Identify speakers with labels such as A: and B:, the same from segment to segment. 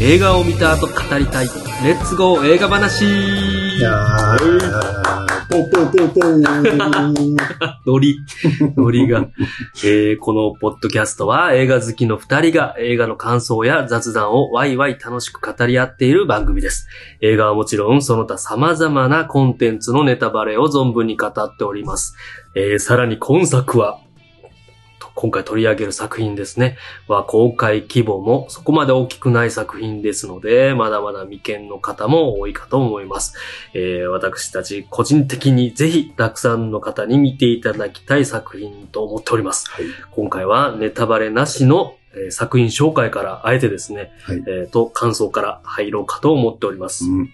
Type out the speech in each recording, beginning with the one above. A: 映画を見た後語りたいレッツゴー映画話
B: いやー、ポンポンポンポン。
A: ノリ、 ノリが、えーこのポッドキャストは映画好きの二人が映画の感想や雑談をワイワイ楽しく語り合っている番組です。映画はもちろんその他様々なコンテンツのネタバレを存分に語っております。えーさらに今作は、と今回取り上げる作品ですね。は公開規模もそこまで大きくない作品ですので、まだまだ未見の方も多いかと思います。えー私たち個人的にぜひたくさんの方に見ていただきたい作品と思っております。
B: はい
A: 今回はネタバレなしの、えー作品紹介からあえてですね、
B: はい
A: えーと感想から入ろうかと思っております。
B: うん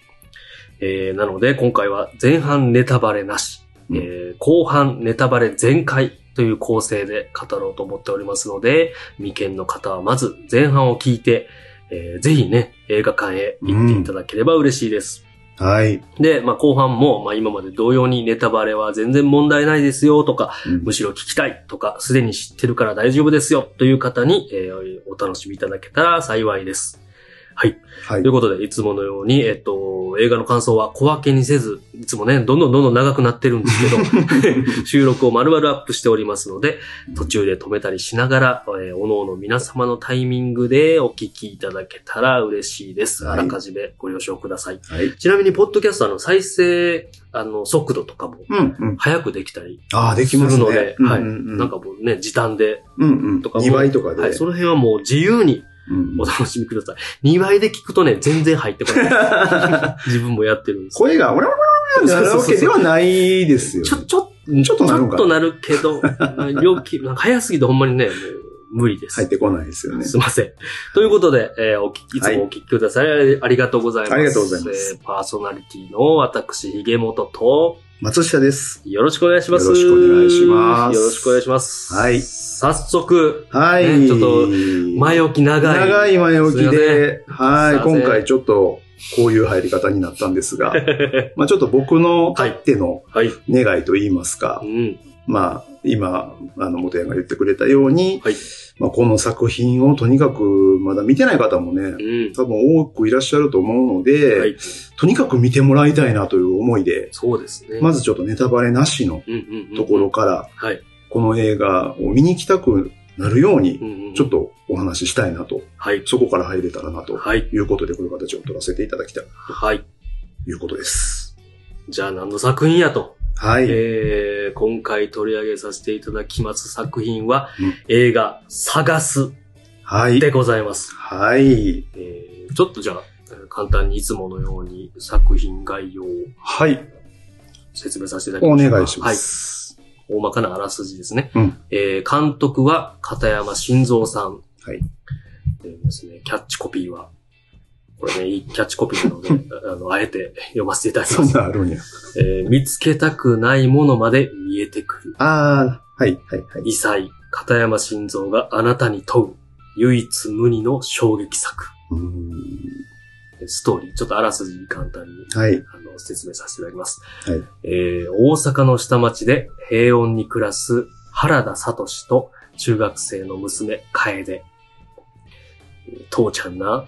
A: えーなので今回は前半ネタバレなし、
B: うん
A: えー後半ネタバレ全開という構成で語ろうと思っておりますので、未見の方はまず前半を聞いて、えーぜひね、映画館へ行っていただければ嬉しいです。
B: はい。
A: で、まあ、後半も、まあ、今まで同様にネタバレは全然問題ないですよとか、
B: うん
A: むしろ聞きたいとか、すでに知ってるから大丈夫ですよという方に、えーお楽しみいただけたら幸いです。はい。
B: はい
A: という。ことで、いつものように、えっと、映画の感想は小分けにせず、いつもね、どんどんどんどん長くなってるんですけど、 収録を丸々アップしておりますので、途中で止めたりしながら、えー、おのの皆様のタイミングでお聞きいただけたら嬉しいです。あらかじめご了承ください。
B: はい。
A: ちなみに、ポッドキャストの再生、あの、速度とかも、
B: うん、うん。
A: 早くできたり、
B: ああ、できます
A: する
B: ね。
A: ので
B: うん
A: はい
B: うん、
A: なんかもうね、時短で、
B: うん、うん。
A: とかも
B: 2倍とかで。
A: はい、その辺はもう自由に
B: うん
A: お楽しみください。2倍で聞くとね、全然入ってこ ない。自分もやってるんです。
B: 声が、オラオラオラってなるわけではないですよ。
A: ちょ、ちょ、ち
B: ちょっとなるのか
A: ちょっとなるけ ど、料金、なんか早すぎてほんまにね、もう無理です。
B: 入ってこないですよね。
A: すいません。ということで、えーお聞き、いつ
B: はい
A: もお聞きください。ありがとうございます。
B: ありがとうございます
A: えーパーソナリティの私、ひげもとと、
B: 松下です。
A: よろしくお願いします。
B: よろしくお願いします
A: よろしくお願いします。
B: はい
A: 早速、
B: はい。
A: ねちょっと前
B: 置
A: 置き長い。
B: 長い前置きで、は
A: すい
B: い。
A: ません
B: 今回ちょっと、こういう入り方になったんですが、まあちょっと僕の勝手の
A: はい。
B: 願いと言いますか
A: う、ん。
B: まあ、今、あの、元山が言ってくれたように、
A: はい
B: まあ、この作品をとにかく、まだ見てない方も
A: う
B: ね、
A: ん。
B: 多分多くいらっしゃると思うので、
A: はい。
B: とにかく見てもらいたいなという思いで、
A: そうですね。
B: ま
A: ず、
B: ずちょっとネタバレなしの
A: うんうんうん、
B: ところ。から、
A: はい。
B: この映画を見に行きたくなるよう
A: う
B: に、
A: んうん、
B: ちょっ。とお話ししたいなと、
A: はい。
B: そこから入れたらなと
A: はい。
B: いうことで、この形を取らせていただきたい
A: はい。
B: ということです。
A: じゃあ何の作品やと。
B: はい。
A: えー、今回取り上げさせていただきます作品は、
B: うん
A: 映画、探す
B: はい。
A: でございます。
B: はい。
A: えー、ちょっとじゃあ、えー簡単にいつものように作品概要を
B: はい。
A: 説明させていただき
B: お
A: ましょうか
B: 願いしま
A: は
B: す。
A: い。大まかなあらすじですね。
B: うん
A: えー監督は片山晋三さん。
B: はい
A: でですね、キャッチコピーは、これね、いいキャッチコピーな ので、あの、あえて読ませていただき
B: そ
A: ま
B: ん
A: す。
B: なんあるんや。
A: えー見つけたくないものまで見えてくる。
B: ああ、はい、はい、はい。
A: 異彩、片山晋三があなたに問う、唯一無二の衝撃作。
B: うーん
A: えストーリー、ちょっとあらすじ簡単に
B: はい。
A: あの、説明させていただきます。
B: はい
A: えー大阪の下町で平穏に暮らす原田聡と中学生の娘、楓。えー父ちゃんな、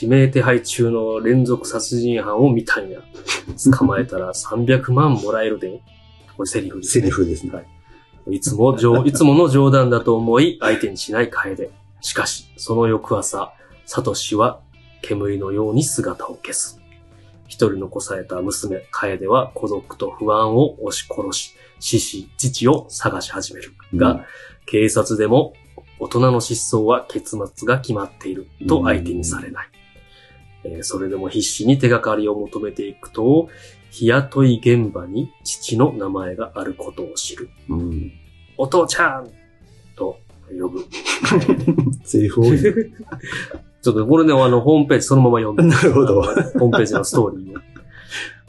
A: 指名手配中の連続殺人犯を見たんや。捕まえたら300万もらえるで。これセリフです、
B: セ
A: ね。
B: リフですね。
A: いつも冗、 いつもの冗談だと思い、相手にしない楓。しかし、その翌朝、サトシは煙のように姿を消す。一人残された娘、楓は孤独と不安を押し殺し、死し、父を探し始める。が、
B: うん
A: 警察でも、大人の失踪は結末が決まっていると相手にされない。えーそれでも必死に手がかりを求めていくと、日雇い現場に父の名前があることを知る。
B: うん。
A: お父ちゃんと呼 ぶ。
B: セリフ 多い。
A: ちょっとこれね、あの、ホームページそのまま読んで。
B: なるほど
A: あのホームページのストーリーを。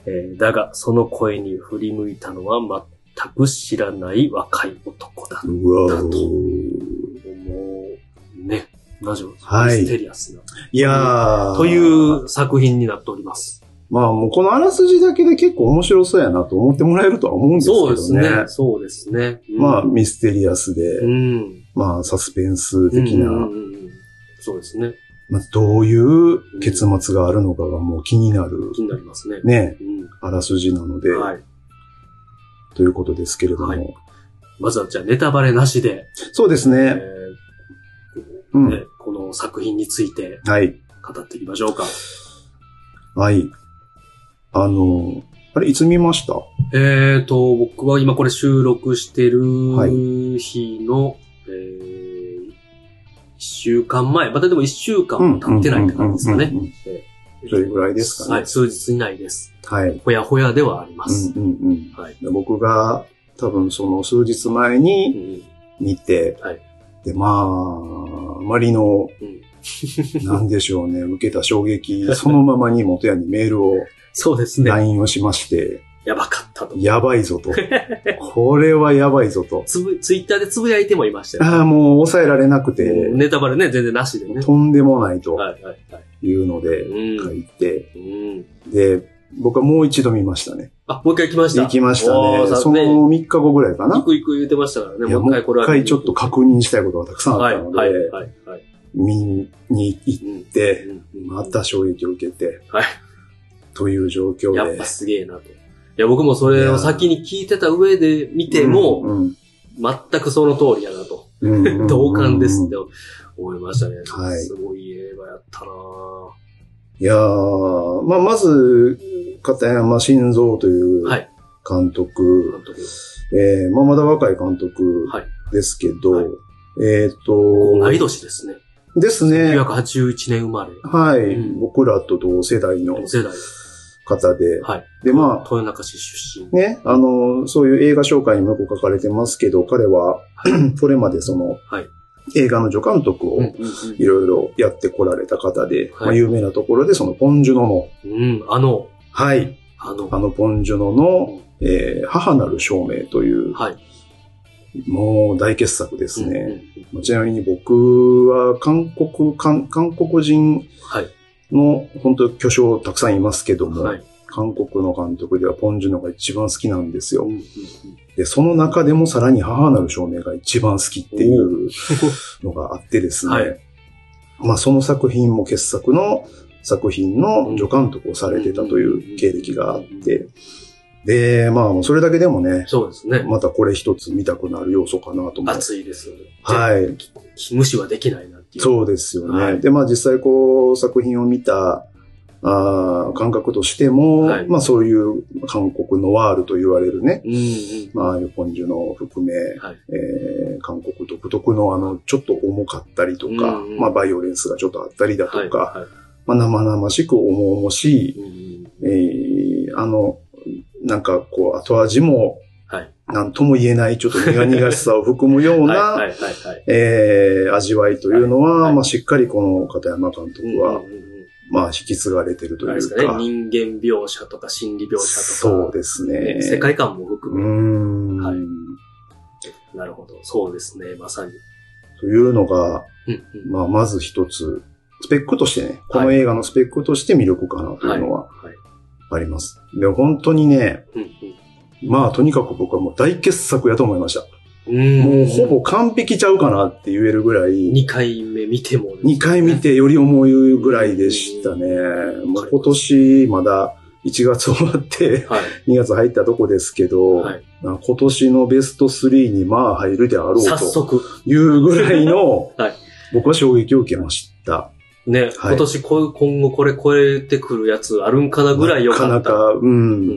A: えーだが、その声に振り向いたのは全く知らない若い男だ。
B: うわー
A: もう、ね、ラジオ、
B: はい
A: ミステリアスな。
B: いやー
A: という作品になっております。
B: まあもうこのあらすじだけで結構面白そうやなと思ってもらえるとは思うんですけどね。
A: そうですね。そうですね。うん
B: まあ、ミステリアスで、
A: うん。
B: まあサスペンス的
A: うんう
B: なん
A: うんうんそうですね。
B: まずどういう結末があるのかがもう気になる、
A: 気になりますね。
B: ね、
A: う
B: あらすじなので、
A: ん。はい。
B: ということですけれども。
A: はいまずはじゃあネタバレなしで、
B: そうです
A: え
B: ね。う
A: ー
B: ん。
A: ねこの作品について
B: はい。
A: 語っていきましょうか。
B: はい。あの、あれ、いつ見ました
A: えーと、僕は今これ収録してる
B: はい
A: 日の、えー一週間前、またでも一週間も経ってないって感じですか
B: うん
A: ね
B: うんうんうん。
A: えー
B: それぐらいですかね
A: はい、数日以内です。
B: はい。
A: ほやほやではありま
B: う
A: す。
B: んうん
A: はい。
B: うん。僕が多分その数日前
A: う
B: に
A: ん
B: 見て、
A: はい
B: で、まあ、あまりの
A: うん、
B: なんでしょうね、 受けた衝撃、そのままに元谷にメールを、
A: そうですね。
B: LINE をしまして、
A: やばかったと。
B: やばいぞと。これはやばいぞと。
A: つぶ、ツイッターでつぶやいてもいましたよ。
B: ああ、もう抑えられなくて、
A: ネタバレね、全然なしでね。
B: とんでもないと
A: はいはいはい。
B: いうので、
A: うん
B: 書いて、
A: うん。
B: で、僕はもう一度見ましたね。
A: あ、もう一回来ました。
B: 行きました
A: おー
B: ね。
A: さ
B: そ
A: ね
B: の3日後ぐらいか
A: 行
B: な。
A: く行く言ってましたからね。
B: いや
A: もう一回これ
B: もう
A: は。
B: 一回ちょっと確認したいことがたくさんあ
A: は
B: っ
A: い
B: たの
A: はい
B: で、
A: はいはい。
B: 見に行っ
A: うん
B: て、
A: うん
B: また衝撃を受けて、
A: はい
B: という状況
A: やっ
B: で
A: ぱ。すげえなと。いや、僕もそれを先に聞いてた上で見て
B: う
A: も、
B: んうん
A: 全くその通りやなと。
B: うんうんうんうん
A: 同感ですって思いましたね。
B: はい
A: すごい映画やったない
B: やー、まあ、まず、片山晋三という
A: はい
B: 監督、
A: 監督。
B: えーまあ、まだ若い監督
A: はい
B: ですけど、
A: はい
B: えっ、
A: 同い
B: と、
A: 年ですね。
B: ですね。
A: 1981年生まれ。
B: はい、
A: うん
B: 僕らと同世代の
A: 同世代。
B: 方で、
A: はい。
B: で、ま
A: 豊中市出身
B: あ、。ね、あの、そういう映画紹介にもよく書かれてますけど、彼は、これまで その、
A: はい
B: 映画の助監督を、
A: うん
B: いろいろやってこられた方で、
A: はい
B: まあ、有名なところで、その、ポンジュノの、
A: うん、あの、
B: はい、
A: あの、
B: あのポンジュノの、えー母なる証明という、
A: はい。
B: もう大傑作です
A: うんうん
B: ね。
A: うん
B: まあちなみに僕は韓国、韓韓国人
A: はい。
B: の本当巨匠たくさんいますけども、
A: はい。
B: 韓国の監督ではポンジュノが一番好きなんですよ
A: うん。うんうん
B: で、その中でもさらに母なる証明が一番好きっていうのがあってですね、
A: はい
B: まあその作品も傑作の作品の助監督をされてたという経歴があって、で、まあそれだけでもね、
A: そうですね。
B: またこれ一つ見たくなる要素かなと思って。
A: 熱いですよね。
B: はい。
A: き無視はできないなっていう。
B: そうですよね。
A: はい
B: で、まあ実際こう作品を見たあー感覚としても、
A: はい
B: まあそういう韓国ノワールと言われるね、
A: うんうん。
B: まあ、あポンジュの含め、
A: はい
B: えー韓国独特のあの、ちょっと重かったりとか、
A: うんうん
B: まあ、バイオレンスがちょっとあったりだとか、
A: はいはい
B: まあ、生々しく重々しい、
A: うんうん
B: えーあの、なんかこう、後味も、
A: はい
B: なんとも言えない、ちょっと苦々しさを含むような、
A: はいはいはいはい。
B: えー味わいというのは、
A: はいはい
B: まあ、しっかりこの片山監督は、
A: うんうんうん
B: まあ、引き継がれてると
A: あれで
B: いう
A: すかね
B: か、、
A: 人間描写とか心理描写とか。
B: そうですね。
A: ね世界観も含
B: うー
A: め。
B: ん、
A: はいなるほど。そうですね、まさに。
B: というのが、
A: うんうん
B: まあ、まず一つ、スペックとしてね、この映画のスペックとして魅力かなというのは
A: はい。
B: あります。で、本当にね、
A: うん
B: まあ、とにかく僕はもう大傑作やと思いました。
A: うん
B: もうほ。ぼ完璧ちゃうかなって言えるぐらい、
A: 2回目見ても。
B: 2回見てより思うぐらいでしたね。もう今年まだ1月終わって
A: はい。
B: 2月入ったとこですけど、
A: はい
B: まあ今年のベスト3にまあ入るであろう
A: 早
B: と
A: 速。、
B: いうぐらいの
A: はい
B: 僕は衝撃を受けました。
A: ね、今年こう今後これ超えてくるやつあるんかなぐらい良かった。
B: なかなか、う。
A: うんんうん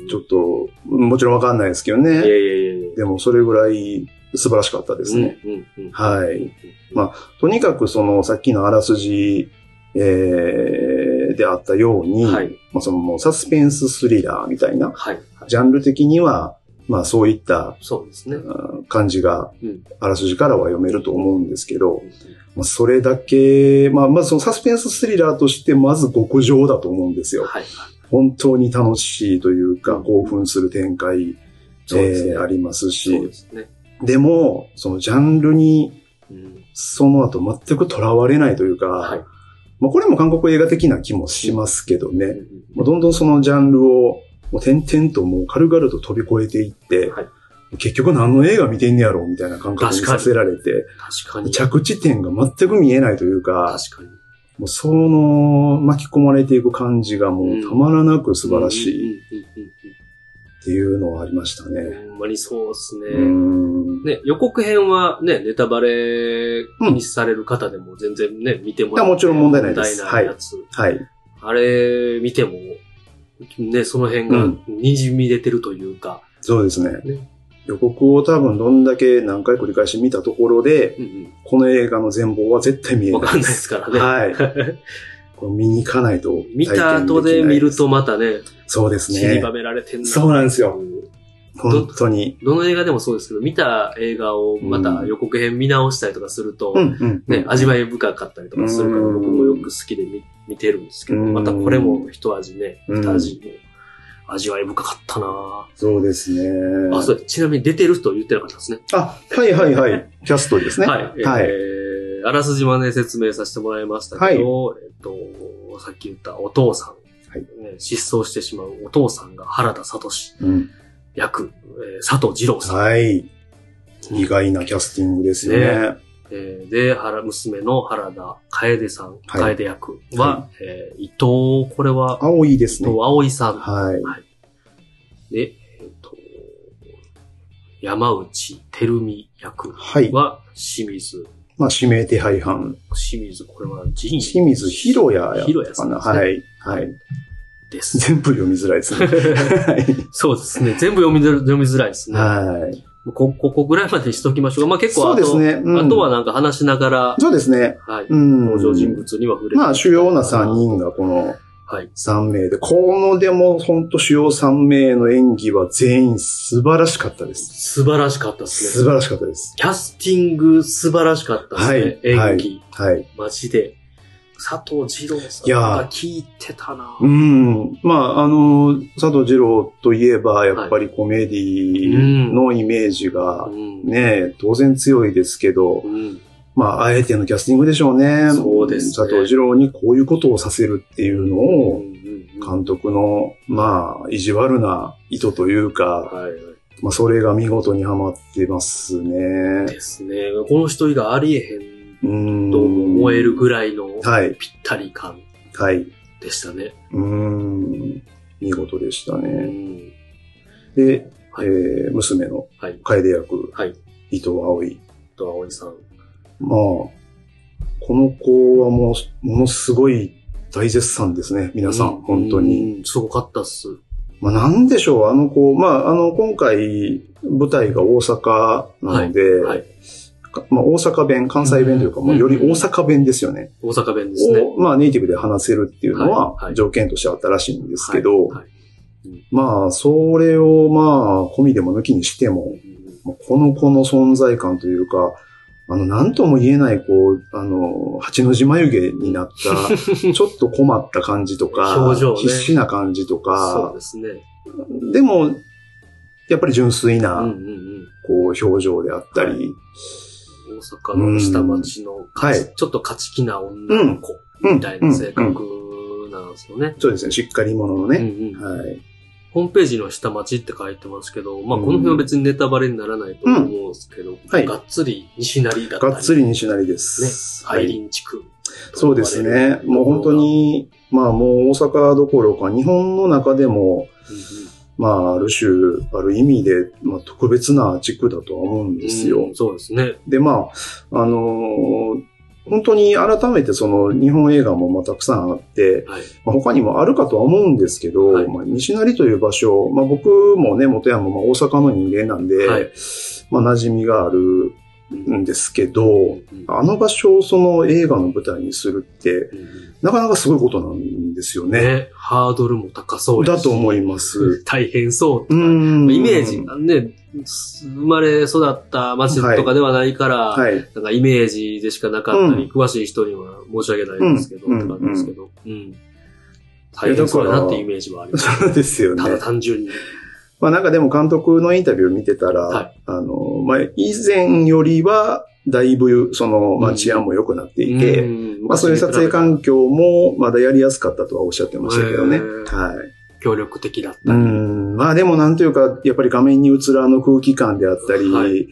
A: うん。
B: ちょっと、もちろんわかんないですけど
A: いやい
B: ね。
A: やいやいや。
B: でも、それぐらい素晴らしかったですね。
A: うんうんうん。
B: は
A: うんうん
B: い。
A: うん
B: まとにかく、その、さっきのあらすじ、えー、であったように、
A: はい。
B: まあ、その、もうサスペンススリラーみたいな、
A: はい。
B: ジャンル的には、まあ、そういった
A: そうですね。うん
B: あ感じが
A: うん、
B: あらすじからは読めると思うんですけど、
A: うん
B: まあ、それだけ、まあ、まずそのサスペンススリラーとして、まず極上だと思うんですよ。
A: はい。
B: 本当に楽しいというか、
A: うん
B: 興奮する展開、
A: そうですね
B: えーありま
A: そ
B: す
A: う
B: し
A: で、すね。
B: でも、そのジャンルに
A: うん
B: その後全く囚われないというか、
A: はい。
B: まあ、これも韓国映画的な気もしますけどね、
A: うんうん
B: もうどんどんそのジャンルをもう点々ともう軽々と飛び越えていって、
A: はい
B: 結局何の映画見てんねやろうみたいな感覚
A: 確
B: に
A: か
B: さ
A: に
B: せられて、
A: 確かに。
B: 着地点が全く見えないというか、
A: 確かに。
B: もうその巻き込まれていく感じがもうたまらなく素晴らしいっ
A: い。
B: ていうのはありましたね。
A: ほんまにそうですね。
B: うん。
A: ね、予告編はね、ネタバレにされる方でも全然ね、見てもらって
B: いやもちろん問題ないです
A: 問題ないやつ。
B: はい。
A: あれ見ても、ね、その辺が
B: うん
A: 滲み出てるというか。
B: そうですね。
A: ね
B: 予告を多分どんだけ何回繰り返し見たところで、
A: うん
B: この映画の全貌は絶対見え
A: うん。
B: ない。
A: わかんないですからね。
B: はい。これ見に行かないと体験
A: 見た後で見るとまたね、
B: きない。そうです
A: 散り
B: ね
A: ば。められてんな。
B: そうなんですよ。本当に。
A: どの映画でもそうですけど、見た映画をまた予告編見直したりとかすると、
B: うんうん。
A: ね、味わい深かったりとかするから、
B: うん
A: 僕もよく好きで見見てるんですけど、
B: うん
A: またこれも一味ね、
B: うん
A: 二味も味わい深かったな
B: そうですね。
A: あ、そう、ちなみに出てる人言ってなかったですね。
B: あ、はいはいはい。キャストですね。
A: はい。
B: はい。
A: えー、あらすじはね、説明させてもらいましたけど、えっと、さっき言ったお父さん、
B: はい
A: ね失踪してしまうお父さんが原田聡
B: うん
A: 役、えー佐藤二郎さん。
B: はい。意外なキャスティングですよね。
A: えーで、原、娘の原田楓さん、
B: はい
A: 楓役は、えー伊藤、これは、
B: 青いで
A: 伊
B: すね
A: 藤。葵さん。
B: はい。
A: で、えっと、山内照美役
B: はい。
A: は清水。
B: まあ、指名手配犯。
A: 清水、これは仁義
B: 清水博也や
A: 博
B: った
A: 也さ
B: か
A: ん
B: な。
A: ですね
B: はい。はい。
A: です。
B: 全部読みづらいですね。 は
A: そうですね。全部読みづら読みづらいです
B: い。
A: ね。
B: はい。
A: こここぐらいまでにしときましょう。まあ結構
B: そ
A: あ
B: う
A: と、
B: ですね。うん
A: あとはなんか話しながら、
B: そうですね。
A: はい。
B: うん。
A: 登場人物には触れて
B: まあ、主要な3。人がこの
A: はい。
B: 3名で、このでも本当主要3名の演技は全員素晴らしかったです。
A: 素晴らしかったです
B: 素
A: ね。
B: 晴らしかったです。
A: キャスティング素晴らしかったですね。
B: はい
A: 演技。
B: はい。
A: マジで。佐藤二郎さん
B: いやー
A: が聞いてたなぁ
B: うん。まあ、あの、佐藤二郎といえば、やっぱりコメディのイメージが
A: うん
B: ね、当然強いですけど
A: う、ん。
B: まあ、あえてのキャスティングでしょうね。
A: そうですね
B: 佐藤二郎にこういうことをさせるっていうの
A: う
B: を、
A: んうんうん
B: 監督の、まあ、意地悪な意図というか、
A: はいはい。
B: まあ、それが見事にはまってますね。
A: ですね。この人以外ありえへん
B: うん。
A: と思えるぐらいのぴっ
B: はい、
A: たり感
B: はい。
A: でしたね。
B: うん。見事でした
A: う
B: ね。
A: ん
B: で、
A: はい
B: えー娘の
A: はい。
B: 楓役、
A: はい。
B: 伊藤葵。
A: と、葵さん。
B: まあ、この子はもう、ものすごい大絶賛ですね。皆さん、
A: う
B: 本当に。。
A: うんすごかったっす。
B: まあ、なんでしょう、あの子、まあ、あの、今回、舞台が大阪なので、
A: はい。
B: かまあ、大阪弁、関西弁というか、
A: うん
B: もうより大阪弁ですよね。
A: 大阪弁ですね。
B: を、まあ、ネイティブで話せるっていうの
A: はいは
B: は、
A: い
B: 条件としてあったらしいんですけど、
A: はいはい
B: まあ、それを、まあ、込みでも抜きにしても、もうこの子の存在感というか、あの、なんとも言えない、こう、あの、八の字眉毛になっ た、ちょっと困った感じとか、
A: 表情ね
B: 必死な感じと
A: そう
B: か、
A: ですね。
B: でも、やっぱり純粋
A: うんうん
B: な、
A: うん。
B: こう、表情であったり、
A: 大阪の下町の勝ち
B: うんは
A: ちょっと勝ち気な女の子みたいな性
B: うんうん
A: 格なんですよね。
B: そうですね、しっかり者の
A: うん
B: ね。
A: うん
B: はい。
A: ホームページの下町って書いてますけど、まあ
B: うん
A: この辺は別にネタバレにならないと思うんですけど、
B: はい
A: がっつり西成だったり、
B: がっつり西成です。
A: ハイリン地区。
B: そうですね。もう本当に、まあもう大阪どころか、日本の中でも、まあ、ある種、ある意味で、まあ、特別な地区だとは思うん
A: うん。
B: ですよ。
A: うんそうですね。
B: で、まあ、あのー本当に改めてその日本映画もまあたくさんあって、
A: はい。
B: まあ、他にもあるかとは思うんですけど、
A: はい
B: まあ、西成という場所、まあ、僕もね、元山もまあ大阪の人間なんで、
A: はい
B: まあ、馴染みがあるんですけど、
A: うん
B: あの場所をその映画の舞台にするって、
A: うん
B: なかなかすごいことなんですよね。
A: ね、ハードルも高そう
B: だと思
A: い
B: います。。
A: 大変そうと
B: う
A: か。
B: ん。
A: イメージがね、す生まれ育った街とかではないから、
B: はい。
A: なんかイメージでしかなかったり、
B: うん
A: 詳しい人には申し訳ないですけど、
B: うん
A: って感じですけど、うん。大変そうだなっていうイメージはあります。
B: そうですよね。
A: ただ単純に。
B: まあなんかでも監督のインタビュー見てたら、
A: はい
B: あの、まあ以前よりはだいぶその、ま
A: う
B: あ
A: ん
B: 治安も良くなっていて、
A: ん
B: まあそういう撮影環境もまだやりやすかったとはおっしゃってましたけどね。
A: へー
B: はい。
A: 協力的だったり。
B: う
A: は
B: ん。まあでもなんというか、やっぱり画面に映らの空気感であったり、
A: い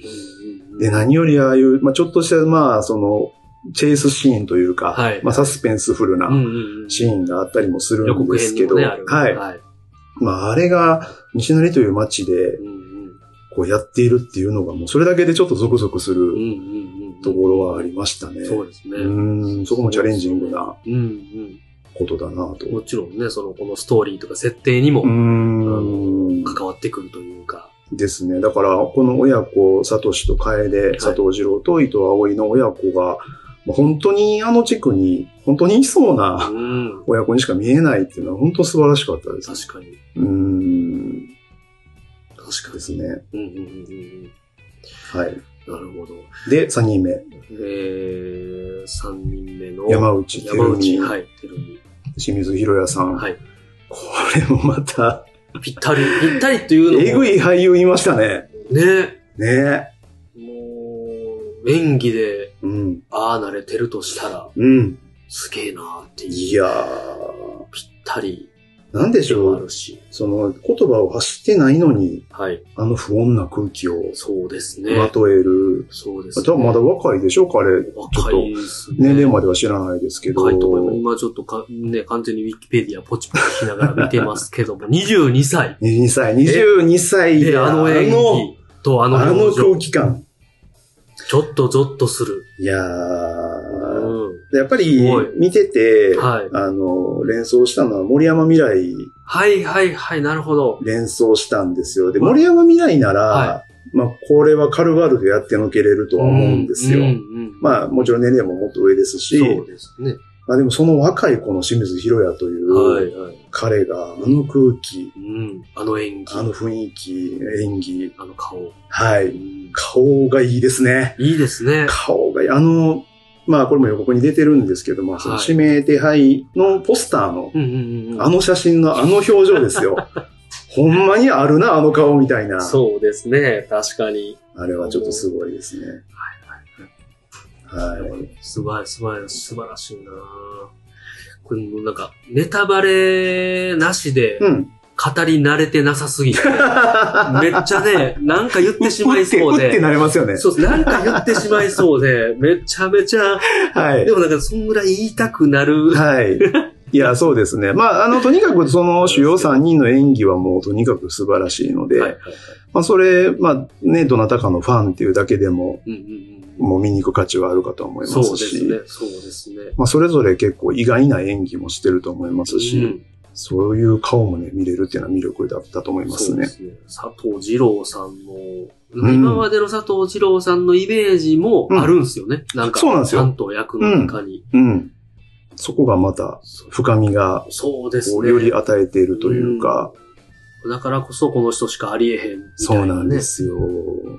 B: で何よりああいう、まあちょっとした、まあその、チェイスシーンというか、
A: はい
B: まあ、サスペンスフル
A: うん
B: な
A: うんうん。
B: シーンがあったりもする
A: 予
B: ん
A: 告
B: で
A: 編
B: す
A: に
B: け
A: も
B: ど、
A: ね、ある。
B: はい。
A: はい。
B: まあ、あれが、西成という街で、
A: うんうん
B: こうやっているっていうのが、もうそれだけでちょっとゾクゾクす
A: うんうん
B: る
A: うん。
B: ところはありましたね。
A: そうですね。
B: うん、そこもチャレンジングな
A: うんうん。
B: ことだなと。
A: もちろんね、その、このストーリーとか設定にも
B: うーん。
A: 関わってくるというか。
B: ですね。だから、この親子、サトシと楓、佐藤二郎と伊藤葵の親子が、まあ本当にあの地区に、本当にいそ うな
A: うん。
B: 親子にしか見えないっていうのは本当素晴らしかったです。
A: 確かに。
B: うーん。
A: 確かに
B: ですね。
A: うんうんうんうん
B: は
A: う
B: い。
A: ん。なるほど。
B: で、3人目。
A: えー、3人目の
B: 山内照
A: 山内、
B: 美、
A: はい、てるみ。
B: 清水博也さん。
A: はい。
B: これもまた、
A: ぴったり、ぴったりっていうのも。
B: えぐい俳優いましたね。
A: ね。
B: ね
A: もう、演技で、
B: え。うん。
A: ああなれてるとしたら、
B: うん。
A: すげえなーっていう。
B: いやー。
A: ぴったり
B: なんでし
A: で
B: ょ
A: もあ
B: う。
A: るし。
B: その言葉を発してないのに、
A: はい。
B: あの不穏な空気を
A: そうですね。
B: まとえる。
A: そうです
B: あとはまだ若いでしょ彼。
A: 若いですね。
B: 年齢までは知らないですけど。
A: 若いと思います。今ちょっとか、ね、完全にウィキペディアポチポチしながら見てますけども、22歳
B: 22歳、22歳で
A: であの演技とあ
B: あ
A: の
B: の、あの
A: 表情
B: 空気感。
A: ちょっとゾッとする。
B: いや
A: うん。
B: ー。やっぱ
A: す
B: り
A: ごい、
B: 見てて、
A: はい。
B: あの、連想したのは森山未来
A: はいはいはい、なるほど。
B: 連想したんですよ。で、森山未来なら、
A: は
B: まあ、これは軽々とやってのけれるとは思うんですよ。
A: うんうん
B: まあ、もちろん年齢ももっと上ですし、
A: そうですね。
B: まあでもその若いこの清水博也という、
A: はいはい。
B: 彼があの空気、
A: うん。あの演技。
B: あの雰囲気、演技、
A: あの顔。
B: は
A: う
B: い。
A: ん
B: 顔がいいですね。
A: いいですね。
B: 顔がいい。あの、まあこれも予告に出てるんですけども、その指名手配のポスターの、
A: うんうんうん。
B: あの写真のあの表情で すよ。ほんまにあるな、あの顔みたいな。
A: そうですね。確かに。
B: あれはちょっとすごいですね。はいはい。
A: すごい、すごい、素晴らしいなこれもうなんか、ネタバレなしで
B: うん
A: 語り慣れてなさすぎて、めっちゃね、なんか言ってしまいそう
B: うってうって
A: で、
B: なりますよね。
A: そうです、なんか言ってしまいそうで、めちゃめちゃ、
B: はい
A: で。もなんかそんぐらい言いたくなる。
B: はい。いや、そうですね。まあ、あの、とにかくその主要3人の演技はもうとにかく素晴らしいので、
A: はいはいはい。
B: まあ、それ、まあ、ね、どなたかのファンっていうだけでも、
A: うんうんうん。
B: もう見に行く価値はあるかと思い
A: そ
B: ま
A: う
B: す
A: で
B: し、
A: すね。そうですね。
B: まあ、それぞれ結構意外な演技もしてると思いますし、
A: うん
B: そういう顔もね、見れるっていうのは魅力だったと思います
A: そうで
B: ね。
A: すね。佐藤二郎さんの、
B: ん
A: 今までの佐藤二郎さんのイメージもあるんですよね。なんか、
B: そうなんですよ
A: 担当役の中に。
B: うん。そこがまた深みが、
A: そうです
B: こ
A: ね。
B: うより与えているというか、
A: だからこそこの人しかありえへんみたいな、ね。
B: そうなんですよ。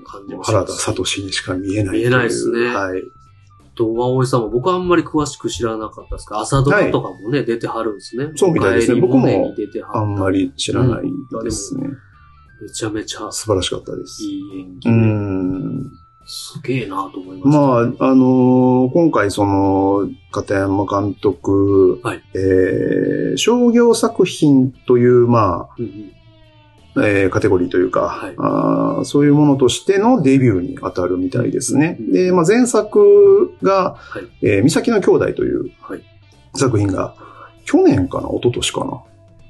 A: 感じもし
B: 原
A: ま
B: 田
A: す。
B: 聡にしか見えないという。
A: 見えないですね
B: はい。
A: と、和尾さんも僕はあんまり詳しく知らなかったですが、朝ドラとかもね、出てはるんですね。
B: そうみたいですね
A: お帰り
B: 僕も
A: ねに出てはった
B: あんま。り知らないですね。
A: めちゃめちゃ
B: 素晴らしかったです。
A: いい演技
B: う
A: で、
B: ん。
A: すげえなと思いました。
B: まあ、あのー今回その、片山監督、
A: はい
B: えー商業作品という、ま
A: うんうん
B: あ、えーカテゴリーというか、
A: はい
B: あーそういうものとしてのデビューに当たるみたいですね。
A: うん
B: で、まあ、前作が、
A: はい
B: えー三崎の兄弟という
A: はい
B: 作品が、去年かな一昨年かな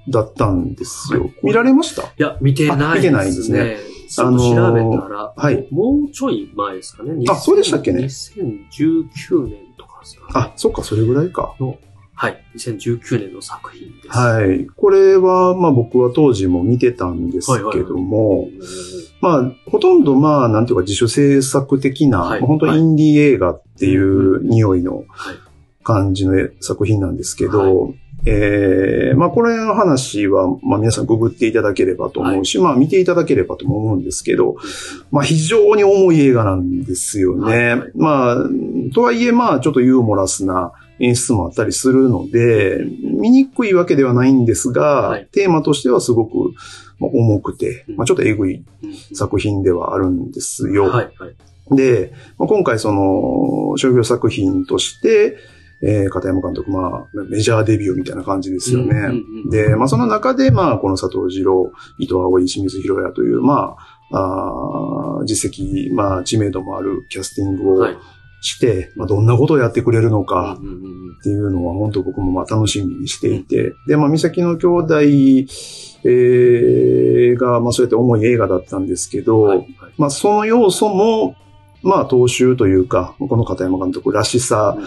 B: だったんですよ。
A: はい
B: 見られました
A: いや、見て
B: あ
A: ない
B: 見てないんですね
A: ちょっと調べたら、
B: はい。
A: もうちょい前ですかね。
B: あそうでしたっけね
A: ?2019 年とかですかね。
B: あ、そっか、それぐらいか。
A: はい。2019年の作品です。
B: はい。これは、まあ僕は当時も見てたんですけど
A: う
B: も、
A: ん
B: まあ、ほとんどまあ、なんていうか自主制作的な、
A: はい
B: 本当インディー映画っていう匂いの
A: はい
B: 感じの作品なんですけど、ええまあこれの話は、まあ皆さんググっていただければと思うし、まあ見ていただければとも思うんですけど、まあ非常に重い映画なんですよね。
A: はいはい
B: まあ、とはいえまあちょっとユーモラスな演出もあったりするので、見にくいわけではないんですが、
A: はい
B: テーマとしてはすごくまあ重くて、まあちょっとえぐい
A: うん
B: 作品ではあるんですよ。
A: はい、はい。
B: で、まあ、今回その商業作品として、えー片山監督、まあ、メジャーデビューみたいな感じですよね。
A: うんうんうん
B: で、まあ、その中で、まあ、この佐藤二郎、伊藤葵、清水博也という、まあ、あー実績、まあ、知名度もあるキャスティングを、
A: はい
B: して、まあ、どんなことをやってくれるのか、
A: うんうんうん
B: っていうのは本当僕もまあ楽しみにしていて、で、まあ、三崎の兄弟、えーが、まあ、そうやって重い映画だったんですけど、
A: はいはい
B: まあ、その要素も、まあ、踏襲というか、この片山監督らしさ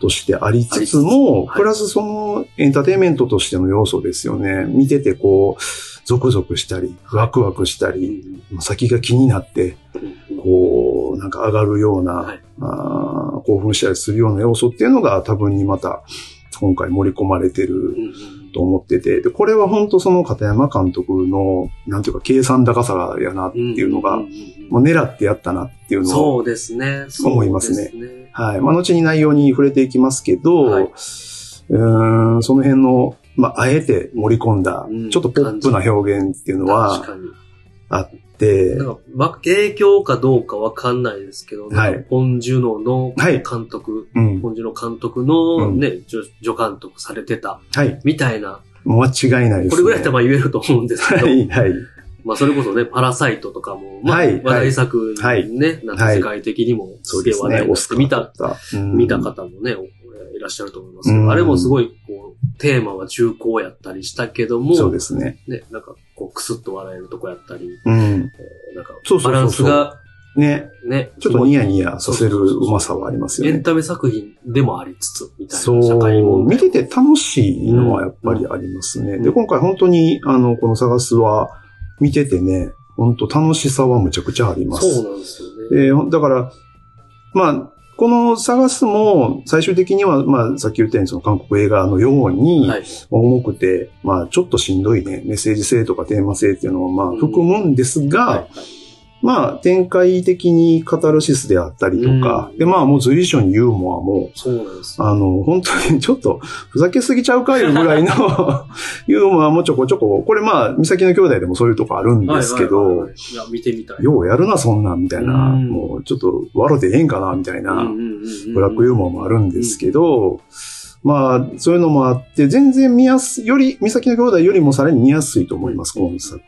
B: としてありつつも、
A: はい
B: プラスそのエンターテインメントとしての要素ですよね。見ててこう、ゾクゾクしたり、ワクワクした
A: うん
B: り、まあ先が気になって、
A: うんうん
B: こう、なんか上がるような、
A: はい
B: あー興奮したりするような要素っていうのが多分にまた今回盛り込まれて
A: う
B: る
A: んうん
B: と思ってて、で、これは本当その片山監督の、なんていうか計算高さやなっていうのが、
A: んんうん
B: もう狙ってやったなっていうのを、
A: そうですね。
B: 思いますね
A: そうですね。
B: はい。まあ、後に内容に触れていきますけど、
A: はいう
B: ーんその辺の、まあ、あえて盛り込んだ
A: うん、
B: ちょっとポップな表現っていうの
A: 確
B: は
A: かに。
B: あって、
A: なんか、わ影響かどうかわかんないですけど、
B: はい
A: なんかポン・ジュノの
B: はい
A: 監督、
B: うん。
A: ポン・ジュノ監督の
B: うん
A: ね、助助監督されてた、
B: はい。
A: みたいな、
B: もう間違いないです、ね。
A: これぐらいはまあ言えると思うんですけど
B: は、い、はい。
A: まあそれこそね、パラサイトとかも、まあ
B: はい
A: 話題作
B: はい
A: にね、なんか世界的にも
B: そ
A: す
B: う
A: げ
B: で
A: え
B: す
A: 話
B: ね。
A: 題に
B: オ
A: なって
B: スカー
A: 見た、
B: 取った。うん
A: 見た方もね、おいらっしゃると思いますけ
B: う
A: ど、
B: ん
A: あれもすごい、こう、テーマは中高やったりしたけども、
B: そうですね。
A: ね、なんかこう、くすっと笑えるとこやったり、
B: うん。
A: なんか
B: そうそ
A: バ
B: うそうそう
A: ランスが
B: ね。
A: ね、
B: ちょっとニヤニヤさせるうまさはありますよ
A: エ
B: ね
A: ン。タメ作品でもありつつ、みたいな。社会
B: そう、
A: 問
B: 見
A: 題。
B: てて楽しいのはやっぱりありますね。
A: うん
B: で、今回本当に、あの、この探すは、見ててね、本当楽しさはむちゃくちゃありま
A: そ
B: す。
A: うなんですよね。
B: えーだから、まあ、この探すも、最終的には、まあ、さっき言ったように、その韓国映画のように、
A: はい。
B: 重くて、まあ、ちょっとしんどいね、メッセージ性とかテーマ性っていうのは、ま
A: うん
B: あ、含むんですが、
A: はい
B: まあ、展開的にカタルシスであったりとか、
A: うん
B: で、まあ、もう随所にユーモアも、
A: そうなんですよ。
B: あの、本当にちょっと、ふざけすぎちゃうかいうぐらいの ユーモアもちょこちょこ、これまあ、三崎の兄弟でもそういうとこあるんですけ
A: はいはい
B: ど
A: はい、はいいや、見てみたい。
B: ようやるな、そんなん、みたいな、
A: うん
B: もう、ちょっと、笑ってええんかな、みたいな、ブ
A: ブ
B: ラックユーモアもあるんですけど、まあ、そういうのもあって、全然見やす、より、三崎の兄弟よりもさらに見やすいと思います、今作。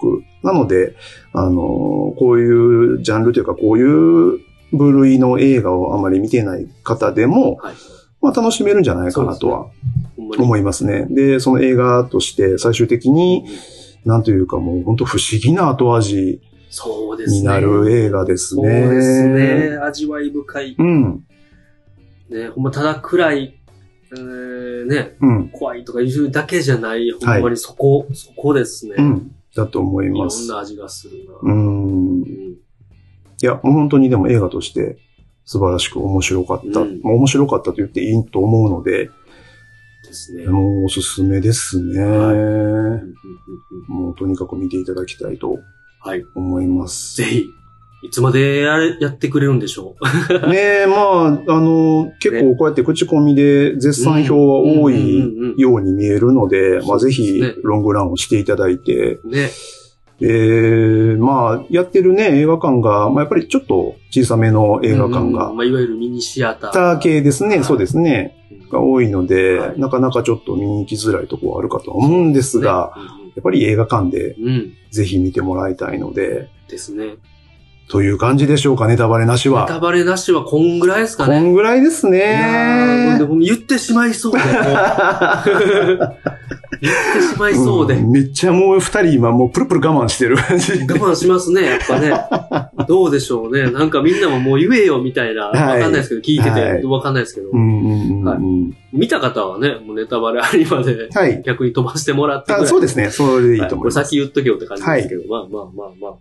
B: なので、あの、こういうジャンルというか、こういう部類の映画をあまり見てない方でも、
A: はい
B: まあ、楽しめるんじゃないかなとは
A: ほんまに
B: 思いますね。で、その映画として最終的に、なんというかもう本当不思議な後味
A: そうですね。
B: になる映画ですね。
A: そうですね。味わい深い。
B: うん、
A: ね、ほんまただ暗い、えーね、
B: うん、
A: 怖いとかいうだけじゃない、ほんま
B: は
A: にそこ、そこですね。
B: うん。だと思い
A: いろ
B: ま
A: ん
B: す。
A: な味がするな。
B: うん。
A: うん
B: いや、もう本当にでも映画として素晴らしく面白かった。
A: うん
B: まあ面白かったと言っていいと思うので、
A: ですね。うんうん
B: もうおすすめですね。
A: はうんうん
B: もうとにかく見ていただきたいと
A: はい。
B: 思います。
A: ぜひ、いつまでやれやってくれるんでしょう。
B: ねえ、まあ、あの、結構こうやって口コミで絶賛票は多い
A: うんうんうん
B: ように見えるので、まあぜひ
A: そうですね
B: ロングランをしていただいて、
A: うんね。
B: えー、まあやってるね、映画館が、まあやっぱりちょっと小さめの映画館
A: う
B: が
A: ん、まあ、いわゆるミニシアター。
B: ター系です
A: は
B: ね、
A: い
B: そうですね、が多いので、
A: はい
B: なかなかちょっと見に行きづらいところはあるかとは思うんですが、
A: ね
B: やっぱり映画館で
A: うんうん、うん。
B: ぜひ見てもらいたいので、
A: ですね。
B: という感じでしょうか、ネタバレなし
A: ネ
B: は。
A: タバレなしはこんぐらいですか
B: こ
A: ね。
B: んぐらいです
A: いやー
B: ね
A: で。も言ってしまい そうで、もう言ってしまいそうで。
B: んめっちゃもう二人今もうプルプル我慢してる感じ。
A: 我慢しますね、やっぱね。どうでしょうね。なんかみんなももう言えよみたいな、わ
B: い
A: かんないですけど、聞いて
B: は
A: て
B: い
A: わかんないですけど
B: う、んうんうんうん
A: 見た方はね、もうネタバレありまで
B: はい。
A: 逆に飛ばしてもらってくら
B: あ
A: い
B: そうですね。それでいいと
A: は
B: 思
A: こ
B: い
A: れ
B: ます。
A: 先言っとけよって感じですけど、まあまあまあまあ、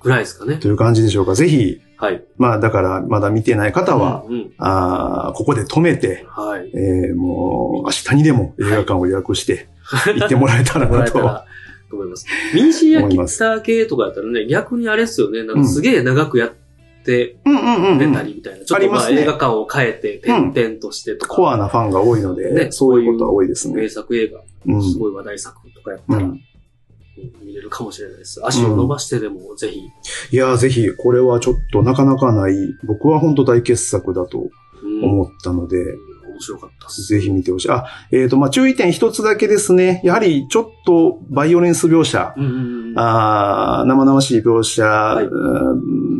A: ぐらいですかね。
B: という感じでしょうか。ぜひ、
A: はい。
B: まあだからまだ見てない方は、
A: うんうん
B: あーここで止めて、
A: はい。
B: えーもう明日にでも映画館を予 約して行ってもらえたら
A: もらえ
B: な
A: た
B: と。
A: らと思います。ミニシア
B: 思います
A: ター系とかやったらね、逆にあれですよね、なんかすげえ長くやって
B: うんうんうんう
A: 出た
B: ん。
A: りみたいな。ちょっとまあ
B: ありますね
A: 映画館を変えて、
B: うん
A: 点々としてと
B: コ
A: か、
B: アなファンが多いので、
A: ね
B: そういうことは多いです
A: 名
B: ね。
A: 作映画、
B: うん。
A: すごい話題作とかやった
B: う
A: ら
B: ん、
A: 見れるかもしれないです。足を伸ばしてでもぜひ、
B: いやーぜひ、これはちょっとなかなかない、僕は本当大傑作だと
A: うん
B: 思ったので、
A: 面白かったっす。
B: ぜひ見てほしい。あ、えっ、と、まあ、注意点一つだけですね。やはり、ちょっと、バイオレンス描写、
A: うんうんうん。
B: あー生々しい描写、
A: いう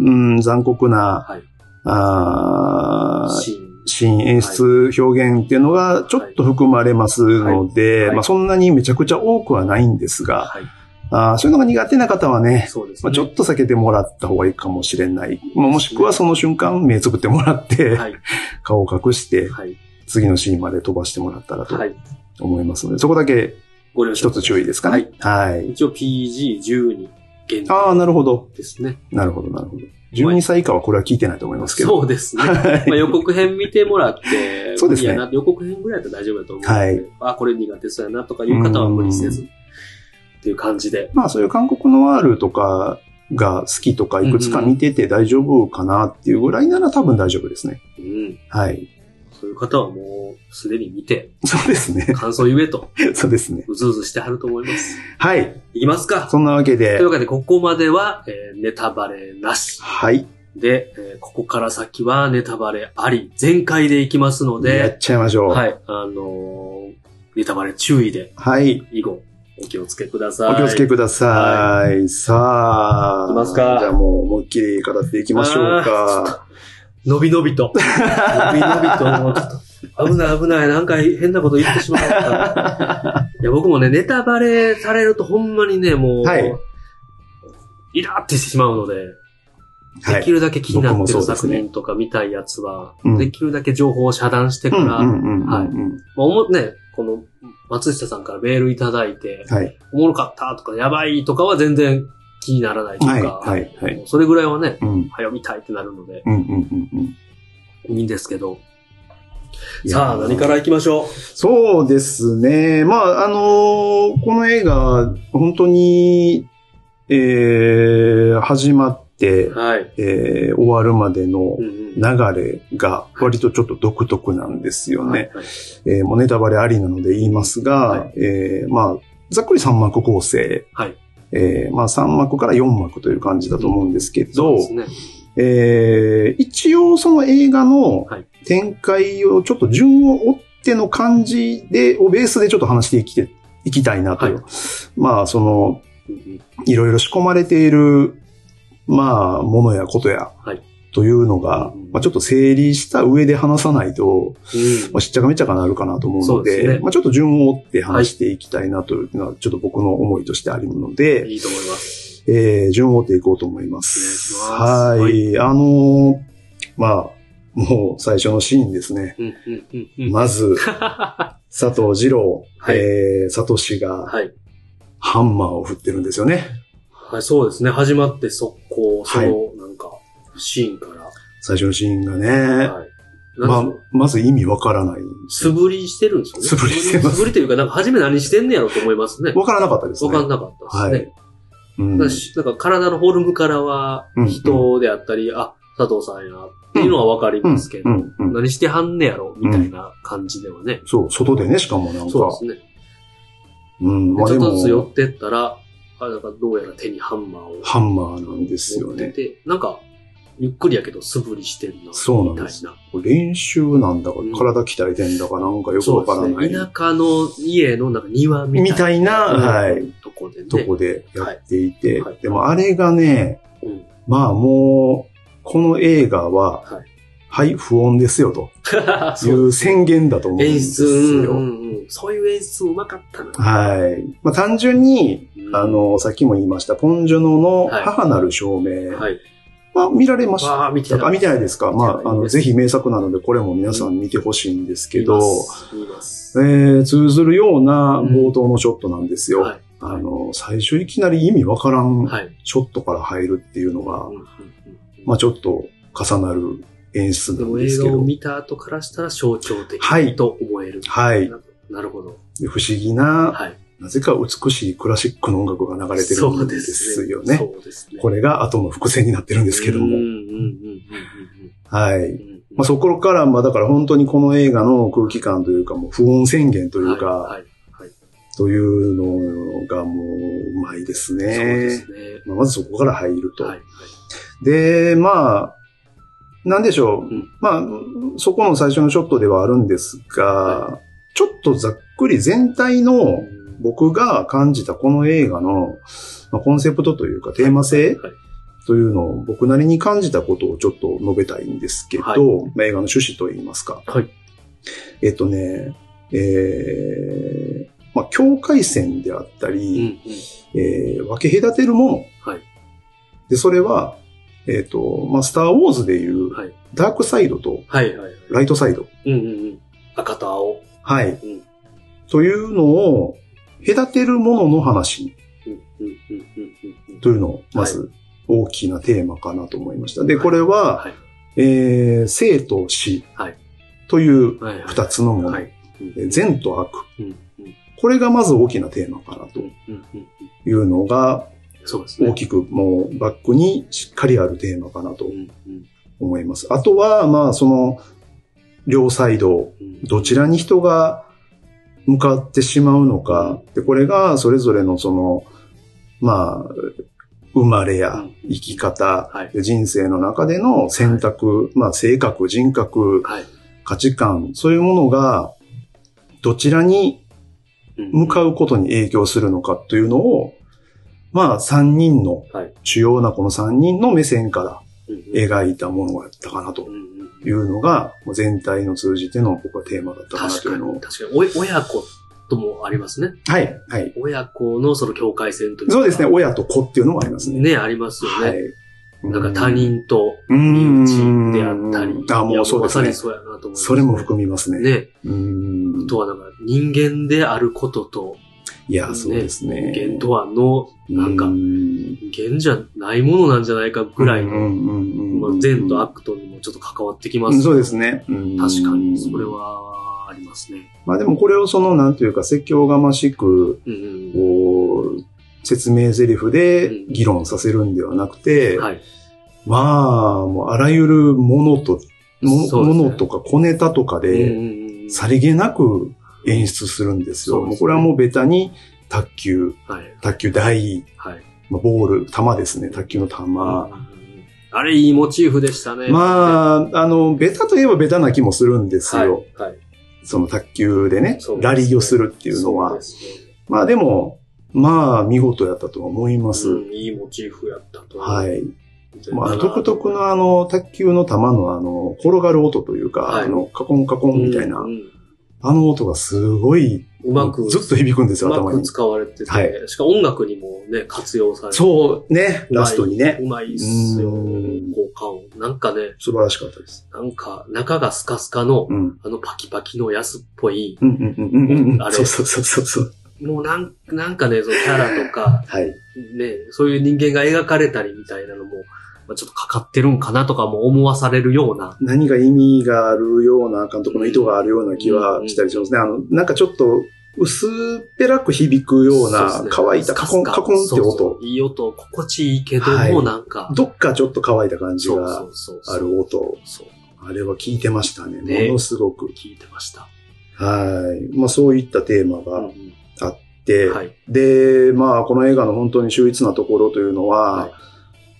B: ーん残酷な、
A: はい
B: あな
A: シーン
B: シーン、演出、表現っていうのがちょっと含まれますの
A: はい
B: で、
A: はい
B: まあそんなにめちゃくちゃ多くはないんですが、
A: はい。
B: あーそういうのが苦手な方はね、
A: そうですね。
B: まあ、ちょっと避けてもらった方がいいかもしれない。まあ、もしくはその瞬間目つぶってもらって、
A: はい。
B: 顔を隠して、
A: はい。
B: 次のシーンまで飛ばしてもらったらと
A: はい。
B: 思いますので、そこだけ
A: ご了承
B: 一つ注意ですかね。はい。
A: 一応 PG12 限
B: ああ、
A: 定
B: なるほど。
A: ですね。
B: なるほど、なるほど。12歳以下はこれは聞いてないと思いますけど。
A: そうですね。
B: はい
A: まあ、予告編見てもらって、
B: そうですね
A: 無理やな予告編ぐらいだったら大丈夫だと思うので、あ、これ苦手そうやなとかいう方は無理せず、っていう感じで。
B: まあそういう韓国ノワールとかが好きとかいくつか見てて大丈夫かなっていうぐらいなら多分大丈夫ですね。
A: うん。
B: はい。
A: そういう方はもう、すでに見て、
B: そうですね。
A: 感想言えと、
B: そうですね。
A: うずうずしてはると思います。
B: はい。
A: いきますか。
B: そんなわけ
A: と
B: で
A: いう、わけで、ここまでは、えーネタバレなし。
B: はい。
A: で、えーここから先はネタバレあり、全開でいきますの
B: や
A: で
B: っ、ちゃいましょう。は
A: は
B: い。
A: い、あのーネタバレ注意で、以後、お気をつけください。
B: お気をつけください。さ
A: い
B: あ。
A: きますか
B: じゃあもう思いっきり語っていきましょうか。
A: 伸び伸びと。伸び伸びと、もうちょっと、危ない危ない、なんか変なこと言ってしまっ た。いや、僕もね、ネタバレされるとほんまにね、もう、
B: はい
A: イラーってしてしまうので、
B: は
A: でき
B: い。
A: るだけ気になって
B: 僕も
A: る
B: そうです
A: 作
B: ね
A: 品とか見たいやつは、
B: うん
A: できるだけ情報を遮断して
B: う
A: か
B: ん
A: ら、
B: うんうんうん
A: はい
B: うん。
A: まあ、思っね、この、松下さんからメールいただいて、
B: はい。
A: おもろかったとか、やばいとかは全然気にならないと
B: はい。
A: いうか、
B: はい。はい。
A: それぐらいはね、
B: うん。
A: 早見たいってなるので、
B: うんうんうんうん。
A: いいんですけど。
B: いや
A: さあ、何から行きましょう
B: そうですね。まあ、あのーこの映画、本当に、えー、始まって、
A: はい。
B: えー終わるまでの
A: うんうん
B: 流れが割とちょっと独特なんですよね。
A: はいはい
B: えーもうネタバレありなので言いますが、
A: は
B: えーまあ、ざっくり3幕構成。
A: はい
B: えーまあ、3幕から4幕という感じだと思うんですけ
A: そう
B: ど、
A: ですね。
B: えー一応その映画の
A: はい
B: 展開をちょっと順を追っての感じで、をベースでちょっと話していきていきたいなという。
A: は
B: まあ、その、
A: うんうん
B: いろいろ仕込まれている、まあ、ものやことや、
A: はい
B: というのが、
A: うん
B: まあ、ちょっと整理した上で話さないと、まあ、しっちゃかめっちゃかなるかなと思うの
A: そう
B: で、
A: ですね
B: まあ、ちょっと順を追って話していきたいなというのは、ちょっと僕の思いとしてあるので、
A: うんいいと思います。
B: えー順を追っていこうと思います。
A: お願
B: はいい。あのーまあ、もう最初のシーンですね。
A: うんうんうんうん
B: ま ず、
A: は
B: 佐藤二郎、
A: はい
B: えー、サトシが
A: い。
B: ハンマーを振ってるんですよね。
A: はい、そうですね。始まって速攻、そ
B: はい
A: の、なんか、シーンから。
B: 最初のシーンがね。
A: はい。
B: ま
A: な
B: あ
A: んか、
B: まず意味わからない。
A: 素振りしてるんですよね。
B: 素振りしてます
A: 素振りというか、なんか、初め何してんねやろうと思いますね。
B: わからなかったです
A: わ
B: ね。
A: かんなかったですね。
B: うん
A: だしなんか体のフォルムからは
B: うん
A: 人であったり、あ、佐藤さんやなっていうのはわかり
B: うん
A: ますけど、
B: うんうん
A: 何してはんねやろみたいな感じではね。
B: そう、外でね、しかもなん
A: そう
B: か。
A: ですね。
B: うん、
A: で
B: まあ
A: ちょ
B: で
A: っとずつ寄っ
B: も、
A: てったら、あなんかどうやら手にハンマーを
B: ハンマーなんですよ
A: 持って
B: ね。
A: て、なんかゆっくりやけど素振りしてんな、
B: そうなん
A: みた
B: で
A: い
B: す
A: な。
B: 練習なんだか
A: うん、
B: 体鍛えてんだか、なんかよく
A: そうで
B: わからない。
A: すね。田舎の家のなんか庭み
B: み
A: たい
B: たいな、
A: な、
B: はい、
A: とこでね。
B: とこでやっていて、
A: はいはい
B: でもあれがね、
A: うん
B: まあもう、この映画は、
A: は
B: はいい、不穏ですよ、とい
A: そう
B: う宣言だと思うんで
A: 演
B: す
A: 出、
B: よ。
A: うんうんうん。そういう演出うまかったな。
B: はい。まあ単純に、
A: うん
B: あ、の、さっきも言いました、ポンジュノの
A: はい
B: 母なる証明は、
A: はい。
B: 見られました。
A: わあ、見て
B: あ、見てないですかまあ、あの、ぜ
A: 見
B: ひ名作なので、これも皆さん見てほしいんですけど、
A: 見ます
B: えー、通ずるような冒頭のショットなんですよ。
A: はい。
B: あの、最初いきなり意味わからん
A: はい。
B: ショットから入るっていうのが、
A: うんうんうん
B: まあちょっと重なる演出
A: で
B: なん
A: も
B: で
A: 映
B: すけ
A: 画を
B: ど、
A: 見た後からしたら象徴的
B: はい
A: と思える。
B: はい。
A: ななるほど。
B: で不思議な、
A: はい。
B: なぜか美しいクラシックの音楽が流れてるんですよね。
A: そうですね。
B: こ
A: れ
B: れが後の伏線になってるんですけど
A: うんうん
B: も。
A: うんうんうんうんうんう
B: はい。
A: ん。
B: まあ、そこから、まあだから本当にこの映画の空気感というか、もう不穏宣言というか、
A: はいはい
B: というのがもううまいです
A: そうで
B: ね。
A: すね。
B: まあ、まずそこから入ると。
A: はい。はい
B: で、まあ、なんでしょう。
A: ん
B: まあ、そこの最初のショットではあるんですが、
A: は
B: ちょっとざっくり全体の僕が感じたこの映画のまあコンセプトというかテーマ性
A: はい
B: というのを僕なりに感じたことをちょっと述べたいんですけど、
A: はい
B: まあ映画の趣旨といいますか。
A: はい
B: えっとね、えー、まあ境界線であった
A: うん
B: り、えー分け隔てるもの。
A: はい
B: で、それは、えっ、と、まあスターウォーズでいう
A: はい、
B: ダークサイドと
A: はいはいはい。
B: ライトサイド。
A: うんうんうん。赤と青。
B: はい。
A: ん
B: というのを、隔てるものの話
A: うんうんうんうんうん
B: というのを、まず大きなテーマかなと思いました。で、これは、
A: はい
B: えー生と死
A: はい
B: という
A: はいはい。
B: 二つのもの、
A: はい。
B: えー善と悪。
A: うんうん
B: これがまず大きなテーマかなと
A: うんうんうん
B: いうのが、
A: そうですね。
B: 大きくもうバックにしっかりあるテーマかなと
A: うんうん
B: 思います。あとは、まあ、その、両サイド、
A: うん
B: どちらに人が向かってしまうのか、で、これがそれぞれのその、まあ、生まれ
A: う
B: や
A: ん
B: 生き方、
A: はい
B: で人生の中での選択、まあ、性格、人格、
A: はい
B: 価値観、そういうものが、どちらに向か
A: う
B: うことに影響するのかというのを、まあ、三人の、
A: はい
B: 主要なこの三人の目線から
A: んうん
B: 描いたものだったかなと
A: うんうんうん
B: いうのが、もう全体の通じての僕はテーマだったかな
A: 確
B: とい
A: か
B: うのを
A: に、。確かに。お親子ともありますね。
B: はい、はい。
A: 親子のその境界線というか
B: そうですね、親と子っていうのもありますね。
A: ね、ありますよ
B: は
A: ね。
B: い。
A: なんか他人と身
B: 身
A: 内であったり。
B: あ、もうそ
A: いや
B: うで
A: まさ
B: す
A: に
B: ね。
A: そうやなと思います。
B: それも含みますね。
A: ね。
B: うん
A: あとはなんか人間であることと、
B: いや、そうですね。
A: 人間とはの、なんか
B: う、
A: 人間じゃないものなんじゃないかぐらいの、まあ
B: の
A: 善と悪とにもちょっと関わってきま
B: うん
A: す。
B: そうです。ね。確
A: 確かに、それ。はありますね。
B: まあでもこれをその、なんというか、説教がましく、
A: うんうん
B: こう、説明台詞で
A: うん
B: 議論させるんではなくて、
A: はい。
B: まあ、もうあらゆるものと、も
A: そうですね
B: ものとか小ネタとか
A: うんう
B: で、
A: んうん
B: さりげなく演出するんですよ。
A: そうですね
B: もうこれはもうベタに、卓球、
A: はい。
B: 卓球台、
A: はい。
B: まあボール、球ですね、卓球の球。
A: うんうんうんあれ、いいモチーフでしたね。
B: まあ、あの、ベタといえばベタな気もするんです
A: はい、
B: よ。
A: はい。
B: その卓球でね
A: そうですね
B: ラリーをするっていうの
A: そ
B: は。
A: ですね
B: まあでも、まあ、見事やったとは思います。
A: うんいいモチーフやったと。
B: はい。
A: 全然
B: ま
A: な
B: あ、独特のあの、卓球の球のあの、転がる音というか、
A: はい
B: あの、カコンカコンみたいな、
A: うんうん
B: あの音がすごい、
A: うまく、
B: ずっと響くんです
A: う
B: よ、
A: ま
B: 頭
A: く
B: に。
A: 使われてて、
B: はい
A: しかも音楽にもね、活用されて。
B: そう、ね、ラストにね。
A: うまいっすよ、
B: うん
A: 効果音。なんかね、
B: 素晴らしかったです。
A: なんか、中がスカスカの
B: う、ん。
A: あのパキパキの安っぽい、
B: うんうんうんうんうんう
A: あ
B: ん。
A: れ
B: そうそうそうそうそう。
A: もうなんなんかね、そのキャラとか、
B: はい。
A: ね、そういう人間が描かれたりみたいなのも、まあ、ちょっとかかってるんかなとかも思わされるような、
B: 何か意味があるような監督の意図があるような気はしたりしますね。あの、なんかちょっと薄っぺらく響くよう
A: そ
B: な
A: ですね
B: 乾いたカコン、
A: ス
B: カコンって
A: そうそ
B: 音
A: う。いい音、心地いいけども、
B: はい
A: なんか、
B: どっかちょっと乾いた感じ
A: そう
B: が
A: そうそうそう。
B: ある音。
A: そう。
B: あれは聞いてましたね。
A: ね
B: ものすごく。
A: 聞いてました。
B: はい。まあそういったテーマ
A: うん
B: があっ
A: うん
B: て、
A: はい。
B: で、まあこの映画の本当に秀逸なところというのは、
A: はい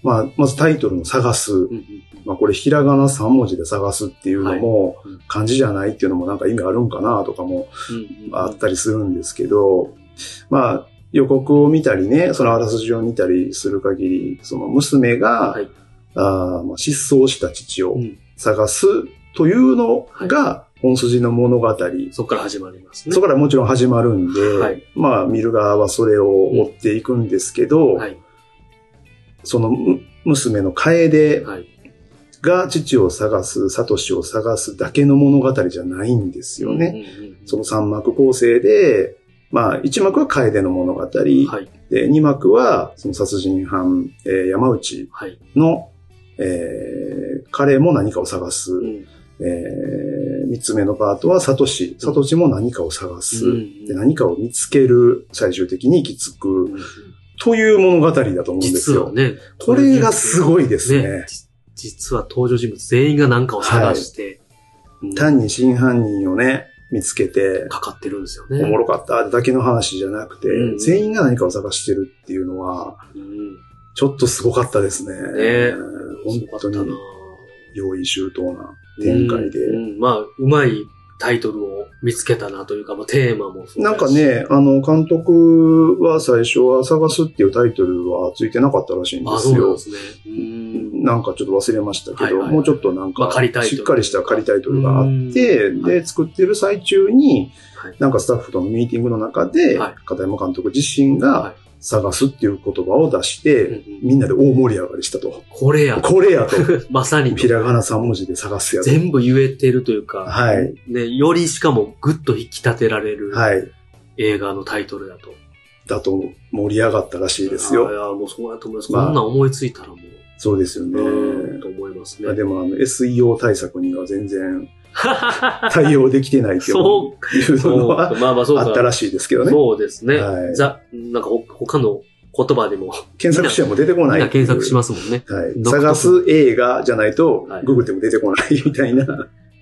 B: まあまずタイトルの探
A: う
B: す。
A: んうんうん
B: まあこれひらがな3文字で探すっていうのも、
A: はいうん
B: 漢字じゃないっていうのもなんか意味あるんかなとかも
A: うんうん
B: あったりするんですけど、まあ、予告を見たりね、そのあらすじを見たりする限り、その娘が、
A: はい
B: あーまあ失踪した父を
A: うん
B: 探すというのが本筋の物語。
A: そこから始まりますね。
B: そこからもちろん始まるんで、
A: はい
B: まあ見る側はそれを追っていくんですけど、
A: はい。
B: そのむ娘の楓
A: はい。
B: が父を探す、サトシを探すだけの物語じゃないんですよね。
A: うんうんうん
B: その三幕構成で、まあ一幕は楓の物語、
A: はい。
B: で、2幕は、その殺人犯、えー山内
A: はい。
B: の、えー彼も何かを探す。
A: うん
B: え3つ目のパートは、サトシ。サトシも何かを探す。
A: うん
B: で、何かを見つける。最終的に行き着
A: う
B: く。
A: んうん
B: という物語だと思うんです
A: 実
B: よ。
A: はね、
B: これがすごいですね。
A: ねじ実は登場人物全員が何かを探して、うん
B: 単に真犯人をね、見つけて、
A: かかってるんですよ
B: お
A: ね。
B: もろかっただけの話じゃなくて、
A: うん
B: 全員が何かを探してるっていうのは、
A: うん
B: ちょっとすごかったです
A: ね
B: ね。本当
A: すごかった
B: に
A: な。
B: 用意周到な展開で。
A: うんうんまあ、うまいタイトルを見つけたなというか、まあ、テーマもそうだし
B: なんか、ね、あの、監督は最初は探すっていうタイトルはついてなかったらしいんで
A: あ、
B: す
A: そうなん
B: よ
A: で。すね。うん。
B: なんかちょっと忘れましたけど、
A: はいはい
B: もうちょっとなん
A: まあ
B: か
A: 仮タイトル
B: しっかりした仮タイトルがあって、
A: うんは
B: で、作ってる最中に
A: はい、
B: なんかスタッフとのミーティングの中で
A: はい、
B: 片山監督自身
A: は
B: が探すっていう言葉を出し
A: いうん
B: て、
A: うん
B: みんなで大盛り上がりしたと。
A: これやと。
B: これやと。
A: まさにと
B: ひらがな3文字で探すやと。
A: 全部言えてるというか、
B: はい。
A: ね、よりしかもぐっと引き立てられる
B: はい。
A: 映画のタイトルだと。
B: だと盛り上がったらしいです
A: あ
B: よ。
A: いや、もうそうやと思います。
B: まあ
A: こんなん思いついたらもう、
B: そうですよね。
A: うん、と思います
B: いや
A: ね。
B: でもあの SEO 対策には全然対応できてないっていう
A: そ
B: いうの
A: そう
B: は
A: まあまあそうか。
B: あったらしいですけどね。
A: そうですね。
B: はい
A: ざ、なんかほ他の言葉でも、
B: 検索しても出てこ
A: みん
B: ない。
A: な検索しますもんね。
B: はい。
A: 独特
B: 探す映画じゃないと
A: はい、
B: ググっても出てこないみた いな。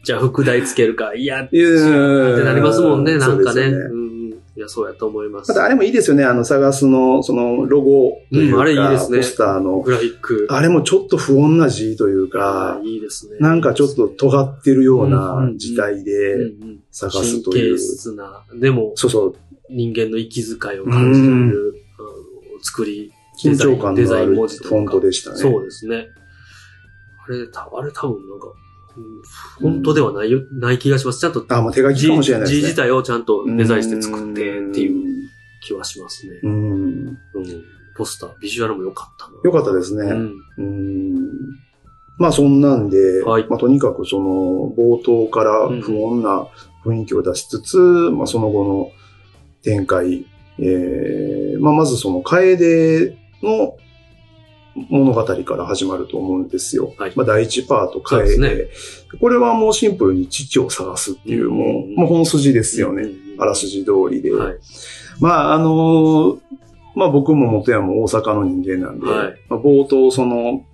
A: じゃあ、副題つける か、いや、って
B: って
A: なりますもんね、なんかね。
B: そうですよ
A: うんうん。いや、そうやと思います
B: ま。たあれもいいですよね、あの、探すの、その、ロゴというか、
A: うんあれいいですね
B: ポスターの。
A: グラフィック。
B: あれもちょっと不穏な字という
A: あ
B: か
A: ー、いいですね。
B: なんかちょっと尖ってるような字体
A: うんう
B: で
A: ん、
B: 探す
A: 神
B: という
A: 経。質な、でも
B: そうそう、
A: 人間の息遣いを感じられる、あの作り、
B: 緊張感
A: デ
B: の
A: ザ
B: あ
A: イン
B: るフ
A: 文字とか
B: ォントでしたね。
A: そうですね。あれ、たあれ多分なんか、うん本当ではないよ、ない気がします。ちゃんと
B: あ、もう手書き
A: 字
B: かもしれないですね。
A: 字自体をちゃんとデザインして作ってっていう
B: う
A: 気はしますね。
B: ん。うん。
A: うん。ポスター、ビジュアルも良かったな。
B: よかったですね。
A: うん。
B: うんまあそんなんで、
A: はい
B: まあとにかくその冒頭から不穏な雰囲気を出しつつ、まあその後の展開、えーまあまずその楓の物語から始まると思うんですよ。
A: はい
B: まあ第一パート楓
A: そうで
B: これはもうシンプルに父を探すっていう、
A: うん
B: もう、もう本筋ですよね。
A: うん。
B: あらすじ通りで。
A: はい。
B: まあ、あのーまあ僕も元山も大阪の人間なんで、
A: はい
B: まあ、冒頭その、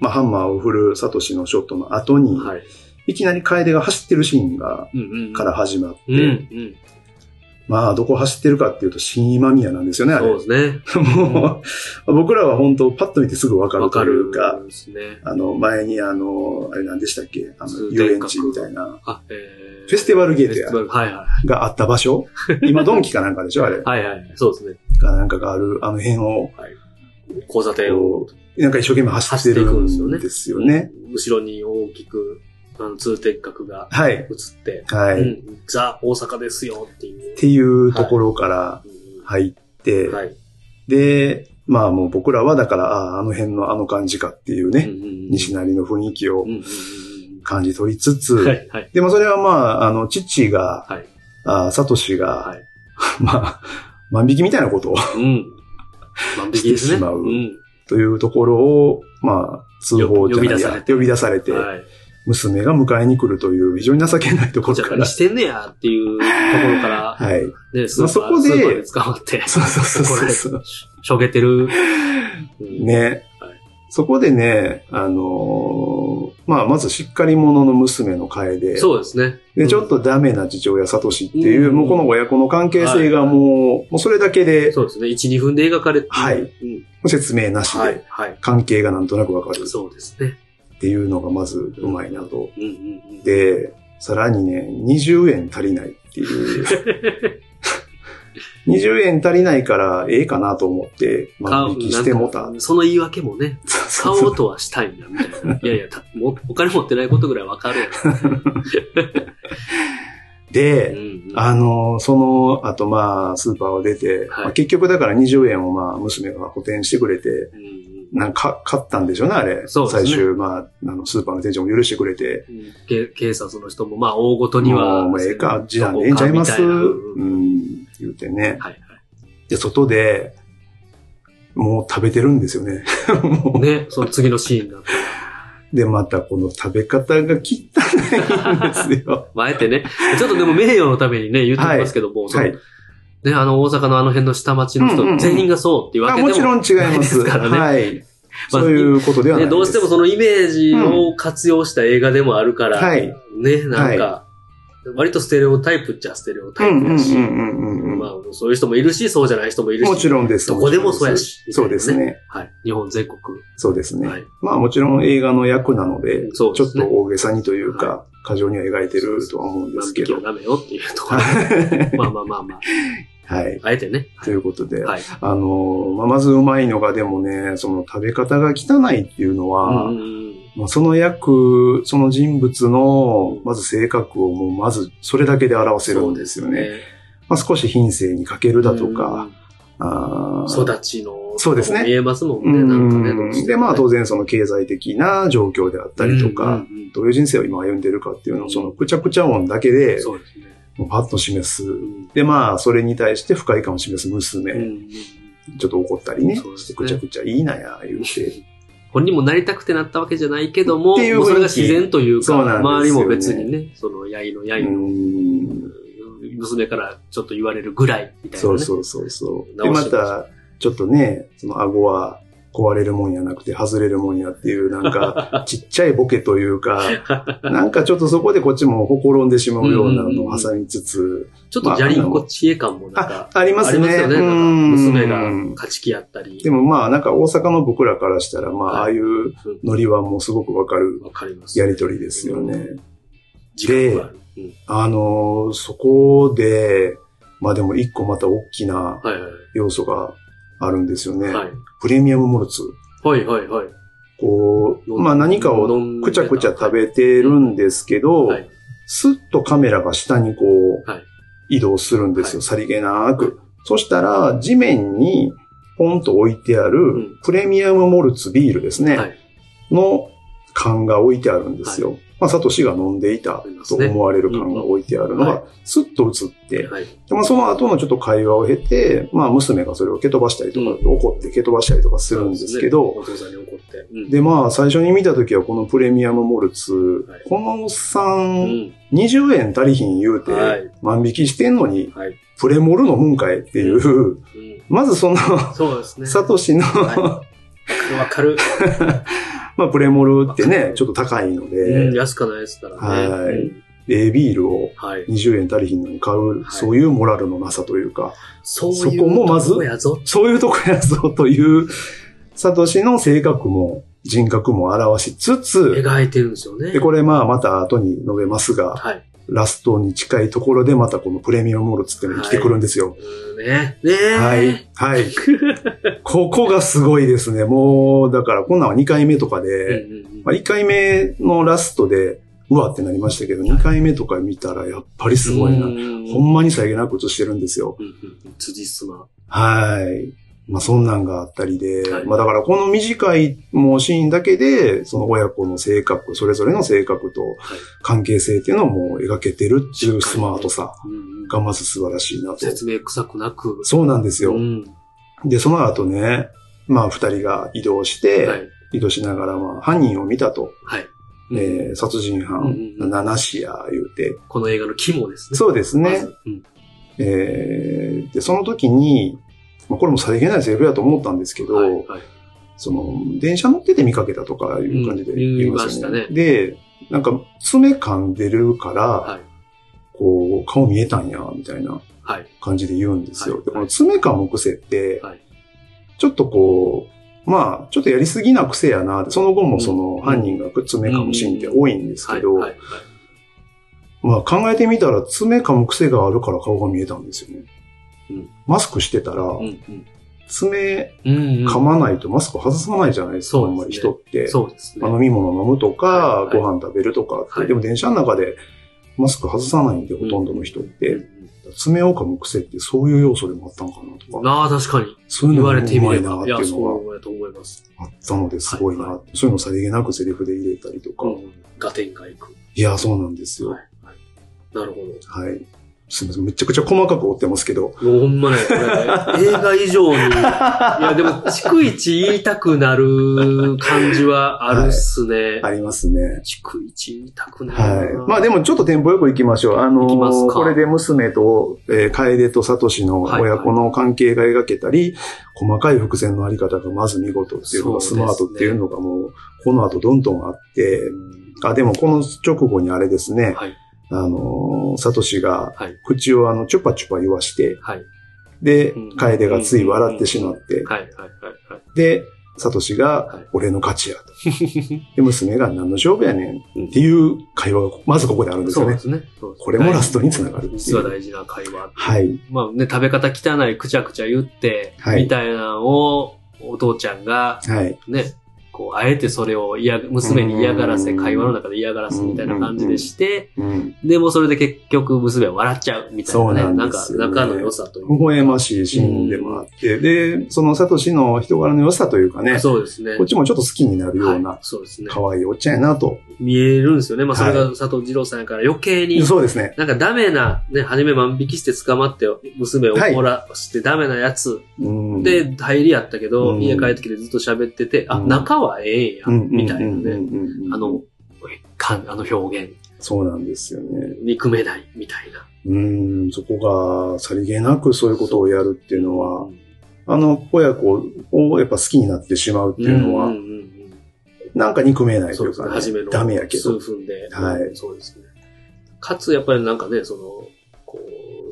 B: まあハンマーを振るサトシのショットの後に、
A: はい。
B: い、きなり楓が走ってるシーンが、
A: うんうんうん。
B: から始まって、
A: うんうん。
B: まあどこ走ってるかっていうと新今宮なんですよね、あれ。
A: そうですね。
B: もう、僕らは本当パッと見てすぐわか
A: わ
B: ると
A: か
B: いう
A: る
B: か、
A: ですね。
B: あの、前にあの、あれ何でしたっけあの、
A: 通天閣
B: 遊園地みたいな、
A: あ、えー
B: フェスティバルゲートや
A: フェスティバルはいは
B: があった 場所今、ドンキかなんかでしょあれ。
A: い。はいはい。そうですね。
B: かなんかがある、あの辺を、
A: 交差点を
B: なんか一生懸命走ってるんですよね。
A: 後ろに大きく、あの、通天閣が
B: はい。
A: 映って、
B: はい。
A: う
B: っ
A: ん、ザ・大阪ですよっていう。
B: ていうところから
A: うん
B: 入って、
A: はい。
B: で、まあもう僕らはだから、ああ、あの辺のあの感じかっていうね、西
A: 野。
B: 成の雰囲気を
A: うんうん
B: 感じ取りつつ、
A: うんうんはいはい。
B: でもそれはまあ、あの、父が、
A: はい
B: あサトシが、
A: はい
B: まあ、万引きみたいなことを
A: うん。万引きです
B: して
A: ね。。
B: しまうんというところを、まあ、通報じゃないや
A: 呼び出されて
B: 呼び出されて、
A: はい。
B: 娘が迎えに来るという非常に情けないと
A: こ
B: ころ
A: ち
B: からら
A: に。してんねやっていうところから、
B: はい。
A: ね、スーパー、
B: そこで
A: スーパーで捕まって、
B: そうそうそうそう。
A: しょげてる。うん
B: ね。
A: はい
B: そこでね、あのーまあ、まずしっかり者の娘の楓。で、
A: そうですね。
B: ちょっとダメな父親サトシっていう、
A: うん
B: もうこの親子の関係性がもう、もうそれだけ
A: うん
B: で、
A: そうですね。1、2分で描かれてる。
B: はい
A: うん
B: 説明なしで、
A: はい。はい。
B: 関係がなんとなくわかる
A: そうですね。
B: っていうのがまずうまいなと。
A: うんうんうん。
B: で、さらにね、20円足りないっていう。20円足りないからええかなと思って万引きしても
A: な
B: た
A: ん。 かその言い訳もね、買おうとはしたいんだ、みたいな。いやいや、たもうお金持ってないことぐらいわかるやろ。
B: で、
A: うんうん
B: あの、その後、まあ、スーパーを出て、
A: はい
B: まあ、結局だから20円をまあ、娘が補填してくれて、
A: うんうん
B: なんか、買ったんでしょうね、あれ。
A: そうですね
B: 最終、まあ、あの、スーパーの店長も許してくれて。
A: うんけ警察の人も、まあ、大ごとに
B: も
A: は。
B: うもうええか、次男でええんちゃいます
A: どこかみ
B: う、
A: たいなん
B: 言うてね。
A: はい
B: で、外で、もう食べてるんですよね。
A: はい。ね、その次のシーンだったら。
B: で、またこの食べ方が汚いんで すよ。
A: まあ、あえてね、ちょっとでも名誉のためにね、言ってきますけども、そ
B: は
A: の
B: い。
A: ね、あの、大阪のあの辺の下町の人、
B: うんうんうん
A: 全員がそうっていうわ
B: あ
A: けでも。
B: もちろん違い
A: ない
B: ま。
A: ですすからね
B: はい。そういうことではない
A: ね、
B: です。
A: どうしてもそのイメージを活用した映画でもあるから、
B: はい
A: ね、なんか、割とステレオタイプっちゃステレオタイプだし、
B: うんうんうんうんうんうん。
A: まなるほど。そういう人もいるし、そうじゃない人もいるし。
B: もちろんです。
A: どこでもそうやし。
B: そうですね。
A: はい。日本全国。
B: そうですね。
A: はい。
B: まあもちろん映画の役なので、
A: そう
B: ち
A: で
B: ょっ
A: す
B: と
A: ね
B: 大げさにというか、過剰には描いてるとは思うんで
A: 万
B: すけ
A: 引きは
B: ど。
A: ダメよっていうところ。まあ
B: は
A: まあまあまあ。
B: い。
A: あえてね。
B: ということで、
A: はい。
B: あのー、まあまずうまいのがでもね、その食べ方が汚いっていうのは、
A: うんうんうん
B: もうその役、その人物の、まず性格をもうまずそれだけで表せるんですよね。まあ少し品性に欠けるだとか、。あ
A: うん
B: ー
A: 育ちの。
B: そうですね
A: 見えますもん
B: う
A: ね。なんかね。ど
B: ん
A: うしてもね
B: で、まあ当然その経済的な状況であったりとか、
A: うんうんうん
B: どういう人生を今歩んでるかっていうのを、そのくちゃくちゃ音だけで、
A: そうですね。
B: もうパッと示す。
A: うん
B: で、まあ、それに対して不快感を示す娘、
A: うんうん
B: ちょっと怒ったりね、
A: そうですね
B: くちゃくちゃいいなや、言うて。
A: 本人もなりたくてなったわけじゃないけども、
B: っていう雰
A: も
B: 囲気
A: うそれが自然というか、
B: そうなん
A: 周
B: です
A: りも別
B: よね
A: にね、その、やいのや
B: う
A: いの、
B: ん
A: 娘からちょっと言われるぐらい、みたいな、ね。
B: そうそうそうそう。で、
A: 直し
B: ま
A: てます
B: た、ちょっとね、その顎は壊れるもんやなくて外れるもんやっていう、な んか、ちっちゃいボケというか、なんかちょっとそこでこっちもほころんでしまうようなのを挟みつつ、
A: ちょっとじゃりんこ知恵感もなんか
B: あ、、ありま
A: あ
B: す
A: ります
B: ね。
A: よね。
B: うん
A: 娘が勝ち気やったり。
B: でもまあ、なんか大阪の僕らからしたら、まあ、ああ
A: はい
B: いう
A: うん
B: ノリはもうすごくわかる
A: わかります。
B: やりとりですよね。
A: 時間がある。うん
B: あのーそこで、まあでも一個また大きな
A: はいはい
B: 要素があるんですよね。
A: はい。
B: プレミアムモルツ。
A: はいはいはい。
B: こう、
A: 飲ん
B: まあ何かを
A: 飲んでた
B: くちゃくちゃ食べてるんですけど
A: はい、
B: スッとカメラが下にこ、
A: はいう
B: 移動するんですよ。
A: はい
B: さりげなく。そしたら、地面にポンと置いてある
A: ん、
B: プレミアムモルツビールですね。
A: はい。
B: の缶が置いてあるんですよ。まあ、サトシが飲んでいたと思われる缶が置いてあるの
A: うんうん
B: が、スッと映って、
A: はい。
B: でまあ、その後のちょっと会話を経て、まあ、娘がそれを蹴飛ばしたりとか、
A: うん
B: 怒って蹴飛ばしたりとかするんですけど、
A: お父さんに怒って。うん
B: で、まあ、最初に見た時はこのプレミアムモルツ、
A: はい
B: このおっさ、
A: うんん。
B: 20円足りひん言うて、
A: はい
B: 万引きしてんのに、
A: はい。
B: プレモルのもんかいっていう、
A: うん
B: まず その、
A: そうですね。
B: サトシの、
A: はわかる。
B: まあ、プレモルって
A: わか
B: ね
A: る、
B: ちょっと高いので、
A: うん安くないですからね。
B: はい
A: うん
B: ええビールを
A: はい。
B: 20円足りひんのに買
A: は
B: う、
A: い
B: そういうモラルのなさというか、
A: そういう
B: そこもまず
A: とこやぞ。
B: そういうとこやぞという、サトシの性格も人格も表しつつ、
A: 描いてるんですよね
B: で、。これまあまた後に述べますが、
A: はい。
B: ラストに近いところでまたこのプレミアムモルツっていうのが生きてくるんですよ。
A: うんね。ねえ
B: はい。 はい。ここがすごいですね。もう、だから、こんなんは2回目とか
A: うん
B: で、
A: うんうん
B: まあ、1回目のラストで、うわってなりましたけど、2回目とか見たらやっぱりすごいな
A: う。ん
B: ほんまにさりげなく映してるんですよ。
A: うんうん辻褄。
B: はい。まあそんなんがあったりで、
A: はい
B: まあだからこの短いもうシーンだけで、その親子の性格、それぞれの性格と
A: はい
B: 関係性っていうのをもう描けてるっていうスマートさ
A: うんうん
B: がまず素晴らしいなと。
A: 説明臭くなく。
B: そうなんですよ
A: う。ん
B: で、その後ね、まあ二人が移動し
A: は
B: て、
A: い。
B: 移動しながらまあ犯人を見たと、
A: はい。
B: えー殺人
A: うん
B: 犯、
A: うんうん
B: 七死や言うて、
A: この映画の肝ですね。
B: そうです
A: ま
B: ね
A: ず。。うん
B: えーで、その時に、まあこれもさりげないセリフだと思ったんですけど、
A: はいはい。
B: その、電車乗ってて見かけたとかいう感じで
A: うん言い
B: 言いますよね。
A: ましたね
B: で、なんか、爪噛んでるから、
A: はい
B: こう、顔見えたんや、みたいな
A: はい。
B: 感じで言うんですよ。
A: はい
B: で、この爪噛む癖って、
A: はい
B: ちょっとこう、まあ、ちょっとやりすぎな癖やなって、その後もそ
A: う
B: の
A: ん
B: 犯人が爪噛むシーンって多いんです
A: は
B: け
A: い。
B: ど、
A: はい。はい
B: まあ考えてみたら爪噛む癖があるから顔が見えたんですよね。
A: うん
B: マスクしてたら、
A: うん
B: 爪
A: うんうんうん
B: 噛まないとマスク外さないじゃないですか、
A: そう
B: あ
A: です
B: ん
A: ね
B: まり人って。
A: そうですね。
B: まあ飲み物飲むとか、
A: はい
B: ご飯食べるとかって、
A: はい
B: でも電車の中でマスク外さないんで、
A: うん
B: ほとんどの人っ
A: う
B: て。
A: ん
B: 爪を噛む癖ってそういう要素でもあったのかな
A: う
B: と
A: ん
B: か、
A: なあ、確かに。
B: そういう
A: 言
B: の
A: われ
B: も
A: て
B: う
A: み
B: ま
A: れ
B: いな
A: ばい
B: っ。てい
A: や、
B: う
A: そ
B: の
A: うやと思います。
B: があったのですごいな、
A: はいは
B: そういうのをさりげなくセリフで入れたりとか、
A: うん。ガテンがいく。
B: いや、そうなんですよ。
A: は
B: はい
A: い。はいなるほど。
B: い。すみません、めちゃくちゃ細かく折ってますけど、
A: もうほんまね、これ、映画以上に、い や、でも、逐一言いたくなる感じはあるっすね。
B: ありますね。
A: 逐一言いたくなるな。
B: はい。まあでもちょっとテンポよく行きましょう。あの
A: 行きますか
B: これで娘と、えー、楓とサトシの
A: はいはい
B: 親子の関係が描けたり、細かい伏線のあり方がまず見事っていうのが
A: そ
B: ス
A: うですね
B: マートっていうのがもう、この後どんどんあって、
A: うん
B: あ、でもこの直後にあれですね、
A: はい。
B: あのーサトシが
A: はい。
B: 口をあの、チュパチュパ言わして、
A: はい。
B: で
A: うん、
B: 楓がつい笑ってしまって、
A: はいはいはいはい。
B: で、サトシ
A: はい
B: が、俺の勝ちやと。 で、娘が何の勝負やねんっていう会話が、まずここであるんです
A: そ
B: よ
A: うで
B: ね。
A: すね。そうですね
B: これもラストにつながるっていう
A: 実は大事な会話。
B: はい。
A: まあね、食べ方汚い、くちゃくちゃ言って、
B: はい
A: みたいなのを、お父ちゃんが、
B: はい。
A: ね、こう、あえてそれを嫌、娘に嫌がらせ、
B: うん
A: 会話の中で嫌がらせみたいな感じでして、
B: うん。
A: でもそれで結局娘は笑っちゃうみたいなね。
B: そう
A: な
B: なんんで
A: か
B: すよね
A: 仲の良さという
B: 微笑ましいシーンでもあって、で、そのサトシの人柄の良さというかね
A: か。、そうですね。
B: こっちもちょっと好きになるよう
A: はい
B: な、
A: そうですね。
B: 可愛いおっちゃんやなと。
A: 見えるんですよね。まあそれが
B: は
A: 佐藤二郎さんやから余計に、
B: そうですね。
A: なんかダメな、ね、初め万引きして捕まって、娘を怒らしてダメなやつ
B: うん、
A: で、入りやったけど、
B: うん
A: 家帰ってきてずっと喋ってて、あ、
B: うん
A: 仲はええんや、
B: うんうんうんうんうん
A: みたいなね。あの、かんあの表現、
B: そうなんですよね。
A: 憎めない、みたいな。
B: うん、そこがさりげなくそういうことをやるっていうのは
A: う、ん
B: あの親子をやっぱ好きになってしまうっていうのは、
A: んんうん
B: なんか憎めないと
A: そう
B: い
A: で
B: う
A: すね。
B: か、
A: 初めの
B: ダメやけ
A: 数
B: ど。
A: 分で。
B: はい
A: そうですね。かつ、やっぱりなんかね、その、こ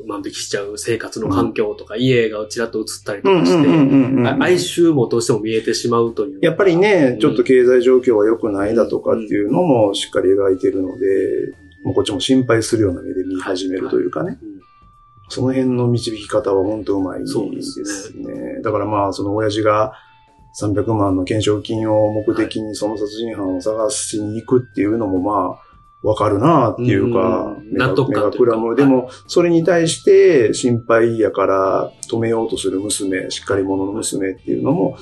A: う、万引きしちゃう生活の環境とか、家がちらっと映ったりとかして、
B: ん
A: あ哀愁もどうしても見えてしまうという。
B: やっぱり
A: う
B: ね
A: ん、
B: ちょっと経済状況は良くないだとかっていうのもしっかり描いてるので、もうこっちも心配するような目で見始めるというかね。
A: うん、
B: その辺の導き方は本当うまいです
A: そう
B: ね。
A: です
B: だからまあ、その親父が300万の懸賞金を目的にその殺人犯を探しに行くっていうのもまあ、わかるなっていうか
A: うん、
B: 目が
A: 納得
B: 目
A: 感
B: が
A: という
B: く
A: から
B: む。でも、それに対して心配やから止めようとする娘、しっかり者の娘っていうのも、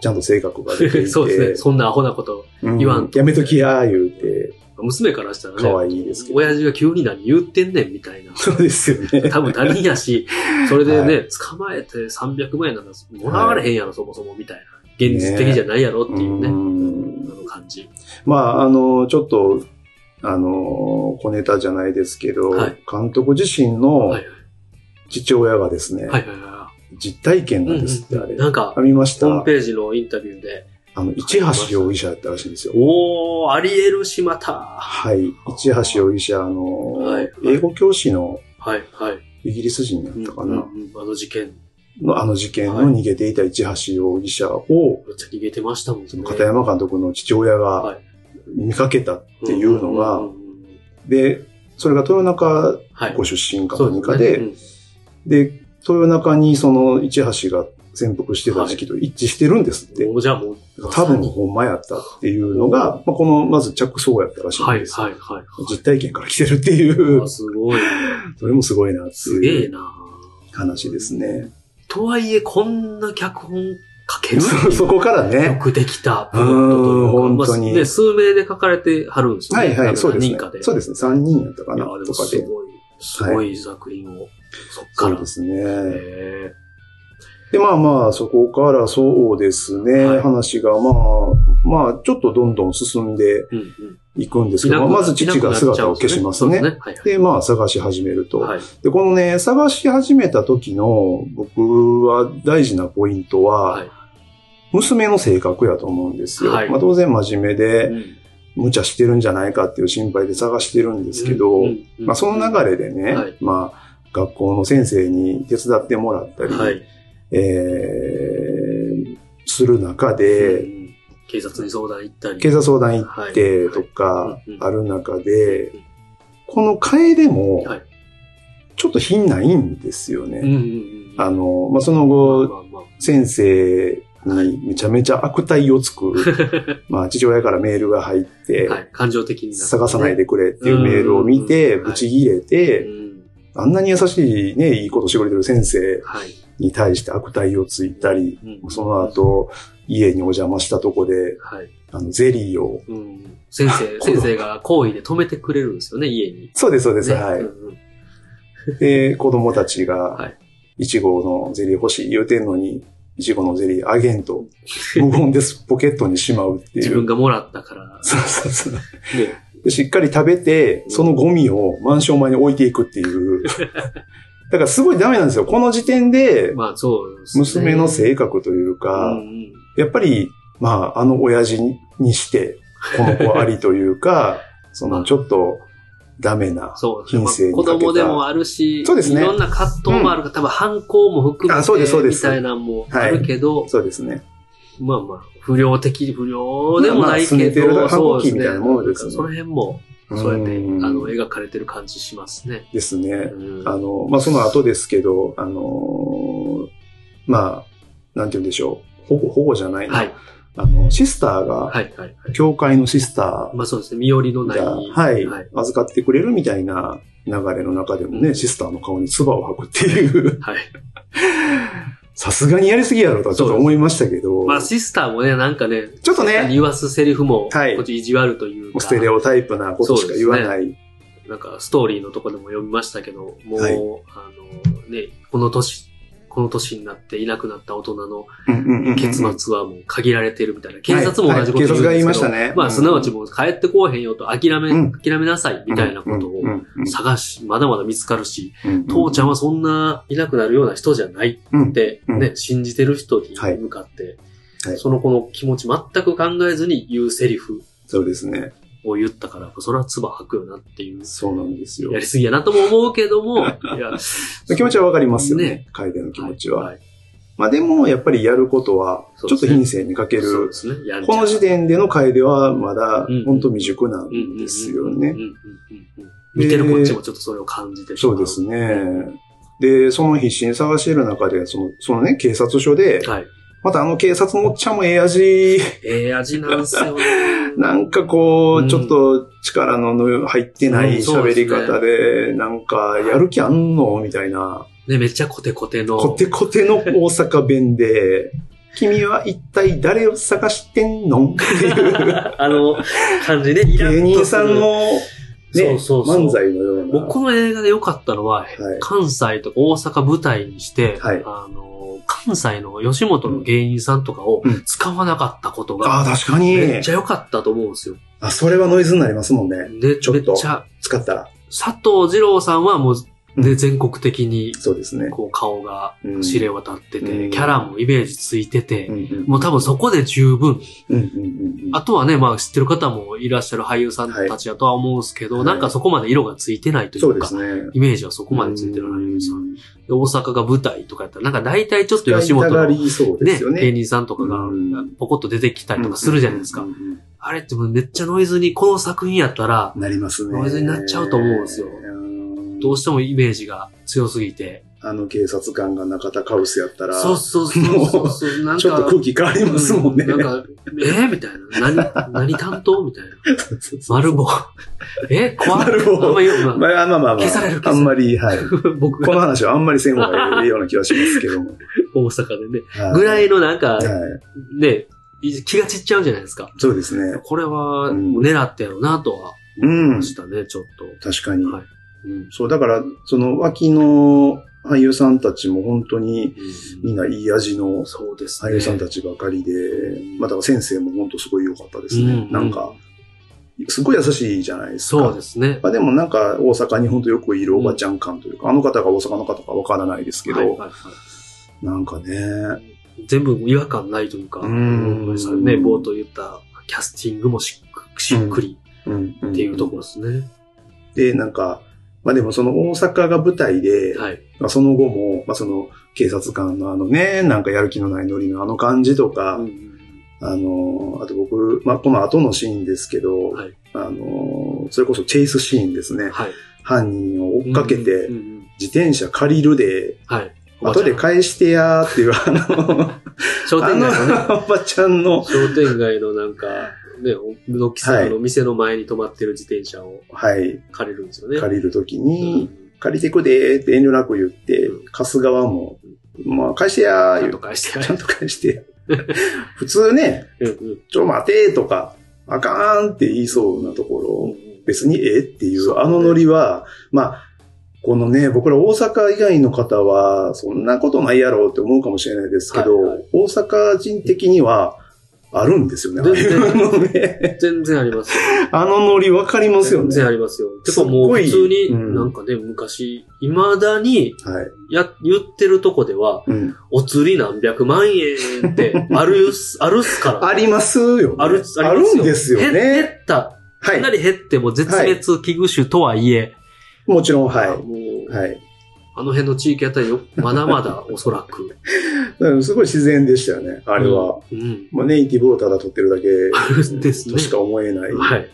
B: ちゃんと性格が出てい て。
A: そうですね。そんなアホなこと。
B: うん
A: 言わん
B: やめときや、言うて、
A: 娘からしたらね、
B: 可愛いですけど。。
A: 親父が急に何言ってんねんみたいな
B: そうですよね。
A: 多分他人やし、それでね、捕まえて300万円なんかもらわれへんやろ、そもそもみたいな。現実的じゃないやろっていうね、
B: うん
A: あの感じ。
B: まあ、あの、ちょっと、あの、小ネタじゃないですけど、
A: はい
B: 監督自身
A: は
B: の
A: い
B: 父親がですね、
A: はいはいはいは
B: 実体験
A: い。
B: なんですって、
A: うん
B: あ
A: うん
B: れ。
A: なん
B: あ
A: か、
B: 見まし
A: ホーム
B: た
A: ページのインタビューで、
B: あの、市橋容疑者やったらしいんですよ。
A: おー、ありえるしまた。は
B: はい。市橋容疑者、あの、
A: はい
B: 英語教師の
A: いはい。
B: イギリス人だったか
A: う
B: な、
A: んうんうんあの事件、
B: のあの事件
A: はい
B: の逃げていた市橋容疑者を、
A: めっちゃ逃げてましたもんね。
B: その片山監督の父親
A: は
B: が
A: い
B: 見かけたっていうのが、
A: うんうんうんうん
B: で、それが豊中
A: はい。
B: ご出身か
A: そう
B: 何
A: す
B: か
A: ね
B: で、
A: うん
B: で、豊中にその市橋が潜伏してた時期と一致してるんですって。
A: もうじゃあもう。
B: 多分ほんまやったっていうのが、まあ、この、まず着想やったらしい
A: は
B: ん
A: い
B: です。
A: はいはい。
B: 実体験から来てるっていう
A: あ、すごい。
B: それもすごいなって
A: すげ
B: い
A: え
B: う
A: な
B: 話ですね。
A: とはいえ、こんな脚本書ける
B: そそこから
A: よ
B: ね、
A: くできたプロットというか
B: うーん本当に
A: まあね、数名で書かれてはるんですよ
B: は
A: ね。
B: いはい、そうで
A: 何
B: す
A: 人
B: ね
A: かで。。
B: そうですね、3人やったか
A: い
B: な
A: や、で
B: と
A: も
B: か
A: す
B: で。
A: ごい、すごい作品を、そっか
B: そう
A: ら
B: で。すね。
A: へ
B: で、まあまあ、そこからそうですね、
A: はい
B: 話がまあ、まあ、ちょっとどんどん進んで
A: えうんうん
B: いくんです
A: い
B: け
A: な
B: ど、
A: くな
B: まあまず父が姿を消します
A: いな
B: ね。
A: くなっちゃうんです
B: で、まあ、探し始めると。
A: よねはいはい。はい。
B: で、このね、探し始めた時の僕は大事なポイントは、
A: はい
B: 娘の性格やと思うんですよ。
A: はい
B: まあ、当然真面目
A: う
B: で、
A: ん
B: 無茶してるんじゃないかっていう心配で探してるんですけど、
A: うんうん
B: まあ、その流れでね、
A: はい
B: まあ、学校の先生に手伝ってもらったり、
A: はい。
B: えーする中で、
A: うん警察に相談行ったり。
B: 警察相談行ってとか
A: はい
B: ある中で、
A: うん
B: この楓も
A: はい、
B: ちょっと品ないんですよね。
A: うんうんうん。
B: あの、まあ、そ
A: ま
B: の後
A: あ、まあまあ、
B: 先生にめちゃめちゃ悪態を つく、まあ父親からメールが入って、
A: はい、感情的になってね
B: 探さないでくれっていうメールを見て、
A: うん
B: ブチ切れて、
A: うん
B: あんなに優しいね、いいことしてくれてる先生
A: はい。
B: に対して悪態をついたり、
A: うん
B: その、後、家にお邪魔したとこで、
A: はい。
B: あの、ゼリーを、
A: うん。先 生、
B: この
A: 先生が行為で止めてくれるんですよね、家に。
B: そうです、そうです、
A: ね
B: は
A: う
B: い。
A: んうん
B: で、子供たち
A: は
B: が
A: い、
B: いちごのゼリー欲しい言うてんのに、いちごのゼリーあげん と、無言です、ポケットにしまうっていう。
A: 自分がもらったから、
B: そうそうそう。
A: ね、
B: でしっかり食べて、そのゴミをマンション前に置いていくっ ていう。だからすごいダメなんですよ。この時点で、
A: まあそうですね、
B: 娘の
A: い
B: 性格とい
A: う
B: う
A: ん
B: か、
A: うん、
B: やっぱり、まあ、あの親父にして、この子ありというか、そのちょっと、ダメな
A: そう。
B: 品性に
A: 子
B: かけた
A: 供でもあるし、
B: そうですね
A: いろんな葛藤もあるから、多分反抗も含め
B: あそうですそう
A: て、
B: で
A: み
B: す
A: たいなのもあるけど、
B: そうですね。
A: まあまあ、不良的、不良でもない
B: ま
A: けど、
B: あまあ拗ねて
A: そ
B: る
A: う
B: 反抗期みたいなものですね
A: その辺も、そうやって、あ
B: ん
A: の、描かれてる感じしますね。
B: ですね。
A: うん
B: あの、まあ、その後ですけど、あのーまあ、なんて言うんでしょう。保護、保護じゃないな。
A: はい。
B: あの、シスターが、
A: はい、はい、はい。
B: 教会のシスタ
A: まあそうですね、身寄りの
B: ー
A: ない。
B: が、はい、
A: はい。
B: 預かってくれるみたいな流れの中でもね、
A: うん
B: シスターの顔に唾を吐くっていう、
A: はい
B: さすがにやりすぎやろとはちょっと思いましたけど、
A: まあシスターもね、なんかね、
B: ちょっとね、
A: 言わすセリフも、
B: はい
A: こっち意地悪というか、
B: ステレオタイプなことしか言わない。
A: なんかストーリーのとこでも読みましたけど、もう、
B: はい
A: あの、ね、この年、この年になっていなくなった大人の
B: うんうんうんうん
A: 結末はもう限られてるみたいな。警察も同じこと
B: はいはい警察が言いました
A: ね。
B: ね。
A: まあ、すなわち
B: う
A: もう帰ってこうへんよと諦め、
B: うん
A: 諦めなさい
B: ん、
A: みたいなことを
B: うんうんうん
A: 探し、まだまだ見つかるし、
B: うんうん
A: 父ちゃんはそんないなくなるような人じゃない
B: うん
A: っ、て、
B: うん
A: ね、信じてる人に
B: はい
A: 向かって
B: は、い
A: その子の気持ち全く考えずに言うセリフ
B: そうですね。
A: を言ったから、それは唾吐くよなっていう
B: そうなんですよ
A: や。りすぎやなとも思うけども、いや、
B: 気持ちはわかりますよ
A: ね
B: ね。楓の気持ちは。
A: いい
B: まあでも、やっぱりやることは、
A: そう
B: ち
A: で
B: ょっ
A: す
B: と
A: ね
B: 品性にかけ
A: そう
B: る
A: で。すね。やんちゃ
B: この時点での楓はまだ
A: うん
B: 本当未熟なん
A: うんうんうんうん
B: ですよ
A: うん
B: ね。
A: うんうんうん見てるこっちもちょっとそれを感じてしま
B: そううですね。で、その必死に探している中で、その、そのね、警察署で、
A: はい。
B: またあの警察のおっちゃんもええ味、。
A: ええ味なんすよね
B: なんかこ
A: う
B: う、
A: ん
B: ちょっと力のぬ入ってない
A: うんそう
B: 喋
A: ですね
B: り方で、なんかやる気あんのみたいな、
A: ね、めっちゃコテコテの。
B: コテコテの大阪弁で、君は一体誰を探してんのって いう、
A: あの、感じね。イラッ
B: 芸
A: と
B: 人
A: す
B: さ
A: る
B: ん
A: そ
B: の、
A: う
B: ね、
A: そうそう
B: 漫才のような。
A: 僕、この映画で良かったのは、関西とか大阪舞台にして、
B: はい
A: あの、関西の吉本の芸人さんとかを
B: うん
A: 使わなかったこと
B: あ
A: が、
B: あ、確かに。
A: めっちゃ良かったと思うんですよ。
B: あ、それはノイズになりますもんね。
A: で、
B: ちょ
A: め
B: っ
A: っ
B: と
A: ちゃ、
B: 使ったら。
A: 佐藤二郎さんはもう、
B: う
A: ね、
B: ん
A: 全国的に、
B: そうですね。
A: こう、顔が
B: うん
A: 知れ渡って
B: う
A: て、
B: ん
A: キャラもイメージついてて
B: う、んうん
A: もう多分そこで十分。
B: うんうんうんうん
A: あとはね、まあ知ってる方もいらっしゃる俳優さんたちだとは思うんですけど、
B: はい
A: なんかそこまで色がついてないとい
B: そう
A: う
B: で
A: か、
B: すね。
A: イメージはそこまでついてる俳優さん。で大阪が舞台とかやったら、なんか大体ちょっと吉
B: 使
A: 本
B: いたが
A: のね、
B: りそうですよね。
A: 芸人さんとかが
B: うん
A: ポコッと出てきたりとかするじゃないですか
B: うん。うんうん
A: あれってもうめっちゃノイズに、この作品やったら
B: う、んなりますね。
A: ノイズになっちゃうと思うんですよ
B: うん
A: どうしてもイメージが強すぎて。
B: あの警察官が中田カウスやったら、
A: そうそうそうそうそう。なんか、
B: ちょっと空気変わりますもんね。
A: うなんか、えーみたいな。何、何担当みたいな。丸棒。え怖い。
B: 丸棒
A: あんま言うまあ
B: まあまあまあまあ、
A: 消される消
B: あ
A: される
B: んま り、はい。
A: 僕
B: こ
A: が
B: の話はあんまりせん方がいいような気はしますけ ども。
A: 大阪でね。
B: は
A: ぐらいのなんか、
B: はい。
A: ね、気が散っちゃうじゃないですか。
B: そうですね。
A: これは、
B: うん
A: 狙ってやろうなとは思いましたね、ちょっ
B: 確かに。
A: はいと。うん。
B: そう、だから、その脇の俳優さんたちも本当にみんないい味の
A: そうですね。
B: 俳優さんたちばかりで、まあだから先生も本当すごい良かったですね。
A: うん
B: なんか、すごい優しいじゃないですか。
A: そうですね。
B: まあでもなんか大阪に本当よくいるおばちゃん感というか、あの方が大阪の方かわからないですけど、
A: はいはいは
B: なんかね、
A: い全部違和感ないというか、
B: うん
A: うんさね、冒頭言ったキャスティングもしっくしっくり
B: うん
A: っていうところですね。
B: で、なんか、まあでもその大阪が舞台で、
A: はい。
B: まあその後も、まあその警察官のあのね、なんかやる気のないノリのあの感じとか、あの、あと僕、まあこの後のシーンですけど、
A: はい
B: あの、それこそチェイスシーンですね。
A: はい。
B: 犯人を追っかけて
A: うん、うんうん
B: 自転車借りるで、
A: はい。
B: 後で返してやーっていう、あの、
A: 商
B: あ
A: 店街のね、
B: の おばちゃんの、
A: 商店街のなんか、ね、お軒さんの店の前に止まってる自転車を
B: はい、
A: 借りるんですよね。
B: 借りるとき
A: う
B: に、
A: ん
B: 借りてくでーって遠慮なく言って
A: うん、
B: 貸す側も、まあ、返してや
A: ち
B: ー
A: ゃ
B: 言
A: ん
B: う
A: と返してや
B: ちゃん
A: る。
B: と返して。 普通ね、
A: うんうん
B: ちょ待てーとか、あかーんって言いそうなと
A: う
B: ころ
A: ん
B: を、
A: うん
B: 別にええってい
A: そう
B: う、
A: ね
B: あのノリは、まあ、このね、僕ら大阪以外の方は、そんなことないやろうって思うかもしれないですけど、
A: はいは
B: 大阪人的には、あるんですよね。ああ
A: 全
B: い
A: 然
B: うのね
A: 全然ありますよ。
B: あのノリわかりますよ
A: 全
B: ね。
A: 然ありますよ。てかもう普通に、
B: すっごいうん
A: なんかね、昔、未だに、
B: はい。
A: や、言ってるとこでは、
B: うん。
A: お釣り何百万円って、あるす、あるっすから。
B: ありますよ、ね。
A: ある、
B: あるんですよ
A: へ減
B: ね。
A: った
B: は。
A: かないり減っても絶滅危惧種とはいえ、
B: もちろん、はい。
A: あもう
B: はい。
A: あの辺の地域あたりよ、まだま だおそらく。
B: だからすごい自然でしたよね、あれは。
A: うん。
B: まあ、ネイティブをただ撮ってるだけ
A: ですね
B: としか思えない
A: はい。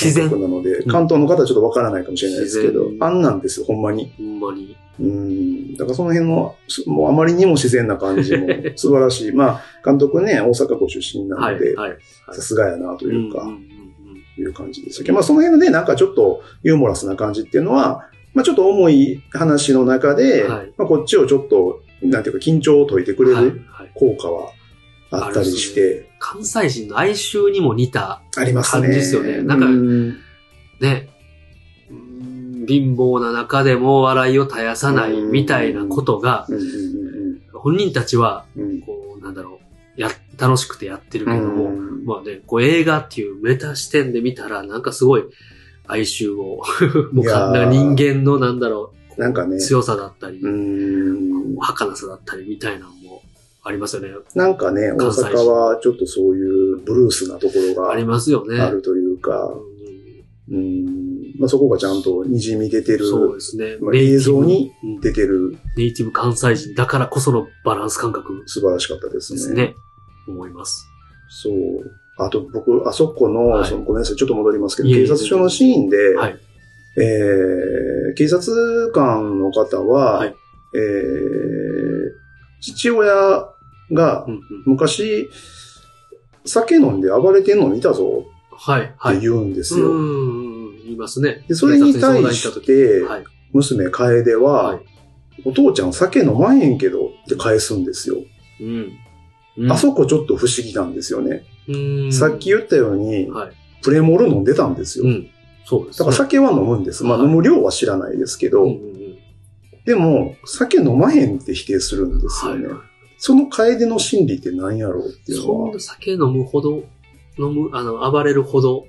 A: 自然
B: 感。覚なので、
A: ん
B: 関東の方はちょっとわからないかもしれないですけど
A: 自、然
B: あんなんですよ、ほんまに。
A: ほんまに。
B: うん。だからその辺の、すもうあまりにも自然な感じも素晴らしい。まあ、監督ね、大阪ご出身な
A: は
B: の
A: い。
B: で、
A: はい。はい
B: さすがやなというか、
A: んんん
B: いう感じですけど、まあその辺のね、なんかちょっとユーモラスな感じっていうのは、まあちょっと重い話の中で、
A: はい
B: まあこっちをちょっと、なんていうか緊張を解いてくれ
A: はい
B: る
A: はい
B: 効果はあったりして、
A: 関西人の哀愁にも似た、
B: ありますね。
A: 感じですよねなんか
B: うん
A: ね、うん貧乏な中でも笑いを絶やさないみたいなことが、
B: うんうん
A: 本人たちは、
B: うんうん
A: こう、なんだろう、や、楽しくてやってるけども、
B: うん
A: まあね、こう映画っていうメタ視点で見たら、なんかすごい哀愁を、 もうか
B: いやー
A: なんか人間のなんだろうこう、
B: なんかね
A: 強さだったり、
B: うん
A: 儚さだったりみたいなのもありますよね。
B: なんかね、大
A: 関西人
B: 阪はちょっとそういうブルースなところ
A: あり
B: が
A: ますよね。
B: あるという
A: う
B: か、
A: ん
B: うんまあ、そこがちゃんと滲み出てる、
A: そうですね。
B: まあ
A: ネイティブ
B: 映像に
A: うん
B: 出てる
A: ネイティブ関西人だからこそのバランス感覚
B: 素晴らしかったです
A: で
B: ね。
A: すね。思います。
B: そう。あと僕、あそこの、
A: はい
B: そのごめんなさい、ちょっと戻りますけど、
A: いえいえ
B: 警察署のシーンで、
A: はい
B: えー警察官の方は、
A: はい
B: えー父親が
A: うんうん
B: 昔、酒飲んで暴れてんの見たぞ
A: はい、は
B: っ
A: い。
B: て
A: う
B: 言うんです
A: ん
B: よ。
A: うんうん、言いますね。
B: でそれに
A: 警
B: 対
A: 察
B: し
A: に相談
B: て
A: 行った時、はい。
B: 娘楓は、
A: はい
B: お父ちゃん酒飲まへんけどって返すんですよ。
A: うんうん。
B: あそこちょっと不思議なんですよね。
A: うん
B: さっき言ったように、
A: はい
B: プレモル飲んでたんですよ。
A: うん。そうです
B: だ
A: ね。
B: から酒は飲むんです。まあ
A: はい
B: 飲む量は知らないですけど、
A: うんうんうん
B: でも酒飲まへんって否定するんですよね。
A: はい
B: その楓の心理って何やろうっていう
A: そ
B: の
A: ん
B: は
A: な、酒飲むほど、飲む、あの、暴れるほど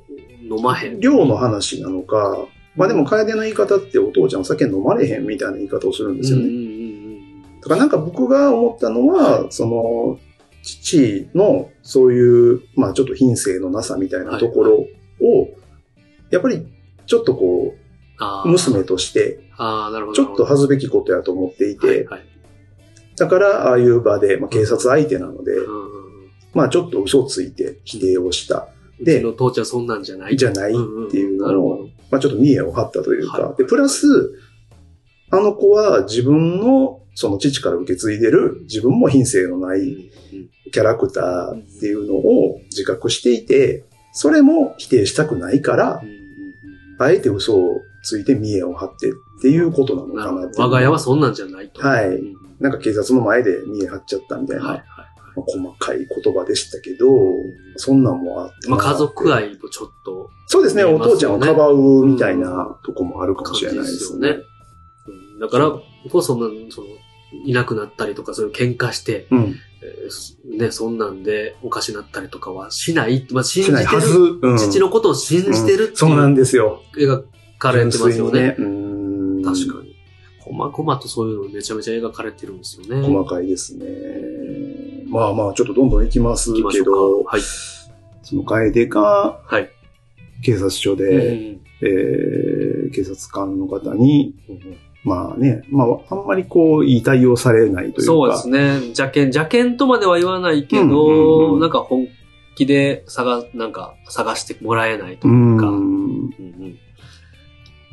A: 飲まへん。
B: 量の話なのか、まあでも楓の言い方ってお父ちゃん酒飲まれへんみたいな言い方をするんですよ
A: う
B: ね。
A: んうんうん
B: だからなんか僕が思ったのは、その、父のそういう、まあちょっと品性のなさみたいなところを、やっぱりちょっとこ
A: あ
B: う、
A: ー
B: 娘として、
A: あーなるほど。
B: ちょっと恥ずべきことやと思っていて、
A: はいはい
B: だから、ああいう場で、まあ、警察相手なので、
A: うんうんうん
B: まあ、ちょっと嘘をついて否定をした。で
A: うちの父ちゃんそんなんじゃない
B: じゃないっていうのを
A: んん
B: まあ、ちょっと見栄を張ったという
A: は
B: か
A: い。
B: で、プラス、あの子は自分の、その父から受け継いでる、自分も品性のな
A: うん
B: いキャラクターっていうのを自覚していて、それも否定したくないから
A: うんう、ん
B: あえて嘘をついて見栄を張ってっていうことなの
A: うんな
B: か
A: る
B: なっ
A: ほ
B: ていう
A: ど。我が家はそんなんじゃないと。
B: はい
A: うん
B: なんか警察の前で見栄張っちゃったみたいな、
A: はいはい。
B: まあ細かい言葉でしたけど、そんなんもあって。
A: まあ家族愛とちょっと
B: そうですね、
A: 見え
B: お
A: ますよね
B: 父ちゃんをかばうみたいなとこもあるかも
A: 感
B: し
A: じ
B: れない
A: で
B: ですす
A: よ
B: ね
A: ね。。うんだからこそ、なその、いなくなったりとか、そういう喧嘩して、
B: うん。
A: えーすね、そんなんでおかしなったりとかはしない、まあ、信じ
B: して
A: る
B: ないはず。うん
A: 父のことを信じてるって
B: そう
A: い
B: なん
A: う
B: ですよ。
A: 描かれてますよね。
B: 純粋にね。
A: 確か
B: に。
A: に。こまこまとそういうのめちゃめちゃ描かれてるんですよね。
B: 細かいですね。まあまあ、ちょっとどんどん行きます
A: 行きまし
B: け
A: ょう
B: ど、
A: か。はい。
B: その楓が
A: はい。
B: 警察署で、えー警察官の方に、
A: うんうん
B: まあね、まあ、あんまりこう、いい対応されないというか。
A: そうですね。邪剣、邪剣とまでは言わないけど、
B: うんうんうん
A: なんか本気で探、なんか探してもらえないと
B: う
A: いうか、
B: ん。
A: うんうん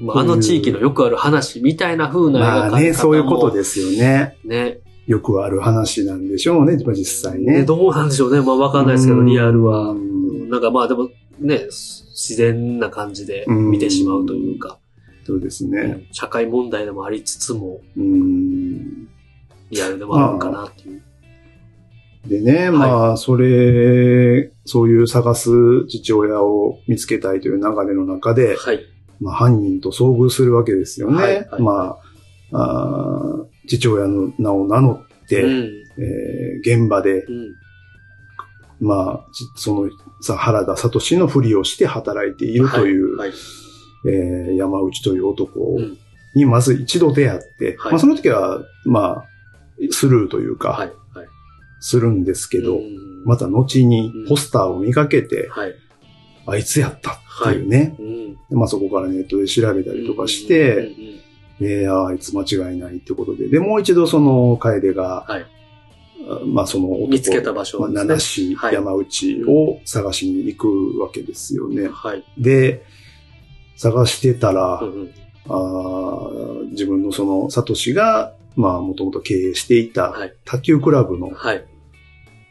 A: まあ、あの地域のよくある話みたいな風な
B: ま
A: 描かれ方も
B: あね、そういうことですよね。
A: ね。
B: よくある話なんでしょうね、まあ実際ね。
A: ねどうなんでしょうね。まあわかんないですけど、リアルは
B: う。ん
A: なんかまあでもね、自然な感じで見てしまうというか、
B: そうですね。
A: 社会問題でもありつつも、
B: うん
A: リアルでもあるかなっていう。
B: でね、まあ、それ、そういう探す父親を見つけたいという流れの中で、
A: はい。
B: まあ、犯人と遭遇するわけですよね。
A: はいはい
B: まああー、父親の名を名乗って、
A: うん。
B: えー現場で、
A: うん。
B: まあ、じその、さ原田聡のふりをして働いているという、
A: はい。
B: えー山内という男
A: うん
B: にまず一度出会って、
A: はい
B: まあその時は、まあ、スルーというか、
A: はい。はい。
B: するんですけど、
A: うん
B: また後に
A: うん
B: ポスターを見かけて、
A: はい。
B: あいつやったっていうね。
A: うん。
B: でまあそこからネットで調べたりとかして、
A: うんうんうんうん、
B: で、ああいつ間違いないってことで。で、もう一度その楓が、
A: はい
B: あまあその男、
A: 見つけた場所
B: まあ
A: ですね
B: 七市、
A: はい
B: 山内を探しに行くわけですよね。
A: はい。
B: で、探してたら、
A: うんうん
B: あー自分のその、サトシが、まあもともと経営していた
A: はい
B: 卓球クラブの、
A: はい。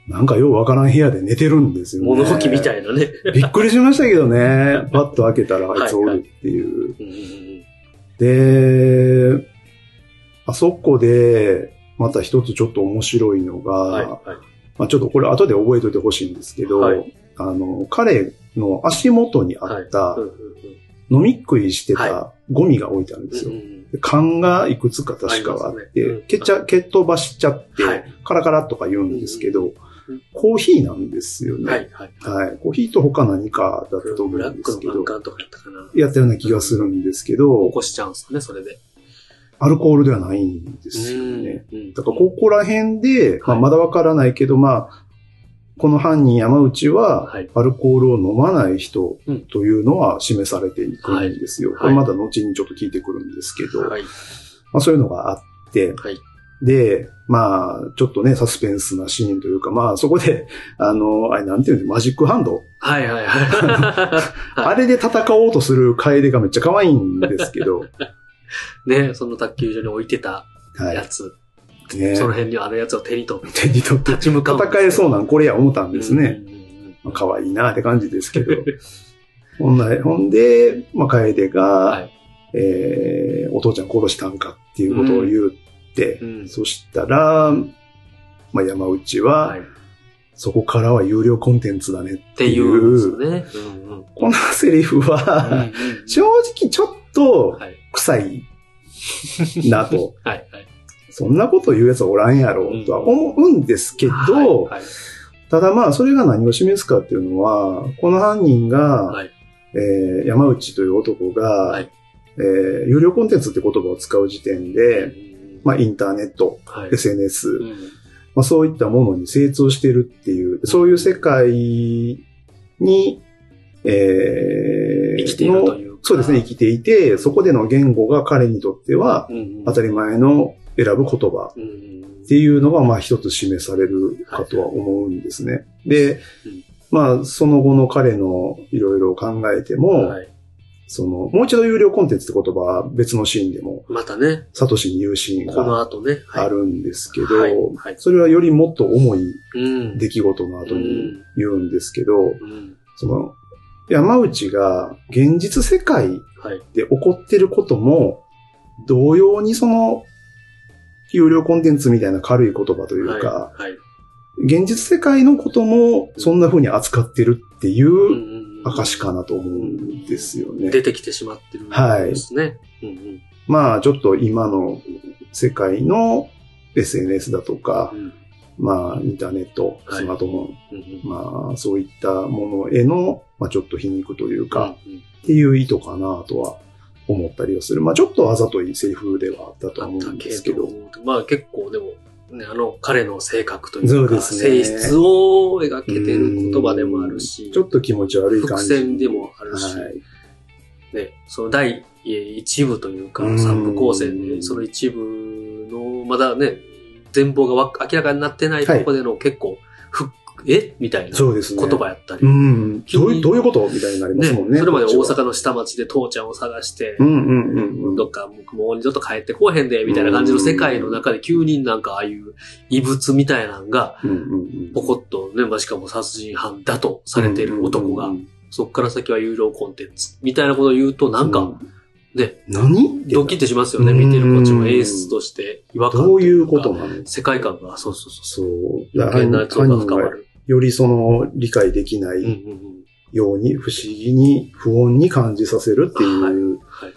B: なんかようわからん部屋で寝てるんですよね。
A: 物置みた
B: い。
A: いなね。
B: びっくりしましたけ どね。パッと開けたらあいつおるっていう。
A: うんうんうん
B: で、あそこで、また一つちょっと面白いのが、
A: はい。は
B: まあ、ちょっとこれ後で覚えといてほしいんですけど、
A: は
B: あの、彼の足元にあ
A: い。
B: った、
A: はいうんうん
B: 飲み食いしてた
A: は
B: ゴミが置いてあるんですよ。
A: うんうん
B: で缶がいくつか確かあ
A: ありま
B: っ
A: すね
B: て、
A: うん
B: 蹴っちゃ、蹴っ飛ばしちゃって、
A: はい
B: カラカラとか言うんですけ
A: う
B: ど、
A: ん
B: コーヒーなんですよ
A: うん
B: ね、
A: は
B: は
A: い。
B: い。
A: はい。
B: コーヒーと他何かだったと思
A: ブラ
B: うん
A: ッ
B: で
A: ク
B: すけ
A: のカ
B: ど
A: ン、カンとかやったかな。
B: やったような気がするんですけど
A: 起、こしちゃうんですね、それで。
B: アルコールではないんですよね。
A: うん。
B: だからここら辺で、まあ、
A: はい
B: まだわからないけど、まあ、この犯人山内は
A: はい、
B: アルコールを飲まない人
A: うん
B: というのは示されていくんですよ。
A: はい
B: これまだ後にちょっと聞いてくるんですけど、
A: はい。
B: まあ、そういうのがあって、
A: はい。
B: で、まあ、ちょっとね、サスペンスなシーンというか、まあ、そこで、 あの、あれ、なんていうの、マジックハンド、
A: はいはいはい。
B: あれで戦おうとする楓がめっちゃ可愛いんですけ ど、
A: ね、その卓球場に置いてた
B: は
A: や
B: い。
A: つ、
B: ね
A: その辺にあのやつを手に取って
B: 手に取って
A: 立ち向かうんですよ。
B: 戦えそうなんこれや思ったん
A: う
B: ですね。
A: んうんうんう
B: ま
A: ん。
B: あ可愛いなって感じです けど。ほんなほんで、まあ、楓が、
A: はい。
B: えーお父ちゃん殺したんかっていうことを言って、
A: うん
B: そしたら、まあ、山内は、
A: はい。っ
B: そこからは有料コンテンツだねって
A: てい
B: いう、
A: うんですよね。うんうん。
B: このセリフは、
A: うんうん
B: 正直ちょっと
A: はい。
B: 臭いな と、
A: はい。はい。
B: そんなこと言うやつおらんやろとは思うんですけど、
A: はい。
B: ただまあ、それが何を示すかっていうのは、この犯人が、
A: はい
B: えー山内という男が、
A: い
B: えー有料コンテンツって言葉を使う時点
A: はい
B: で、まあ、
A: い。
B: インターネット、
A: はい。
B: SNS、
A: うん
B: まあ、そういったものに精通してるっていう、そういう世界に、えー
A: 生きているという
B: の
A: か
B: そうですね、生きていて、そこでの言語が彼にとっては、
A: うんうん
B: 当たり前の選ぶ言葉
A: うんうん
B: っていうのが、まあ一つ示されるかとは思うんですね。で
A: うん、
B: まあその後の彼のいろいろ考えても、
A: はい。
B: その、もう一度有料コンテンツって言葉は別のシーンでも、
A: またね、
B: サトシに言うシーン
A: この
B: が
A: 後ね。はい
B: あるんですけ
A: はい
B: ど
A: はい、
B: それはよりもっと重い
A: うん。
B: 出来事の後に言うんですけど、
A: うん。
B: その、山内が現実世界
A: はい。
B: で起こってることも、同様にその、有料コンテンツみたいな軽い言葉というか、
A: はい。はい
B: 現実世界のこともそんな風に扱ってるってい
A: うん
B: う
A: うんうん
B: 証かなと思うんですよね。
A: 出てきてしまってるん
B: はい
A: ですね。うんうん
B: まあちょっと今の世界の SNS だとか
A: う、ん
B: まあインターネット、
A: はい
B: スマートフォン、
A: うんうん
B: まあそういったものへの、まあ、ちょっと皮肉というか、
A: うんうん
B: っていう意図かなとは思ったりはする。まあちょっとあざといセリフではあったと
A: あ
B: は思うん
A: っ
B: です
A: た
B: け
A: け
B: ど
A: ど。、まあ結構でも、ね、あの、彼の性格とい
B: そうう
A: か、
B: です
A: 性
B: ね
A: 質を描けてる言葉でもあるし、
B: ちょっと気持ち悪い感
A: 伏
B: じ。
A: 線でもあるし、
B: はい。
A: ね、その第一部というか
B: う、ん
A: 三部構成で、その一部の、まだね、全貌がわ明らかになってないと
B: はい
A: こでの結構、ふっえみたいな
B: そ
A: 言
B: うですね。
A: 葉やったり
B: う。ん。
A: 急に
B: どういうどういうことみたいになりますもんね。
A: それまで大
B: こっちは
A: 阪の下町で父ちゃんを探して、
B: うんうんうんうん。
A: どっか僕もう二度と帰ってこうへんで、みたいな感じの世界の中で急になんかああいう異物みたいなのが、
B: うんうんうん
A: ポコッとね、まあしかも殺人犯だとされてる男が、
B: うんうんうん
A: そっから先は有料コンテンツ、みたいなことを言うとなんか、
B: うん
A: ね、
B: 何
A: ドキッてしますよね、
B: うん
A: 見てるこっちも演出として違和感
B: どういうことと
A: か
B: なの
A: 世界観が、そうそうそうそ
B: そう。
A: う。
B: だ
A: 余
B: から
A: 計な情
B: 犯
A: が
B: 人
A: 深ま
B: が
A: る。
B: よりその理解できな
A: うんうん
B: い
A: うん。
B: ように不思議に不穏に感じさせるっていう
A: はい。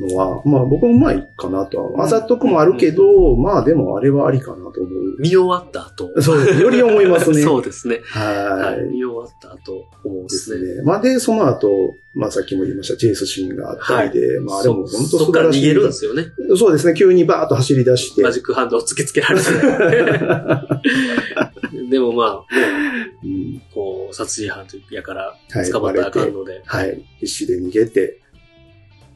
B: のは、まあ僕もうまいかなとは。あざとくもあるけど、まあでもあれはありかなと思う。
A: 見終わった後。
B: そうです。より思います ね。
A: そうですね。は。
B: はいい。
A: 見終わった後、思うんで
B: です
A: ね。
B: すね。まあで、その後、まあさっきも言いました、チェイスシーンがあったりで、まああれも本当
A: そ
B: 素
A: っか
B: 晴
A: ら
B: ら
A: 逃
B: しい。
A: げるんですよね。
B: そうですね。急にバーッと走り出して。
A: マジックハンドを 突きつけられて。でもまあ、も
B: うん
A: う、この、殺人犯やから
B: はい
A: 捕まったらあかんので。
B: はい。必死で逃げて、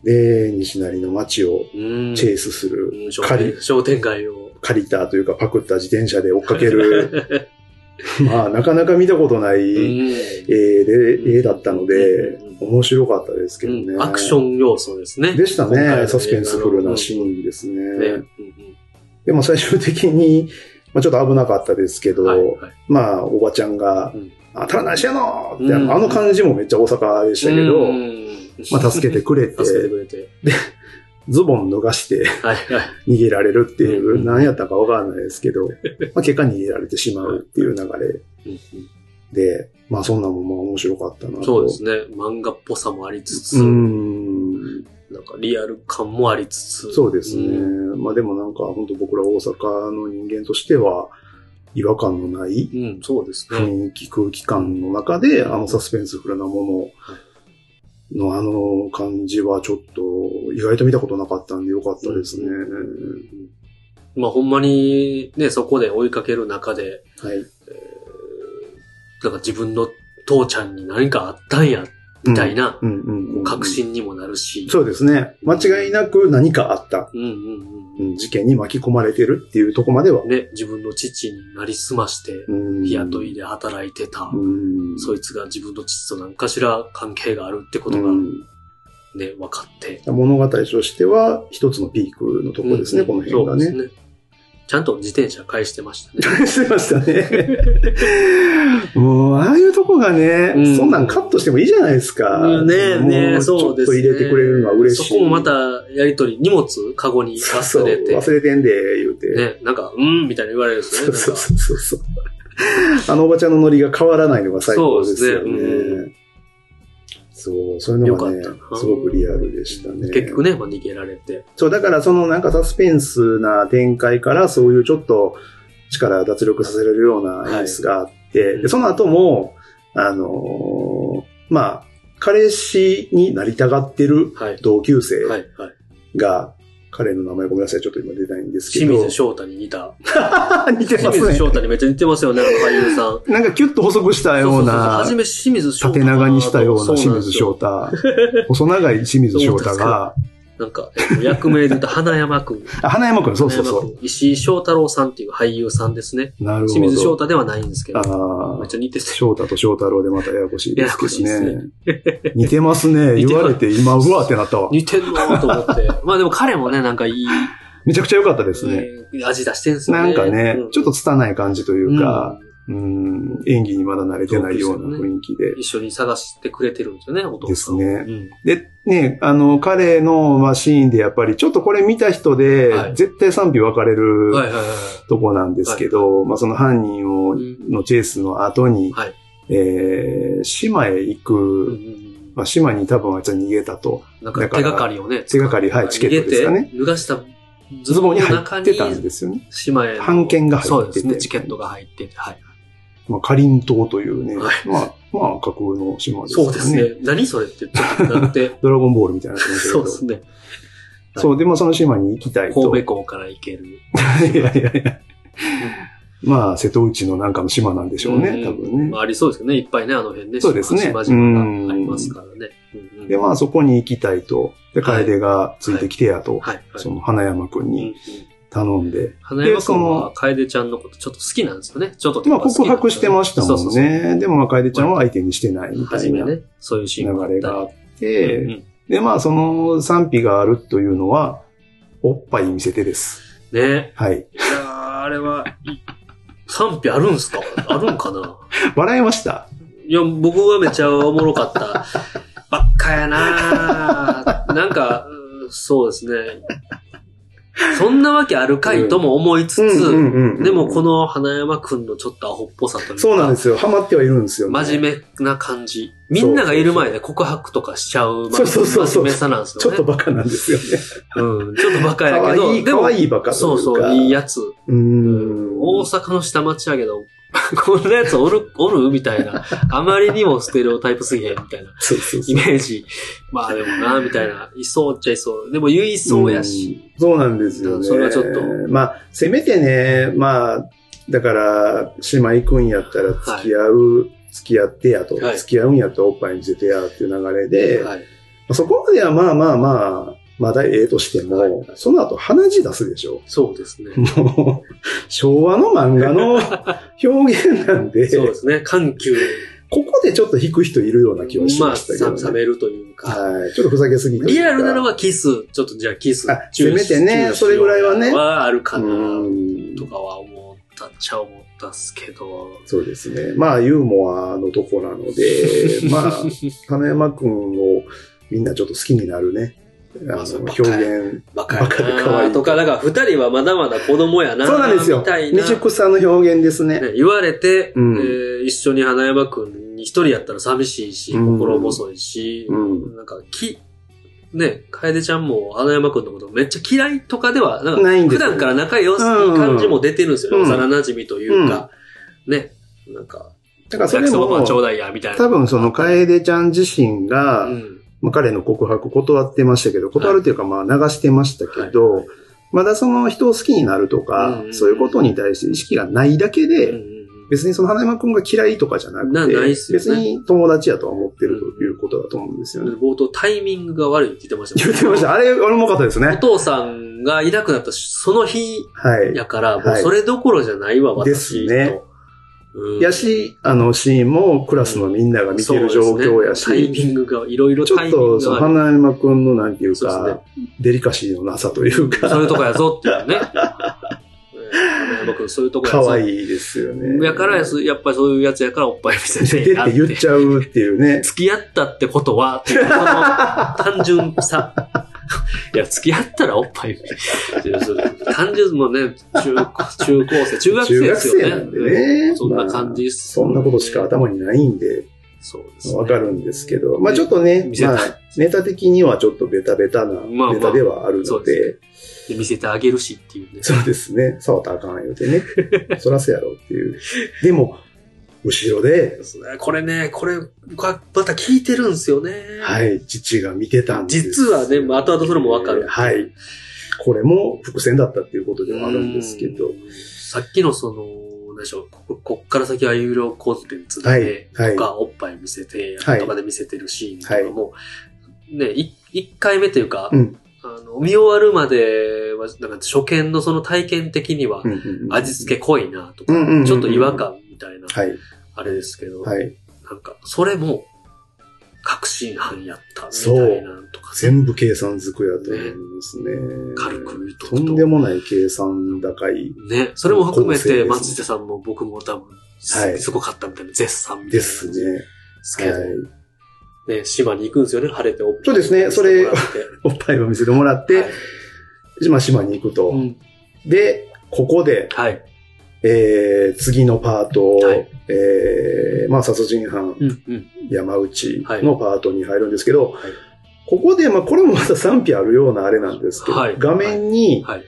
B: で、西成の街を
A: うん
B: チェイスする、
A: うん商店商店街を。
B: 借りたというかパクった自転車で追っかける、 まあ、なかなか見たことな
A: う
B: い
A: ん
B: 絵で、絵だったので
A: うん、
B: 面白かったですけどね。
A: うんアクション要素ですね。
B: でした
A: 今回の映
B: ね。
A: 画
B: サスペンスフルなシーンですね。でも最終的に、まあ、ちょっと危なかったですけど、まあ、おばちゃんが
A: うん、
B: あ、たらなしやのって、
A: うん
B: あの感じもめっちゃ大阪でしたけど、まあ、助けて
A: く
B: くれて、
A: 助けてくれて。
B: ズボン脱がして
A: はいはい。
B: 逃げられるってい
A: うんう
B: う、
A: ん
B: 何やったかわからないですけ ど、まあ、結果逃げられてしまうっていう流
A: うん
B: れで、まあ、そんなんもまあ面白かった
A: う
B: な
A: ん
B: と。
A: そうですね。漫画っぽさもありつつ、
B: うーん。
A: なんかリアル感もありつつ。
B: そうですね。
A: ん
B: まあ、でもなんか、本当僕ら大阪の人間としては、違和感のない
A: うん、そうですね。
B: 雰囲気、空気感の中で、あのサスペンスフルなもののあの感じはちょっと意外と見たことなかったんでよかったですね。
A: まあほんまにね、そこで追いかける中で、
B: はい。
A: なんか自分の父ちゃんに何かあったんや、みたいな
B: うんうんうん。
A: 確信にもなるし。
B: そうですね。間違いなく何かあった。
A: うんうん
B: う
A: うん
B: ん事件に巻き込まれてるっていうとこまでは
A: う。ん。ね、自分の父になりすまして、
B: うん
A: 日雇いで働いてた。
B: うん。
A: そいつが自分の父と何かしら関係があるってことが
B: う
A: ね、
B: ん
A: 分かって。
B: 物語としては一つのピークのところですね、
A: うん
B: この辺がね。
A: そうですね。ちゃんと自転車返してました ね。
B: してましたね。 もう、ああいうとこがね、
A: うん
B: そんなんカットしてもいいじゃないですか。
A: ねね
B: もう
A: そうですね。
B: ちょっと入れてくれるのは嬉しい。
A: そこもまた、やりとり、荷物、カゴに
B: そう
A: 忘
B: そう、
A: れて。
B: 忘れてんで、言うて。
A: ね、なんか、うん、みたいに言われるんです
B: そ
A: よ
B: う
A: ね。
B: そうそうそう。あのおばちゃんのノリが変わらないのが最高ですよ
A: そうですね
B: ね。そう、そういうのがね
A: よかった、な
B: すごくリアルでした
A: なんか
B: ね。
A: 結局ね、まあ、逃げられて。
B: そう、だからそのなんかサスペンスな展開からそういうちょっと力を脱力させられるような演出があって、
A: いうん
B: でその後も、あのーまあ、彼氏になりたがってる
A: はい。
B: 同級生
A: はい、はい。
B: が、彼の名前ごめんなさい、ちょっと今出ないんですけ
A: 清
B: ど。
A: 水翔太に似た。
B: 似て
A: 清
B: ます
A: 水
B: ね
A: 翔。太にめっちゃ似てますよね、あの俳優さん。
B: なんかキュッと細くしたような
A: は、じめ清水翔太。
B: 縦長にしたような清水翔
A: 太。
B: 太。細長い清水翔太
A: そうなん
B: が、
A: なんか、えっと役名で言うと、花山くん。
B: あ花山くん、 そうそう
A: 花
B: そ
A: 山君石井翔太郎さんっていう俳優さんですね。
B: う。なるほど。
A: 清水翔太ではないんですけど。
B: あ
A: めっ
B: あ
A: ち、ゃ似てて。
B: 翔太と翔太郎でまたややこしいですけど
A: やや
B: ね。似てます ね。
A: 似てます
B: 言われて今、うわーってなったわ。
A: 似てんなと思って。まあでも彼もね、なんかいい、
B: めちゃくちゃ良かったですね。
A: えー味出してんすよ
B: な
A: ね。
B: んかね、
A: うん
B: ちょっと拙い感じというか、うん、演技にまだ慣れてないような雰囲気で
A: うん。一緒に探してくれてるんですよね、お父
B: で
A: さ
B: す
A: ん。
B: ね。
A: うん。
B: で、ね、あの、彼の、まあ、シーンでやっぱり、ちょっとこれ見た人で、
A: はい
B: 絶対賛否分かれる、
A: はいはいはいは
B: とこなんですけど、まあ、その犯人を、
A: うん
B: のチェイスの後に、
A: はい
B: えー島へ行く、
A: い。うんうん
B: まあ、島に多分あいつは逃げたと。
A: なんか
B: だか
A: 手
B: ら
A: がかりをね。
B: 手がかり、はい、チケットですか
A: 入
B: ね
A: れ。て脱がした
B: ズ
A: ズ
B: ボ
A: ボ
B: ン
A: ン
B: に
A: の
B: 入
A: 中
B: っ
A: に
B: て、たんですよね。
A: 島への。
B: 半券が入ってて
A: そうですね、チケットが入ってて。はい。
B: まあ、カリン島というね、
A: はい
B: まあ、まあ、架空の島ですよ
A: そうですね。何それってちょっとなって。
B: ドラゴンボールみたいな感じだけ
A: そ
B: ど
A: うですね。
B: そう、で、まあ、その島に行きたいと。
A: 神戸港から行ける。
B: いやいやいや。まあ、瀬戸内のなんかの島なんでしょうね、
A: ん
B: 多分ね
A: ま。あ、ありそうですよね。いっぱいね、あの辺ね。
B: そうですね
A: 島々がありますからね。うんうん
B: で、まあ、そこに行きたいと。で、
A: はい
B: 楓がついてきてや
A: は
B: と、
A: い、はい。
B: その花山くん
A: うんう
B: に
A: ん
B: 頼んで。
A: 花山
B: そ
A: 君
B: の
A: は、楓ちゃんのことちょっと好きなんですよね。ちょっとっていう
B: まあ、
A: か好き
B: 告白してましたも
A: そうんそう
B: ね。でも、まあ、楓ちゃんは相手にしてないみ
A: そう。
B: た
A: 初
B: い
A: め
B: な流
A: ね、そういうシーン
B: れがあ
A: あっ
B: ったて
A: り、うんうん
B: で、まあ、その賛否があるというのは、おっぱい見せてです。
A: ね
B: は
A: い
B: い。
A: やーあれは、賛否あるんすかあるんかな
B: 笑いました。
A: いや、僕はめちゃおもろかった。 ばっかやなーなんか、うんそうですね。そんなわけあるかいとも思いつつ、でもこ
B: の、
A: の花山くんのちょっとアホっぽさというか、
B: そうなんですよ。ハマってはいるんですよね、
A: 真面目な感じ。みんながいる前で告白とかしちゃう
B: そうそうそう
A: 真面目さなんです
B: ちょ
A: よ
B: っ
A: ね。
B: とバカなんですよね。
A: うん、ちょっとバカ
B: 可
A: やけど、
B: 愛い、
A: で
B: 可
A: も、
B: 愛いバカという
A: そ
B: か。
A: うそう、いいやつ。
B: うーん。
A: 大阪の下町やけど、こんなやつおる、 おるみたいな。あまりにもステレオタイプすぎへん、みたいな。
B: そうそうそ
A: イ
B: う。
A: メージ。まあでもな、みたいな。いそうっちゃいそう。でも言いそうやし。
B: うん。そうなんですよね。
A: それはちょっと
B: まあ、せめてね、まあ、だから、島行くんやったら付き合う付き合ってやと、
A: はい
B: 付き合うんやとおっぱい見せてやっていう流れで、
A: はい。
B: まあそこまではまあまあまあ、まだええとしても、
A: はいはい
B: その後鼻血出すでしょ。
A: そうですね。
B: もう、昭和の漫画の表現なんで、
A: そうですね。緩急。
B: ここでちょっと引く人いるような気はしましたけど、
A: ま
B: ね
A: あ、冷めるというか。
B: はい。ちょっとふざけすぎという
A: リ
B: か
A: アルなのはキス。ちょっとじゃあキス
B: あ。
A: 注意し
B: せめてね
A: 注意し
B: それぐらいはね
A: ようなのはあるかな、
B: うん
A: とかは思ったっちゃ思ったっすけど。
B: そうですね。まあ、ユーモアのとこなの で、まあ、金山くんをみんなちょっと好きになるね、あ
A: まあ
B: の、
A: そう
B: 表現。
A: バカや
B: バカで
A: な
B: 可愛い
A: とか、だから二人はまだまだ子供やな。
B: そうなんですよ。
A: みたいな。
B: 未熟さの表現ですね。
A: ね、言われて、
B: うん
A: えー一緒に花山くんに一人やったら寂しいし、
B: うん
A: 心細いし、
B: うん。
A: なんか、き、ね、楓ちゃんも花山くんのことめっちゃ嫌いとかでは、なんか、
B: ないんで
A: 普
B: すよ
A: 段から仲良しい感じも出てるんですよね。
B: うん
A: 幼馴染というか、ね、なんか、
B: だからそれ
A: お客様はちょう
B: も、
A: だいや、みたいな。
B: 多分その楓ちゃん自身が、
A: うん
B: まあ、彼の告白断ってましたけど、断るというかまあ流してましたけど、まだその人を好きになるとか、
A: うん
B: そういうことに対して意識がないだけで、
A: うんうんうん
B: 別にその花山くんが嫌いとかじゃなくて、
A: なないっすよね
B: 別に友達やとは思ってるということだと思うんですよね。
A: 冒頭タイミングが悪いって言ってました
B: 言
A: もん
B: ってました。あれ、俺もかったです
A: お
B: ね。
A: 父さんがいなくなったその日
B: はい。
A: やから、もう
B: はい
A: それどころじゃないわ、私。
B: ですね
A: と。うん
B: やし、あのシーンもクラスのみんなが見てる状況やし、
A: そうですねタイミングが、いろいろ
B: ち
A: タ
B: ょっ
A: イミン
B: と
A: グ
B: その
A: がある。
B: 花山くんのなんていう
A: そうです
B: か、デリカシーのなさというか、
A: そういうとこやぞっていうね。 うん僕、そういうとこやぞ。
B: 可愛いですよね。
A: やからやす、やっぱりそういうやつやからおっぱい見せて
B: 出て
A: や
B: って言っちゃうっていうね。
A: 付き合ったってことは、っていうその単純さ。 いや、付き合ったらおっぱい。単純もうね、中高中高生、中学生ですよね。
B: 中学生なんでね
A: うんそんな感じっす、
B: そんなことしか頭にないんで、
A: そうです、ね。
B: わかるんですけど、まあちょっとね
A: 見、せた
B: ま
A: い
B: あ、ネタ的にはちょっとベタベタな
A: まあまあ
B: ネタではある
A: そ
B: の
A: うで
B: で、
A: で見せてあげるしっていうね。
B: そうですね、触ったらあかん言うて ね、そらせやろうっていう。でも、後ろで、
A: これね、これがまた聞いてるんですよね。
B: はい、父が見てたんです。
A: 実はねまあ後々それもわかる
B: はい。これも伏線だったっていうことではあるんですけど
A: う。ん。さっきのその、何でしょう、こここっから先は有料コンテンツで、
B: はいはい
A: とか、おっぱい見せて、
B: はい
A: とかで見せてるシーンとかも、ね、い一回目というか、
B: うん
A: あの、見終わるまでは、なんか初見のその体験的には
B: う、んうんうん
A: 味付け濃いなとか、
B: うんうんうんうん
A: ちょっと違和感みたいな、
B: はい。
A: あれですけど、
B: はい。
A: なんか、それも、確信犯やったみたいなのとか、
B: 全部計算づくやと思いますね。
A: 軽く言うと
B: とんでもない計算高い
A: ね、それも含め
B: 構成で
A: て、
B: す
A: 松下さんも僕も多分、す,、
B: はい
A: ごかったみたいな、絶賛みたい
B: で
A: な
B: す
A: 感じ
B: ね。
A: ですけど、
B: はい。
A: ね、島に行くんですよね、晴れておっぱい
B: そうですねそれ
A: 見せてもらって
B: おっぱいを見せてもらって、
A: はい
B: まあ島に行くと。
A: うん
B: で、ここで、
A: はい。
B: えー、次のパート、
A: はい
B: えー、まあ殺人犯、
A: うんうん。
B: 山内のパートに入るんですけど、
A: はい
B: ここで、まあこれもまた賛否あるようなあれなんですけど、
A: はい
B: 画面に
A: はい。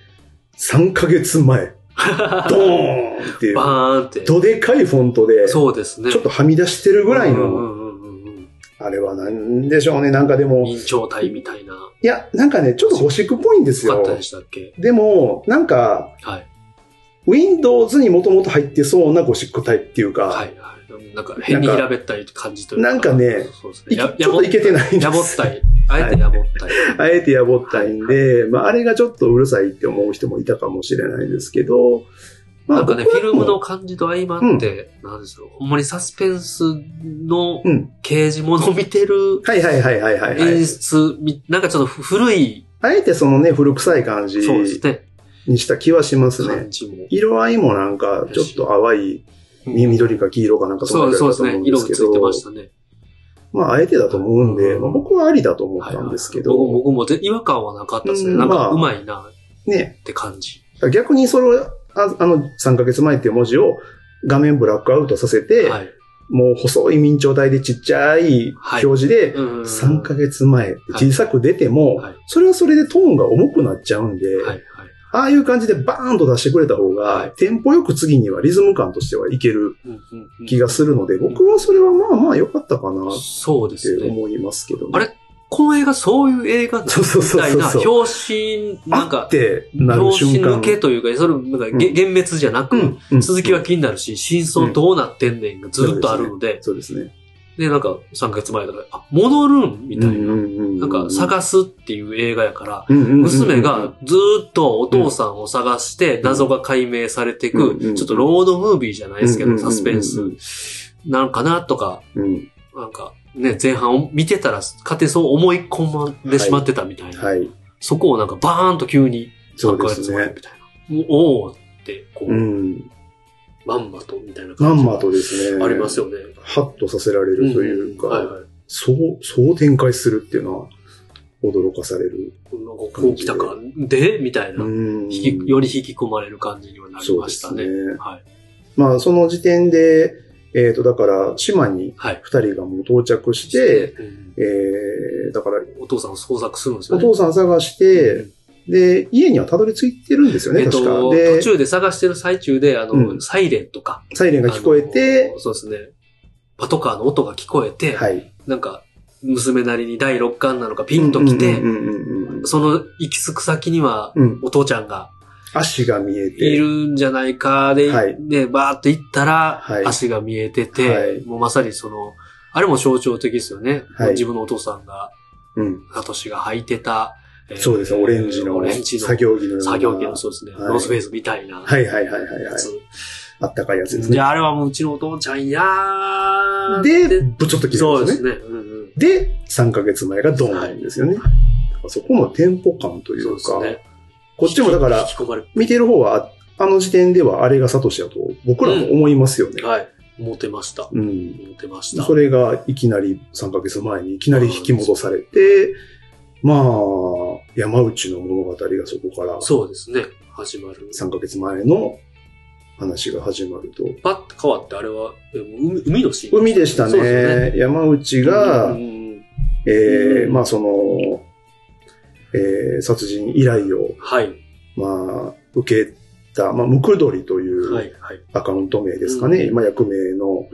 B: 3ヶ月前、ドーンってい う
A: バ、ーンって。
B: どでかいフォントで、ちょ
A: そうですね。
B: っとはみ出してるぐらい
A: うんう
B: の、
A: んうんうんうん。
B: あれはなんでしょうね、なんかでも、
A: 委員長隊みたいな。よ
B: いや、なんかね、ちょっとゴシックっぽいんです
A: か
B: よ
A: っ。たでしたっけ
B: でも、なんか、
A: はい。
B: Windows にもともと入ってそうなゴシック体っていうか、
A: はい。はい。なんか、変に平べったい感じという
B: なんかね
A: そうですね。
B: いちょっ
A: や
B: といけてないんです
A: やぼったい。あえてやぼったい。
B: あえてやぼったいんで、まあ、あれがちょっとうるさいって思う人もいたかもしれないですけど、まあ、
A: なんかね、
B: 僕
A: フィ
B: は
A: ルムの感じと相まって、なんですよ。ほんまにサスペンスの
B: うん。
A: 刑事物を見てる
B: はいはいはいはいはい、はい
A: 演出、みなんかちょっと古い、
B: あえてそのね、古臭い感じ
A: そうですね、
B: にした気はしますね
A: 感。じも。
B: 色合いもなんか、ちょっと淡い、み緑か黄色かなんか
A: そう
B: な
A: そう
B: 感
A: で
B: じ
A: すね色
B: だと思。うんです
A: が
B: け
A: ついて
B: ど
A: まし、たね。
B: まあ、あえてだと思うんで、
A: うん
B: まあ、僕はありだと思ったんですけど、
A: 僕僕もぜ違和感はなかったですね。
B: うん
A: なん
B: ま
A: か
B: あ
A: うまいなっ
B: ね、
A: て感じ。
B: 逆にそれをああの3ヶ月前っていう文字を画面ブラックアウトさせて、
A: はい。
B: もう細い明朝体でちっちゃい表示で、
A: うん
B: 3ヶ月前って小さく出ても、
A: はい
B: それはそれでトーンが重くなっちゃうんで、
A: はいはい。
B: ああいう感じでバーンと出してくれた方が、
A: はい
B: テンポよく次にはリズム感としてはいける
A: うんうんうん
B: 気がするので、僕はそれはまあまあ良かったかなっ
A: そうです
B: て
A: ね。
B: 思いますけどね。
A: あれこの映画そういう映画だ
B: そうそう
A: み
B: そ
A: た
B: う
A: い
B: そう
A: な、
B: そう。
A: 表紙、なん
B: あっ
A: か、
B: てなる
A: 表
B: 瞬
A: 紙
B: 間
A: 抜。けというか、それ、なんか、げ幻滅じゃなく、
B: うん
A: 続きは気になるし、真相どうなってんねんがずっとあるので、
B: そうですね。
A: で、なんか、3ヶ月前だから、あ、戻るんみたいな。な
B: なん
A: か、探すっていう映画やから、娘
B: 娘
A: が、ずーっとお父さんを探して、
B: ん
A: 謎が解明されてい
B: うんう
A: く、
B: ん
A: ちょっとロードムービーじゃないですけ
B: うんう
A: ど、
B: んうんう
A: サス
B: ん
A: ペンスなんかなとか、
B: うん
A: なんか、ね、前半を見てたら、勝手にそう思い込んでしまってたみたいな。
B: はい。
A: そこをなんかバーンと急に、
B: そう
A: 3ヶ
B: で
A: 月
B: す
A: 前
B: ね
A: み。たいな。おおーって、こう、
B: うん。
A: まんまとみたいな
B: ま
A: 感じ
B: ん
A: が
B: まとですね。
A: あります。よね。
B: ハッとさせられるというか、
A: んはいはい。
B: そう、そう展開するっていうのは驚かされる。
A: なんかこう来たか、でみたいな。
B: うん
A: 引きより引き込まれる感じにはなりました
B: そう
A: ね。
B: ですね
A: はい。
B: まあ、その時点で、えっ、と、だから、島に
A: はい。
B: 二人がもう到着して、
A: うん
B: えー、だから、
A: お父さんを捜索するんですよ
B: お
A: ね。
B: 父さん探して、で、家にはたどり着いてるんですよね、
A: えっと、
B: 確か。
A: 途
B: で、
A: 中で探してる最中で、あの、
B: うん
A: サイレンとか。
B: サイレンが聞こえ
A: あ
B: て
A: の、そうですね。パトカーの音が聞こえて、
B: はい。
A: なんか、娘なりに第六感なのかピンと来て、
B: うんうんうんうんうん
A: その行き着く先には、
B: うん。
A: お父ちゃんが
B: 足が見えて。
A: いるんじゃないかで、
B: はい
A: で、バーっと行ったら、
B: はい
A: 足が見えてて、
B: はい
A: もうまさにその、あれも象徴的ですよね。
B: はい
A: 自分のお父さんが、
B: うん。
A: サトシが履いてた、えー
B: そうですね、オレンジの
A: オレンジの
B: 作業着のような。
A: 作業着のそうですね、
B: はい
A: ノースフェイスみたいなやつ。
B: はいはいはいはいはい。あったかいやつです
A: で、
B: ね。
A: あれはもううちのお父ちゃんやー
B: で、ぶちょっと切れ
A: そ
B: る
A: うんで
B: です
A: す
B: ね。
A: ね。うん
B: で、3ヶ月前がドーンですよね。だからそこのテンポ感と
A: うん、
B: い
A: そう
B: う
A: です
B: か、
A: ね。
B: こっちもだか
A: 引
B: ら、
A: き込まれ
B: 見てる方は、ああの時点ではあれがサトシだと僕らも思いますよね。
A: はい。モテました。
B: うん。
A: モテました。
B: それがいきなり3ヶ月前にいきなり引き戻されて、まあ、山内の物語がそこから
A: そうですね。始まる。
B: 3ヶ月前の話が始まると。
A: パッと変わって、あれは、え海海のシーン。
B: 海でした
A: そうですね
B: ね。山内が、
A: うんうんうん
B: え
A: う
B: ー
A: ん
B: まあその、えー殺人依頼を、
A: はい。
B: まあ、受けた、まあ、ムクドリとい
A: は
B: う
A: い。はい。
B: アカウント名ですかね、
A: うん
B: 今役名の、
A: うんうん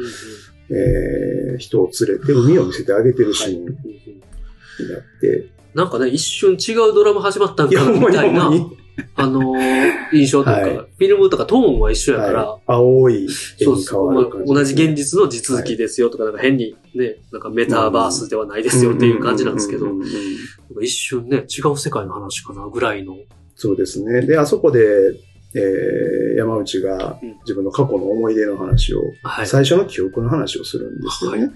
B: えー人を連れて海を見せてあげてるシーンになっ
A: うんうん
B: て、
A: なんかね、一瞬違うドラマ始まったん
B: いや、
A: か
B: ほ
A: なん
B: ま
A: み
B: に
A: た
B: ほ
A: い
B: んま
A: な、
B: に。
A: あのー印象というか、
B: はい
A: フィルムとかトーンは一緒やから、
B: はい、青い絵
A: そう
B: に
A: です
B: 変わる感じ。
A: 同じ現実の地続きですよとか、なんか変にね、なんかメタバースではないですよっていう感じなんですけど、
B: う
A: なん
B: うんうんうんうん
A: んか一瞬ね、違う世界の話かなぐらいの。
B: そうですね。で、あそこで、えー山内が自分の過去の思い出の話を、
A: はい。
B: 最初の記憶の話をするんですよ
A: はい
B: ね。。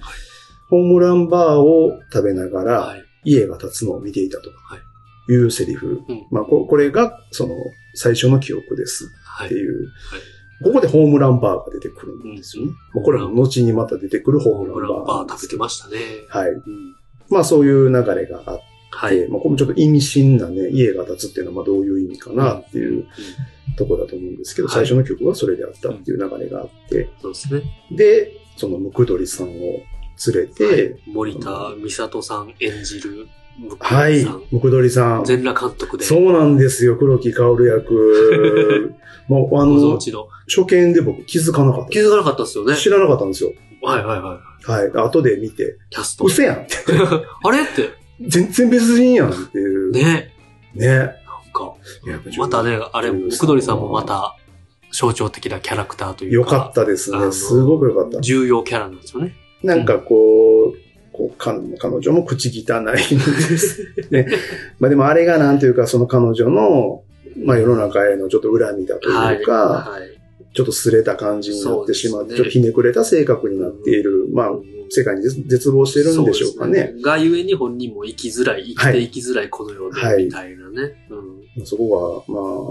B: ホームランバーを食べなが
A: は
B: ら、
A: い。
B: 家が建つのを見ていたと
A: は
B: いうセリフ。
A: うん
B: まあ、ここれが、その、最初の記憶です
A: は
B: っ
A: い
B: て。いう。ここでホームランバーが出てくるんですよね。まあこれは後にまた出てくるホーム
A: ブ
B: ラ
A: ラ
B: ン
A: ン
B: バ
A: バー食べてましたね。
B: ー。はい。
A: うん
B: まあそういう流れがあって、
A: はい。
B: まあこれもちょっと意味深なね、家が建つっていうのはまあどういう意味かなっていうところだと思うんですけど、
A: はい
B: 最初の曲はそれであったっていう流れがあって、
A: そうですね。
B: で、そのムクドリさんを連れて、
A: 森田美里さん演じる向
B: は
A: 井
B: い
A: さん。、
B: ムクドリさん。
A: 全裸監督で。
B: そうなんですよ、黒木 薫役。もうあ
A: ご存
B: の、
A: 知の。
B: 初見で僕気づかなかった
A: 気づかなかったですよね
B: です。。知らなかったんですよ。
A: はいはいはい。
B: はい。後で見て、
A: キャスト。
B: 嘘やんって。
A: あれって、
B: 全然別人やんっていう。ね。
A: ね。なんか、
B: いや
A: またね、あれ、ムクドリさんもまた、象徴的なキャラクターという
B: よ
A: か。
B: かったです
A: あの
B: ね。すごくよかった。
A: 重要キャラなんですよね。
B: なんかこう、こうか彼女も口汚いんです。 ね。まあでもあれがなんというか、その彼女の、まあ世の中へのちょっと恨みだと
A: はい。
B: いうか、
A: はい。
B: ちょっと擦れた感じになってしまって、
A: そうですね
B: ちょっとひねくれた性格になっている、まあ世界に絶望してるんでしょうか
A: そ
B: ね
A: で。す。がゆえに本人も生きづらい、生きて生きづらいこの世で、
B: はい
A: みたいなね。うん
B: そこは、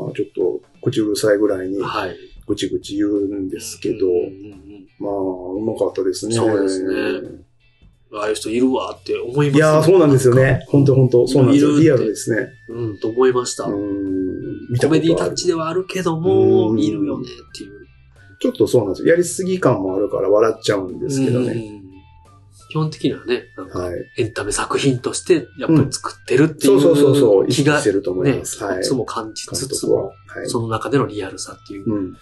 B: まあちょっと口うるさいぐらいに
A: はい。
B: ぐちぐち言うんですけど、
A: うんうん
B: まあうまかったですね。
A: そうですねうんああいう人いるわって思います
B: いやーそうなんですよね。本当
A: に。
B: 本当そうなんです
A: い
B: よ。
A: るい
B: リ
A: る
B: ア
A: って
B: ルですね。
A: うん、と思いました。
B: うん
A: コメディタッチではあるけども、
B: うん
A: いるよねっていう。
B: ちょっとそうなんですよ。やりすぎ感もあるから笑っちゃうんですけど
A: うん
B: ね。
A: 基本的にはね、なんか
B: はい。
A: エンタメ作品としてやっぱり作ってるってい
B: そううそうそうそう。意
A: 気
B: 識
A: が
B: してると思い
A: ね、
B: ます。はい。
A: いつも感じつ
B: 監
A: つ
B: 督は。
A: も
B: は、い。
A: その中でのリアルさっていう。
B: うん。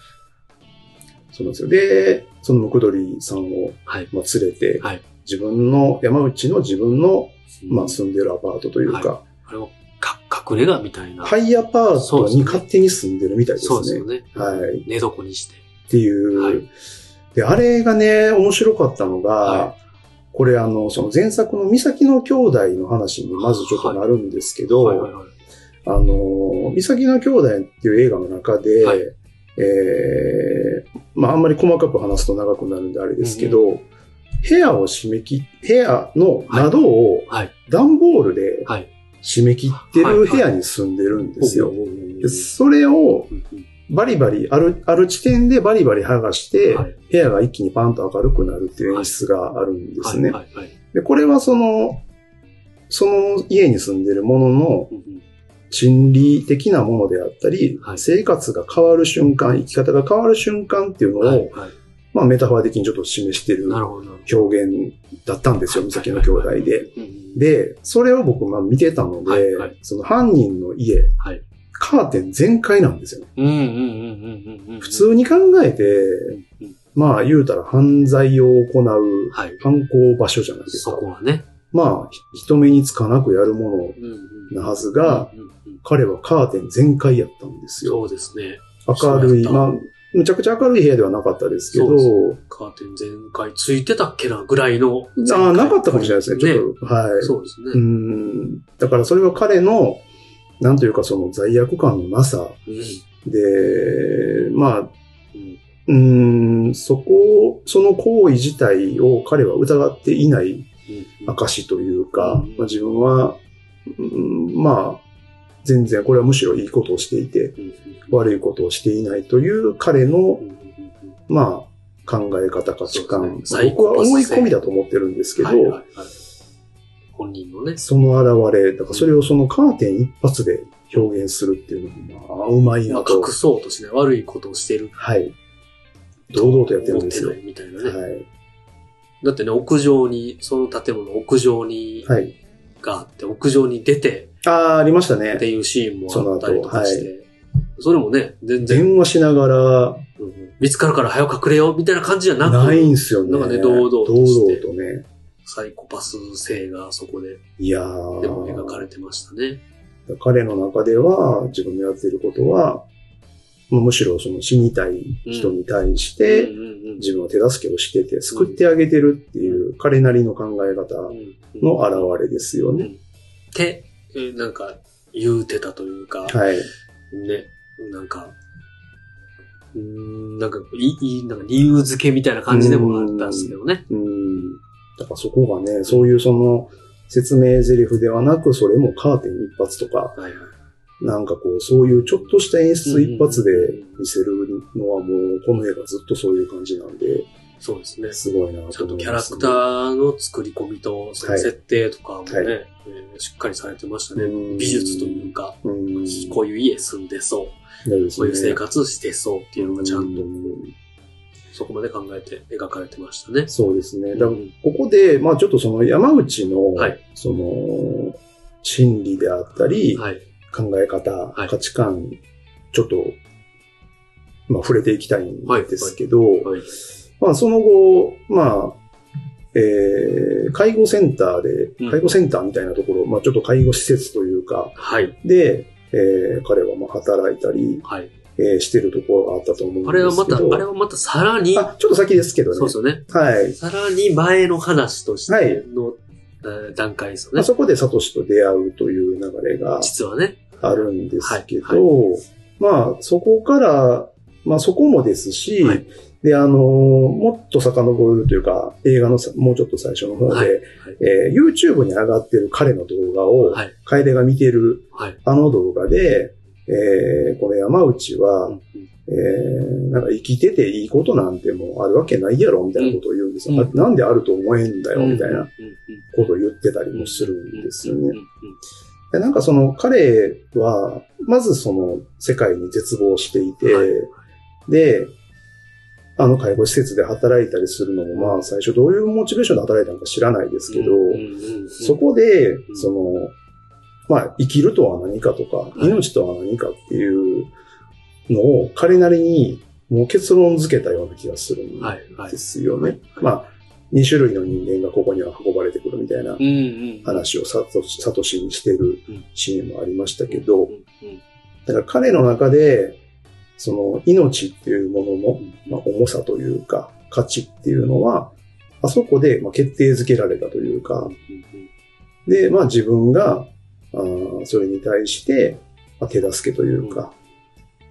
B: そうなんですよ。で、そのムクドリさんを、
A: はい
B: まあ、連れて、
A: はい
B: 自分の、山内の自分のまあ、住んでるアパートというか、
A: あれもか隠れ家みたいな。
B: ハイアパー
A: そう
B: ト
A: ですね
B: に勝手に住んでるみたいですね。
A: そうですよね。
B: はい。
A: 寝床にして。
B: っていう。
A: はい
B: で、あれがね、面白かったのが、
A: は
B: これあの、その前作の三崎の兄弟の話にまずちょっとなるんですけど、
A: はいはいはい。
B: あの、三崎の兄弟っていう映画の中で、
A: はい
B: えーまああんまり細かく話すと長くなるんであれですけど、部屋を締め切っ、部屋の窓を
A: はいはい
B: 段ボールで
A: はい
B: 締め切ってる部屋に住んでるんですよ。
A: うんうんうん
B: でそれを
A: うんうん
B: バリバリ、ある、ある地点でバリバリ剥がして、
A: はい
B: 部屋が一気にパンと明るくなるっていう演出があるんですね。
A: はいはいはい
B: で、これはその、その家に住んでるものの
A: うんうん
B: 心理的なものであったり、
A: はい
B: 生活が変わる瞬間、生き方が変わる瞬間っていうのを、
A: はいはい
B: まあメタファー的にちょっと示してる
A: なるほどなるほ
B: 表現だったんですよ、
A: ど。
B: 三崎の兄弟で。
A: うんうん。
B: で、それを僕まあ見てたので、
A: はいはい
B: その犯人の家、
A: はい
B: カーテン全開なんですよね。
A: うんうんうんうんうんうんうん。
B: 普通に考えて、
A: うん
B: まあ言うたら犯罪を行う
A: はい。
B: 犯行場所じゃないです
A: そ
B: か。
A: こはね。
B: まあひ人目につかなくやるも
A: うんうん
B: のなはずが、
A: うんうんうん
B: 彼はカーテン全開やったんですよ。
A: そうですね。
B: 明るい、
A: そうやっ
B: ま
A: た
B: あ、むちゃくちゃ明るい部屋ではなかったですけ
A: そうです
B: ど、
A: カーテン全開ついてたっけなぐらいの。
B: ああ、なかったかもしれないですね、ちょっと。はい。
A: そうですね。
B: うん。だからそれは彼の、なんというかその罪悪感のなさ
A: う
B: で、まあ、
A: ん
B: うーん、そこを、その行為自体を彼は疑っていない
A: うん
B: 証というか、
A: うん
B: まあ、自分は、うん、まあ、全然これはむしろいいことをしていて、
A: うん
B: 悪いことをしていないという彼の
A: う、んうんうん
B: まあ、考え方、価値
A: そう
B: 観、
A: ですね
B: 僕は思い
A: サイコパス性
B: 込みだと思ってるんですけど、
A: はいはいはい本人のね。
B: その現れ、だからそれをそのカーテン一発で表現するっていうのが、まあ、うまい
A: ま
B: な
A: あ
B: と
A: 隠。そうとしない悪いことをしてる。
B: はい。堂々とやってるんですよ
A: 思ってないみたいなね。
B: はい。
A: だってね、屋上に、その建物の屋上に、
B: はい。
A: があって、屋上に出て
B: ああ、ありましたね
A: って。いうシーンもあったりとかして、
B: そ
A: それもね、全然、
B: 電話しなが
A: うんうん見つかるから早く隠れようみたいな感じじゃな
B: ら、
A: く、
B: ないんすよね。
A: なんかね堂々として
B: 堂々とね。
A: サイコパス性がそこで、
B: いや
A: でも描かれ
B: ー
A: てましたね。
B: 彼の中では、自分のやってることは、まあむしろその死にたい人に対して、
A: うんうんうん
B: 自分は手助けをしてて、救ってあげてるっていう、彼なりの考え方の現れですよ
A: う
B: ね。
A: んって、えーなんか、言うてたというか、
B: はい。
A: ね、なんか、うーん、なんか、いいい、なんか理由付けみたいな感じでもあったんですけどね。
B: うん。だからそこがね、そういうその、説明台詞ではなく、それもカーテン一発とか、
A: はいはい。
B: なんかこう、そういうちょっとした演出一発で見せるのはもう、この映画ずっとそういう感じなんで、
A: そうですね。
B: すごいな
A: ちゃ
B: と
A: んと
B: 思
A: キ
B: い
A: ャ
B: ま
A: ラ
B: す、
A: クターの作り込みと、その
B: はい
A: 設定とかもね、
B: は
A: えーしっかりされてましたね。
B: うん
A: 美術というか、
B: うん。
A: こういう家住んでそう、こういう生活してそうっていうのがちゃんと、
B: うん
A: そこまで考えて描かれてましたね。
B: そうですね。だ
A: う
B: から
A: ん
B: ここで、まあちょっとその山内の、
A: はい
B: その、心理であったり、
A: はい。
B: 考え方、
A: い
B: 価値観、ちょっと、まあ触れていきたいんですけど、
A: はい。
B: まあその後、まあ、えー介護センター
A: うん
B: で、介護センターみたいなところ、まあちょっと介護施設というか、
A: はい。
B: で、えー彼はまあ働いたり、
A: はい。
B: えーしてるところがあったと思うんですけど。
A: あれはまた、あれはまたさらに、
B: あちょっと先ですけどね。
A: そうですよね。
B: はい。
A: さらに前の話として
B: はい
A: の、えー段階ですよ
B: あ
A: ね。
B: そこでサトシと出会うという流れが
A: 実はね。
B: あるんですけど、
A: はい
B: まあそこから、まあそこもですし、
A: はい
B: で、あのーもっと遡るというか、映画のさもうちょっと最初の方で、
A: はい
B: えー YouTube に上がってる彼の動画を、
A: はい。
B: 楓が見てる
A: はい。
B: あの動画で、えーこの山内は、
A: うん
B: えーなんか生きてていいことなんてもうあるわけないやろみたいなことを言うんですよ。
A: うん
B: あなんであると思えんだよみたいな。
A: うん
B: ことを言ってたりもするんですよね。。
A: うんうん
B: でなんかその彼は、まずその世界に絶望していて、
A: はい
B: で、あの介護施設で働いたりするのも、まあ最初どういうモチベーションで働いたのか知らないですけど、
A: うんうん
B: そこで
A: ん、
B: その、まあ生きるとは何かとか、
A: い
B: 命とは何かっていうのを彼なりにもう結論付けたような気がするん
A: はい。はい
B: で。すよね。
A: はい
B: まあ、 2種類の人間がここには運ばれてくるみたいな
A: うんうん。
B: 話をサトシサトシにしてるシーンもありましたけど、
A: うんうん
B: だから彼の中で、その命っていうものの、まあ、重さというか、価値っていうのは、あそこでまあ決定づけられたというか、で、まあ自分が、あーそれに対して、まあ、手助けというか、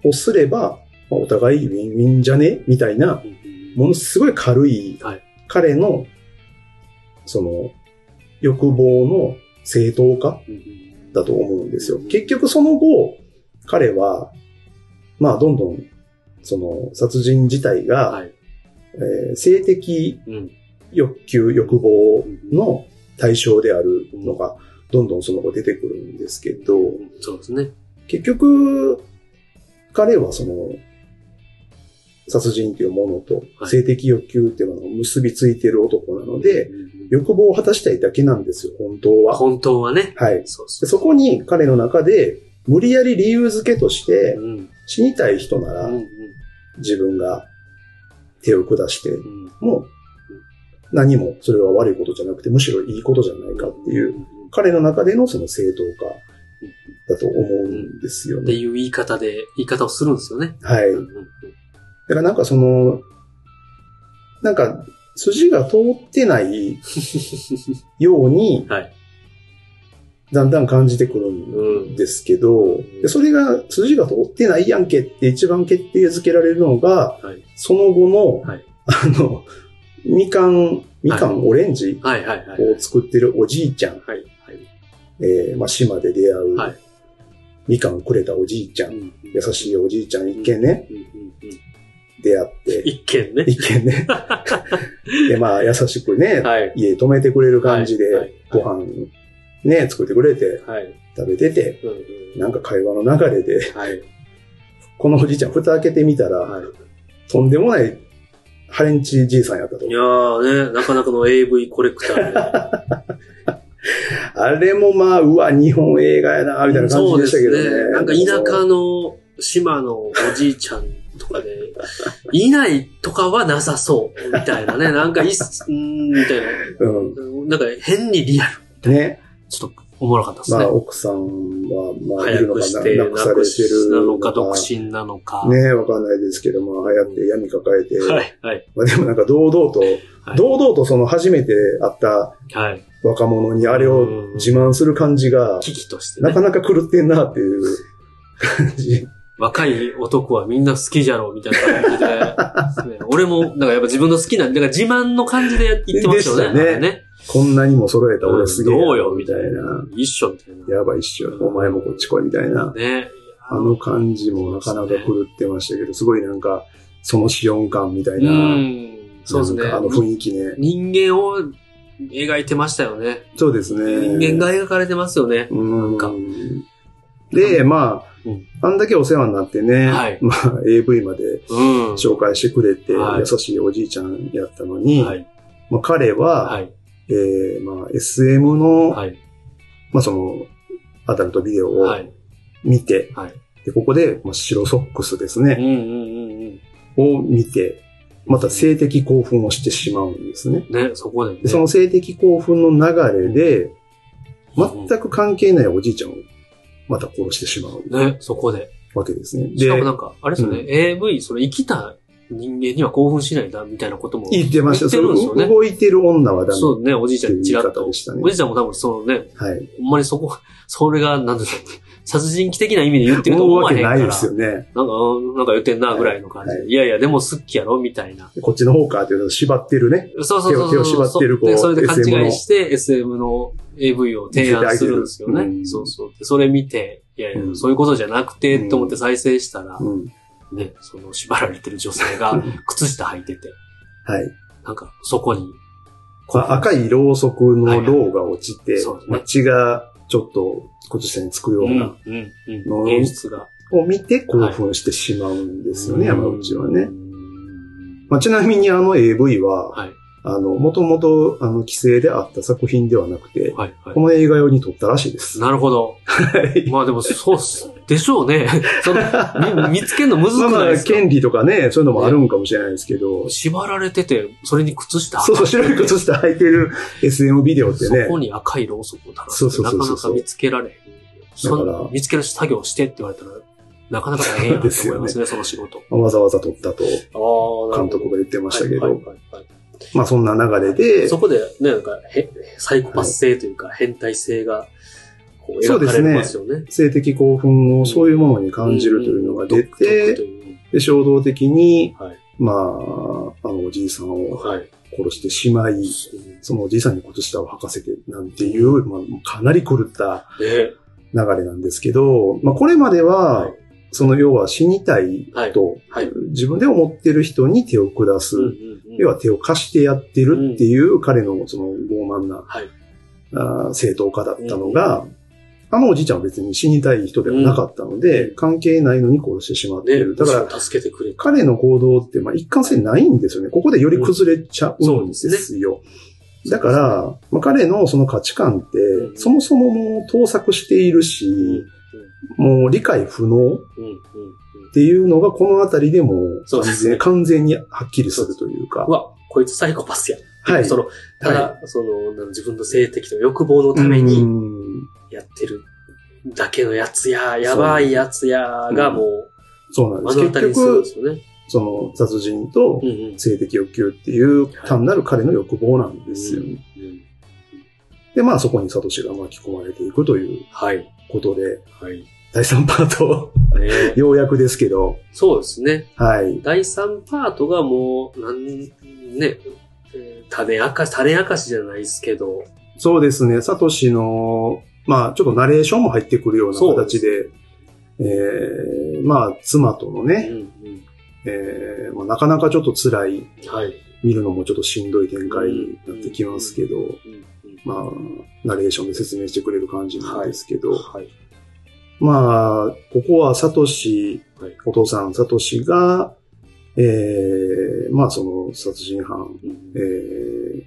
B: をすれば、まあお互いウィンウィンじゃねみたいな、ものすごい軽い
A: はい、
B: 彼の、その、欲望の正当化だと思うんですよ
A: う。ん
B: 結局その後、彼は、まあどんどん、その殺人自体が、
A: はい
B: えー性的
A: うん
B: 欲求、欲望の対象であるのが、どんどんその後出てくるんですけど、
A: そうですね。
B: 結局、彼はその、殺人というものと
A: はい
B: 性的欲求っていうものが結びついてる男なので、
A: うんうん
B: 欲望を果たしたいだけなんですよ、本当は。
A: 本当はね。
B: はい。
A: そうそ
B: でそこに彼の中で、無理やり理由付けとして
A: う。、うん
B: 死にたい人な
A: う
B: ら
A: んうん
B: 自分が手を下して
A: うん
B: も、何もそれは悪いことじゃなくて、むしろいいことじゃないかっていう、
A: ん
B: 彼の中でのその正当化だと思うんですよ
A: って
B: ね。
A: いう言い方で、言い方をするんですよね。
B: はい。
A: うんうん、
B: だからなんかその、なんか筋が通ってないように
A: はい
B: だんだん感じてくるんですけど、
A: ん
B: でそれが筋が通ってないやんけって一番決定づけられるのが、
A: はい
B: その後の、
A: はい
B: あの、みかん、みかん、オレンジ
A: はいはいはい。
B: を作ってるおじいちゃん、
A: はいはい。
B: えーまあ、島で出会う、
A: はい
B: みかんくれたおじいちゃん、
A: うん
B: 優しいおじいちゃん一見ね、
A: うんうんうん
B: 出会って、
A: 一見ね。
B: 一見ね。で、まあ、優しくね、
A: はい。
B: 家泊めてくれる感じ
A: は
B: で、
A: い
B: ご飯ね、作ってくれて、
A: はい。はい
B: 食べてて、
A: うんうん
B: なんか会話の流れで、
A: はい。
B: このおじいちゃん、蓋開けてみたら、
A: はい
B: とんでもないハレンチじいさんやったと
A: い。やーね、なかなかの AV コレクターで。
B: あれもまあ、うわ、日本映画やな、みたいな感じでしたけど
A: そうです
B: ね。
A: なんか田舎の島のおじいちゃんとかで、いないとかはなさそう、みたいなね。なんかいっす、うーん、みたいな。
B: う
A: なんか変にリアル。
B: ん。ね。
A: ちょっとおもろかったです
B: ま
A: ね
B: あ、。奥さんは、まあ、い
A: 早
B: るの
A: く
B: か
A: し
B: な、
A: て、
B: 亡くされ
A: 楽
B: て
A: し
B: る
A: なの
B: の
A: か、
B: か。
A: 独身なのか。
B: ねえ、わかんないですけど、まあ、流行って闇抱えて、
A: はい、はい、
B: まあでもなんか堂々と、
A: はい
B: 堂々とその初めて会った
A: はい。
B: 若者にあれを自慢する感じが、
A: 危機として
B: な
A: ね
B: か。なか狂ってんなっていう感じ。
A: 若い男はみんな好きじゃろう、みたいな感じ で。ね俺も、なんかやっぱ自分の好きな、なんか自慢の感じで言ってましたよね。
B: でしたね
A: あれね
B: こんなにも揃えた俺すげえ。
A: どうよ、みたいな
B: な。。
A: 一緒、みたいな。
B: やばいっしょ。お前もこっち来い、みたいな。
A: ね。
B: あの感じもなかなか狂ってましたけど、すごいなんか、その資音感みたいうな。
A: ん。そうですね
B: なん。かあの雰囲気ね。
A: 人間を描いてましたよね。
B: そうですね。
A: 人間が描かれてますよね。
B: うん
A: か
B: で、まあ、
A: うん
B: あんだけお世話になってね、
A: はい
B: まあ AV まで
A: うん。
B: 紹介してくれて、
A: はい
B: 優しいおじいちゃんやったのに、
A: はい。
B: まあ、彼は、
A: はい。
B: えーまあ、SM の、
A: はい。
B: まあ、その、アダルトビデオ
A: は
B: を
A: い。
B: 見て、
A: はい
B: でここで、まあ、白ソックスです
A: うん
B: ね、
A: うんうんうん。
B: を見て、また性的興奮をしてしまうんですね。
A: ね、そこでね。
B: でその性的興奮の流れで、全く関係ないおじいちゃんをまた殺してしまう
A: ね、そこで。
B: わけですね。
A: し
B: で
A: かもなんか、あれですよね、
B: う
A: AV、その生きた人間には興奮しないんだ、みたいなことも。
B: 言ってまし
A: 言
B: た。
A: ってるんですよね
B: その動いてる女はダメ
A: そうね、おじい
B: って
A: ちゃ
B: い
A: ん
B: う
A: ち
B: 言
A: ら
B: い
A: っ
B: 方
A: と
B: で。したね
A: お。じいちゃんも多分そのね、
B: はい。
A: ほんまにそこ、それが、なんでしょう。殺人鬼的な意味で言ってると
B: 思
A: 思わ
B: うわ
A: へん
B: け
A: から。
B: ないですよね。
A: なんか、うんなんか言ってんな、ぐらいの感じで。
B: はいい
A: やいや、でも好きやろ、みたいな。
B: こっちの方かっていうのを縛ってるね。
A: そうそうそうそう。
B: 手を手を縛ってるこう
A: でそれで勘
B: SM の
A: 違いして、SM の AV を提案するんですよ
B: 見せてあげるう
A: ね。
B: ん
A: そうそう。でそれ見て、いやいや
B: う、ん
A: そういうことじゃなくて、と思って再生したら
B: う、ん。
A: ね、その縛られてる女性 が靴下履いてて、
B: はい。
A: なんか、そこに、
B: まあ、赤いろうそくのろうが落ち
A: はい
B: て、
A: はいそうですね
B: まあ血がちょっと、こっち下につくよ
A: う、
B: うんな、
A: うん、う
B: の
A: ん。演出が。
B: を見て興奮してしまうんですよね、
A: うん
B: 山内はね
A: う。ん
B: まあ、ちなみにあの AV は、
A: はい、
B: あの、もともと、あの、規制であった作品ではなくて、
A: はい、は
B: この映画用に撮ったらしいで
A: い。
B: す。
A: なるほど。
B: はい
A: まあでも、そうっす。でしょうね。 その み見つけるのむず
B: まあ
A: く
B: ま
A: ない
B: あ、
A: ですか、
B: 権利とかね、そういうのもあるんかもしれないですけど、
A: 縛られてて、それに靴下
B: そうそう、白い靴下履いてる SM ビデオって
A: そ
B: ね、
A: こに赤いろうそくを垂ら
B: そう
A: して、
B: そう
A: な
B: そ
A: か
B: うそ
A: な
B: う
A: か見つけられへん。そん
B: だから
A: 見つける作業してって言われたら、なかなか大変やなと思いますね、その仕事。
B: わざわざ撮ったと
A: あ
B: 監督が言ってましたけ
A: はいは
B: ど
A: い、はいはい
B: まあそんな流れで、
A: そこで、ね、なんかへ、サイコパス性というか、変態性が、こう、描かれますよね。
B: 性的興奮をそういうものに感じるというのが出
A: うん独特と
B: て、
A: いう
B: で衝動的に、
A: はい。
B: まあ、あのおじいさんを
A: はい。
B: 殺してしまい、そのおじいさんに靴下を履かせてなんていう、まあ、かなり狂った
A: で、
B: 流れなんですけど、まあこれまでは、
A: はい
B: その要は死にたいと、
A: はいはい
B: 自分で思ってる人に手を下す、
A: うんうんうん
B: 要は手を貸してやってるっていう彼のその傲慢な、
A: はい
B: あー正当化だったのが、あのおじいちゃんは別に死にたい人ではなかったので、関係ないのに殺してしまって
A: ね
B: る。、だから、
A: 助けてくれた。
B: 彼の行動ってまあ一貫性ないんですよね。ここでより崩れちゃうんです
A: うん
B: よ。だから、まあ、彼のその価値観って、
A: うん
B: そもそももう盗作しているし、
A: うん、うん、
B: もう理解不能っ
A: うん、うん。
B: ていうのがこのあたりでも
A: そ
B: 完
A: うで
B: 全
A: すね
B: 完全にはっきりするというか。
A: うわ、こいつサイコパスや。
B: はい。
A: その、ただ、その、なん自分の性的な欲望のため
B: う
A: に
B: ん
A: やってるだけのやつや、やばいやつやがも
B: そう
A: う、
B: な
A: 目
B: んで
A: の
B: す。
A: 当たりにす
B: 結
A: るん
B: 局
A: で、すよね。
B: その殺人と
A: うんうん。
B: 性的欲求っていう単なる彼の欲望なんですよね。
A: うん
B: で、まあそこにサトシが巻き込まれていくという
A: はい。
B: ことで、
A: はい。
B: 第3パート、
A: ね
B: ようやくですけど、
A: そうですね。
B: はい。
A: 第3パートがもう、なん、ね、えー種明かし、種明かしじゃないですけど、
B: そうですね、サトシの、まあちょっとナレーションも入ってくるような形で、えー、まあ妻との
A: う
B: ね、
A: ん
B: えーまあ、なかなかちょっと辛い、
A: うん。はい。
B: 見るのもちょっとしんどい展開になってきますけど、
A: うんうん
B: まあ、ナレーションで説明してくれる感じなんですけど、
A: はい。
B: まあ、ここはサトシ、
A: はい
B: お父さんサトシが、えー、まあその殺人犯、
A: うん
B: え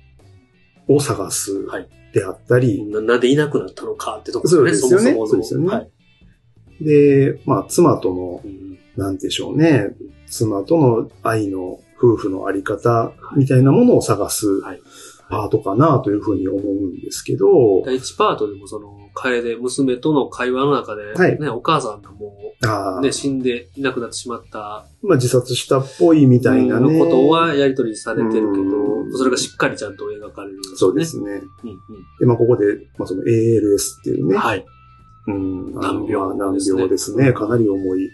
B: ー、を探す
A: はい
B: であったり、
A: ななんでいなくなったのかってところ
B: そうですよね
A: も
B: そ
A: そうも
B: ですよ
A: そも
B: ね
A: の。はい。
B: で、まあ妻との、
A: うん
B: なんでしょうね、妻との愛の夫婦のあり方みたいなものを探す
A: はい
B: パートかなというふうに思うんですけど、
A: 第1パートでもその、楓、娘との会話の中で、
B: はい
A: ね、お母さんがも
B: あ
A: う、
B: ー
A: ね、死んでいなくなってしまった、
B: まあ自殺したっぽいみたいなね。
A: ことはやりとりされてるけ
B: うん
A: ど、それがしっかりちゃんと描かれるん
B: そうで
A: ね。
B: すね。
A: うん
B: で、まあ、ここで、まあ、その ALS っていう
A: う
B: ね、
A: ん。はい。
B: うん、あの
A: 難病
B: まあ難
A: ですね
B: 病ですね。かなり重い
A: うん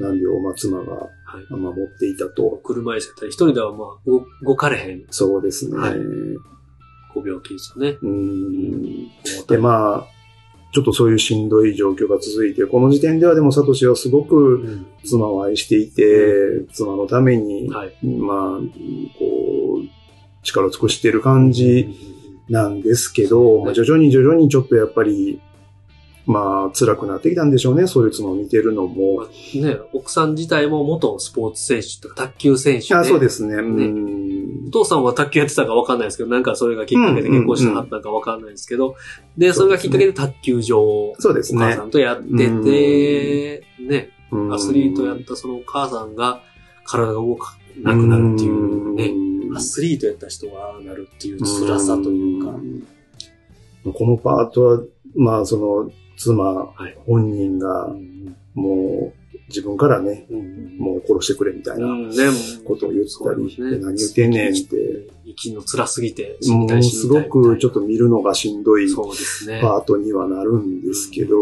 B: 難病を、まあ、妻が、
A: はい
B: まあ、持っていたと。
A: 車椅子やったり、一人ではまあ、動動かれへん、
B: そうですね。
A: はいご病気ですよね。
B: うん。で、
A: で
B: まあ、ちょっとそういうしんどい状況が続いて、この時点ではでも、サトシはすごく妻を愛していて、妻のために、
A: はい。
B: まあ、こう、力を尽くしている感じなんですけど、まあ、徐々に徐々にちょっとやっぱり、まあ、辛くなってきたんでしょうね。そういう妻を見てるのも。
A: ね、奥さん自体も元スポーツ選手とか卓球選手で、
B: あそうですね。う
A: お
B: ん。
A: 父さんは卓球やってたかわかんないですけど、なんかそれがきっかけで結婚してはったのかわかんないですけど、で、それがきっかけで卓球場を
B: そうです
A: お母
B: ね
A: さ。んとやってて、ね、アスリートやったそのお母さんが体が動かなくなるっていうね、
B: ね
A: アスリートやった人がああなるっていう辛さというか、
B: このパートは、まあ、その、妻
A: はい
B: 本人が、もう、自分からね、
A: も
B: もう殺してくれみたいな
A: うん、ね、
B: ことを言ったり、
A: そうですね
B: 何言ってんねんって、
A: 生きの辛すぎて死
B: も
A: にた
B: う
A: い
B: すごくちょっと見るのがしんどい
A: そうですね。
B: パートにはなるんですけど、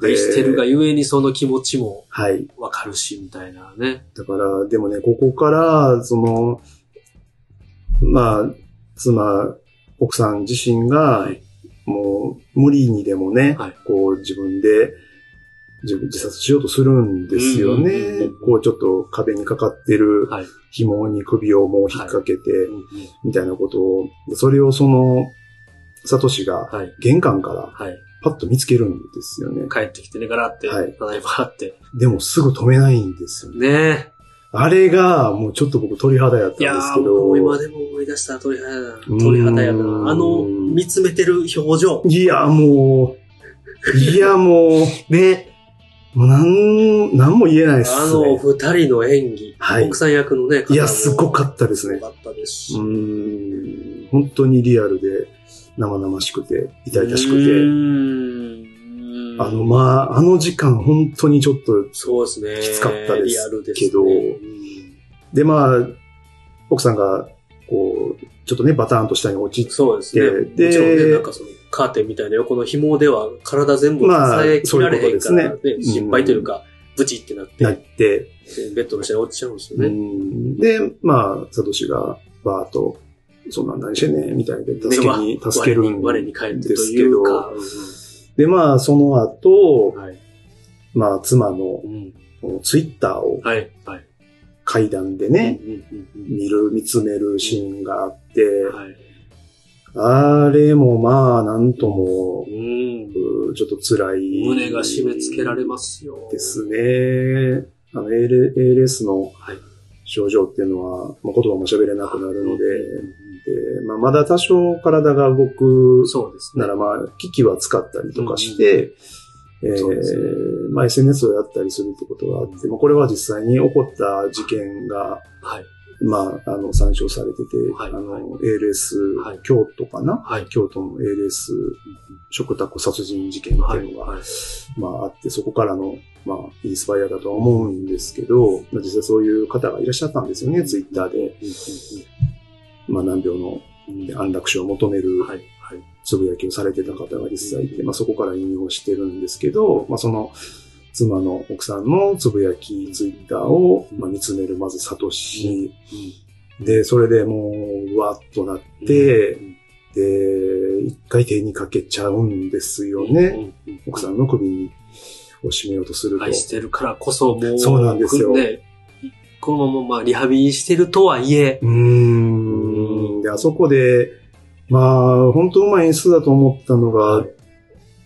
A: 愛してるがゆえにその気持ちも
B: はい。
A: わかるし、みたいなね。
B: だから、でもね、ここから、その、まあ、妻、奥さん自身が
A: はい、
B: もう、無理にでもね、
A: はい
B: こう、自分で、自分自殺しようとするんですよね。
A: うんうんうんうん
B: こう、ちょっと壁にかかってる
A: はい。
B: 紐に首をもう引っ掛けて、
A: うんうん
B: みたいなことを、それをその、サトシが、
A: はい。
B: 玄関から
A: はい。
B: パッと見つけるんですよね。
A: 帰ってきてね、ガラって、
B: はい
A: ただいまって。
B: でもすぐ止めないんですよね。
A: ねえ。
B: あれが、もうちょっと僕鳥肌やったん
A: い
B: で
A: や
B: すけ
A: ー、
B: ど。
A: もう今でも思い出した鳥肌やな。
B: うん
A: 鳥肌やな。あの、見つめてる表情。
B: いや、もう、いや、もう、
A: ね。
B: もうなん、なんも言えないっ
A: あ
B: す
A: の、
B: ね。
A: 二人の演技。
B: はい
A: 奥さん役のね、方も
B: いや、すごかったですね
A: す。ごかったですし。
B: うーん本当にリアルで生々しくて、痛々しくて。
A: く
B: あの、まあ、あの時間本当にちょっと、
A: そうですね。
B: きつかったです
A: リアルです、ね。
B: けどで、まあ、奥さんが、こう、ちょっとね、バターンと下に落ちて、
A: そうですね。
B: で
A: もちろんね、なんかそのカーテンみたいな横の紐では体全部支えきられへんか
B: まあ
A: ら、
B: そ
A: ね
B: ね
A: 心配というか、ブチってなって、
B: なって、
A: ベッドの下に落ちちゃうんですよ
B: う
A: ね。
B: んで、まあ、サトシが、バーと、そんなん何してんねんみたいで、助けに、
A: まあ
B: 助けるん
A: 我に返って
B: で
A: と
B: すけ
A: いう
B: ど
A: か。、
B: で、まあ、その後
A: うん、はい。
B: まあ、妻の
A: うん
B: ツイッターを
A: はい。はい。
B: 階段でね、
A: うんうんうん
B: 見る、見つめるシーンがあって、
A: うんはい。
B: あれもまあ、なんとも
A: う、ん。
B: うーちょっと辛い。
A: 胸が締め付けられますよ。
B: ですね。あの、AL- ALS の
A: はい
B: 症状っていうのは、まあ、言葉も喋れなくなるので、
A: うん
B: でまあ、まだ多少体が動く
A: そうですね
B: な。ら、まあ、機器は使ったりとかして、えー
A: そうですね
B: まあ、SNS をやったりするってことがあって、まあ、これは実際に起こった事件が、
A: はい。
B: まあ、あの、参照されてて、
A: はい
B: あの、
A: はい
B: ALS、
A: はい
B: 京都かな
A: はい。
B: 京都の ALS 食卓殺人事件って
A: はい
B: いうのが、
A: はい。
B: まああって、そこからの、まあ、インスパイアだとは思うんですけど、まあ実際そういう方がいらっしゃったんですよね、ツイッターで。まあ、難病の
A: うん
B: 安楽死を求める
A: はい。はい。
B: つぶやきをされてた方が実際いて、まあ、そこから引用してるんですけど、まあ、その、妻の奥さんのつぶやき、ツイッターを、まあ、見つめる、まず、サトシ。で、それでもう、うわっとなって、
A: うん
B: で、一回手にかけちゃうんですよね。。
A: うんうん
B: 奥さんの首を絞めようとすると。
A: 愛してるからこそ、もう、
B: そうなんですよ
A: ね、このまま、まあ、リハビリしてるとはいえ、
B: うーん。で、あそこで、まあ、本当うまい演出だと思ったのが、
A: はい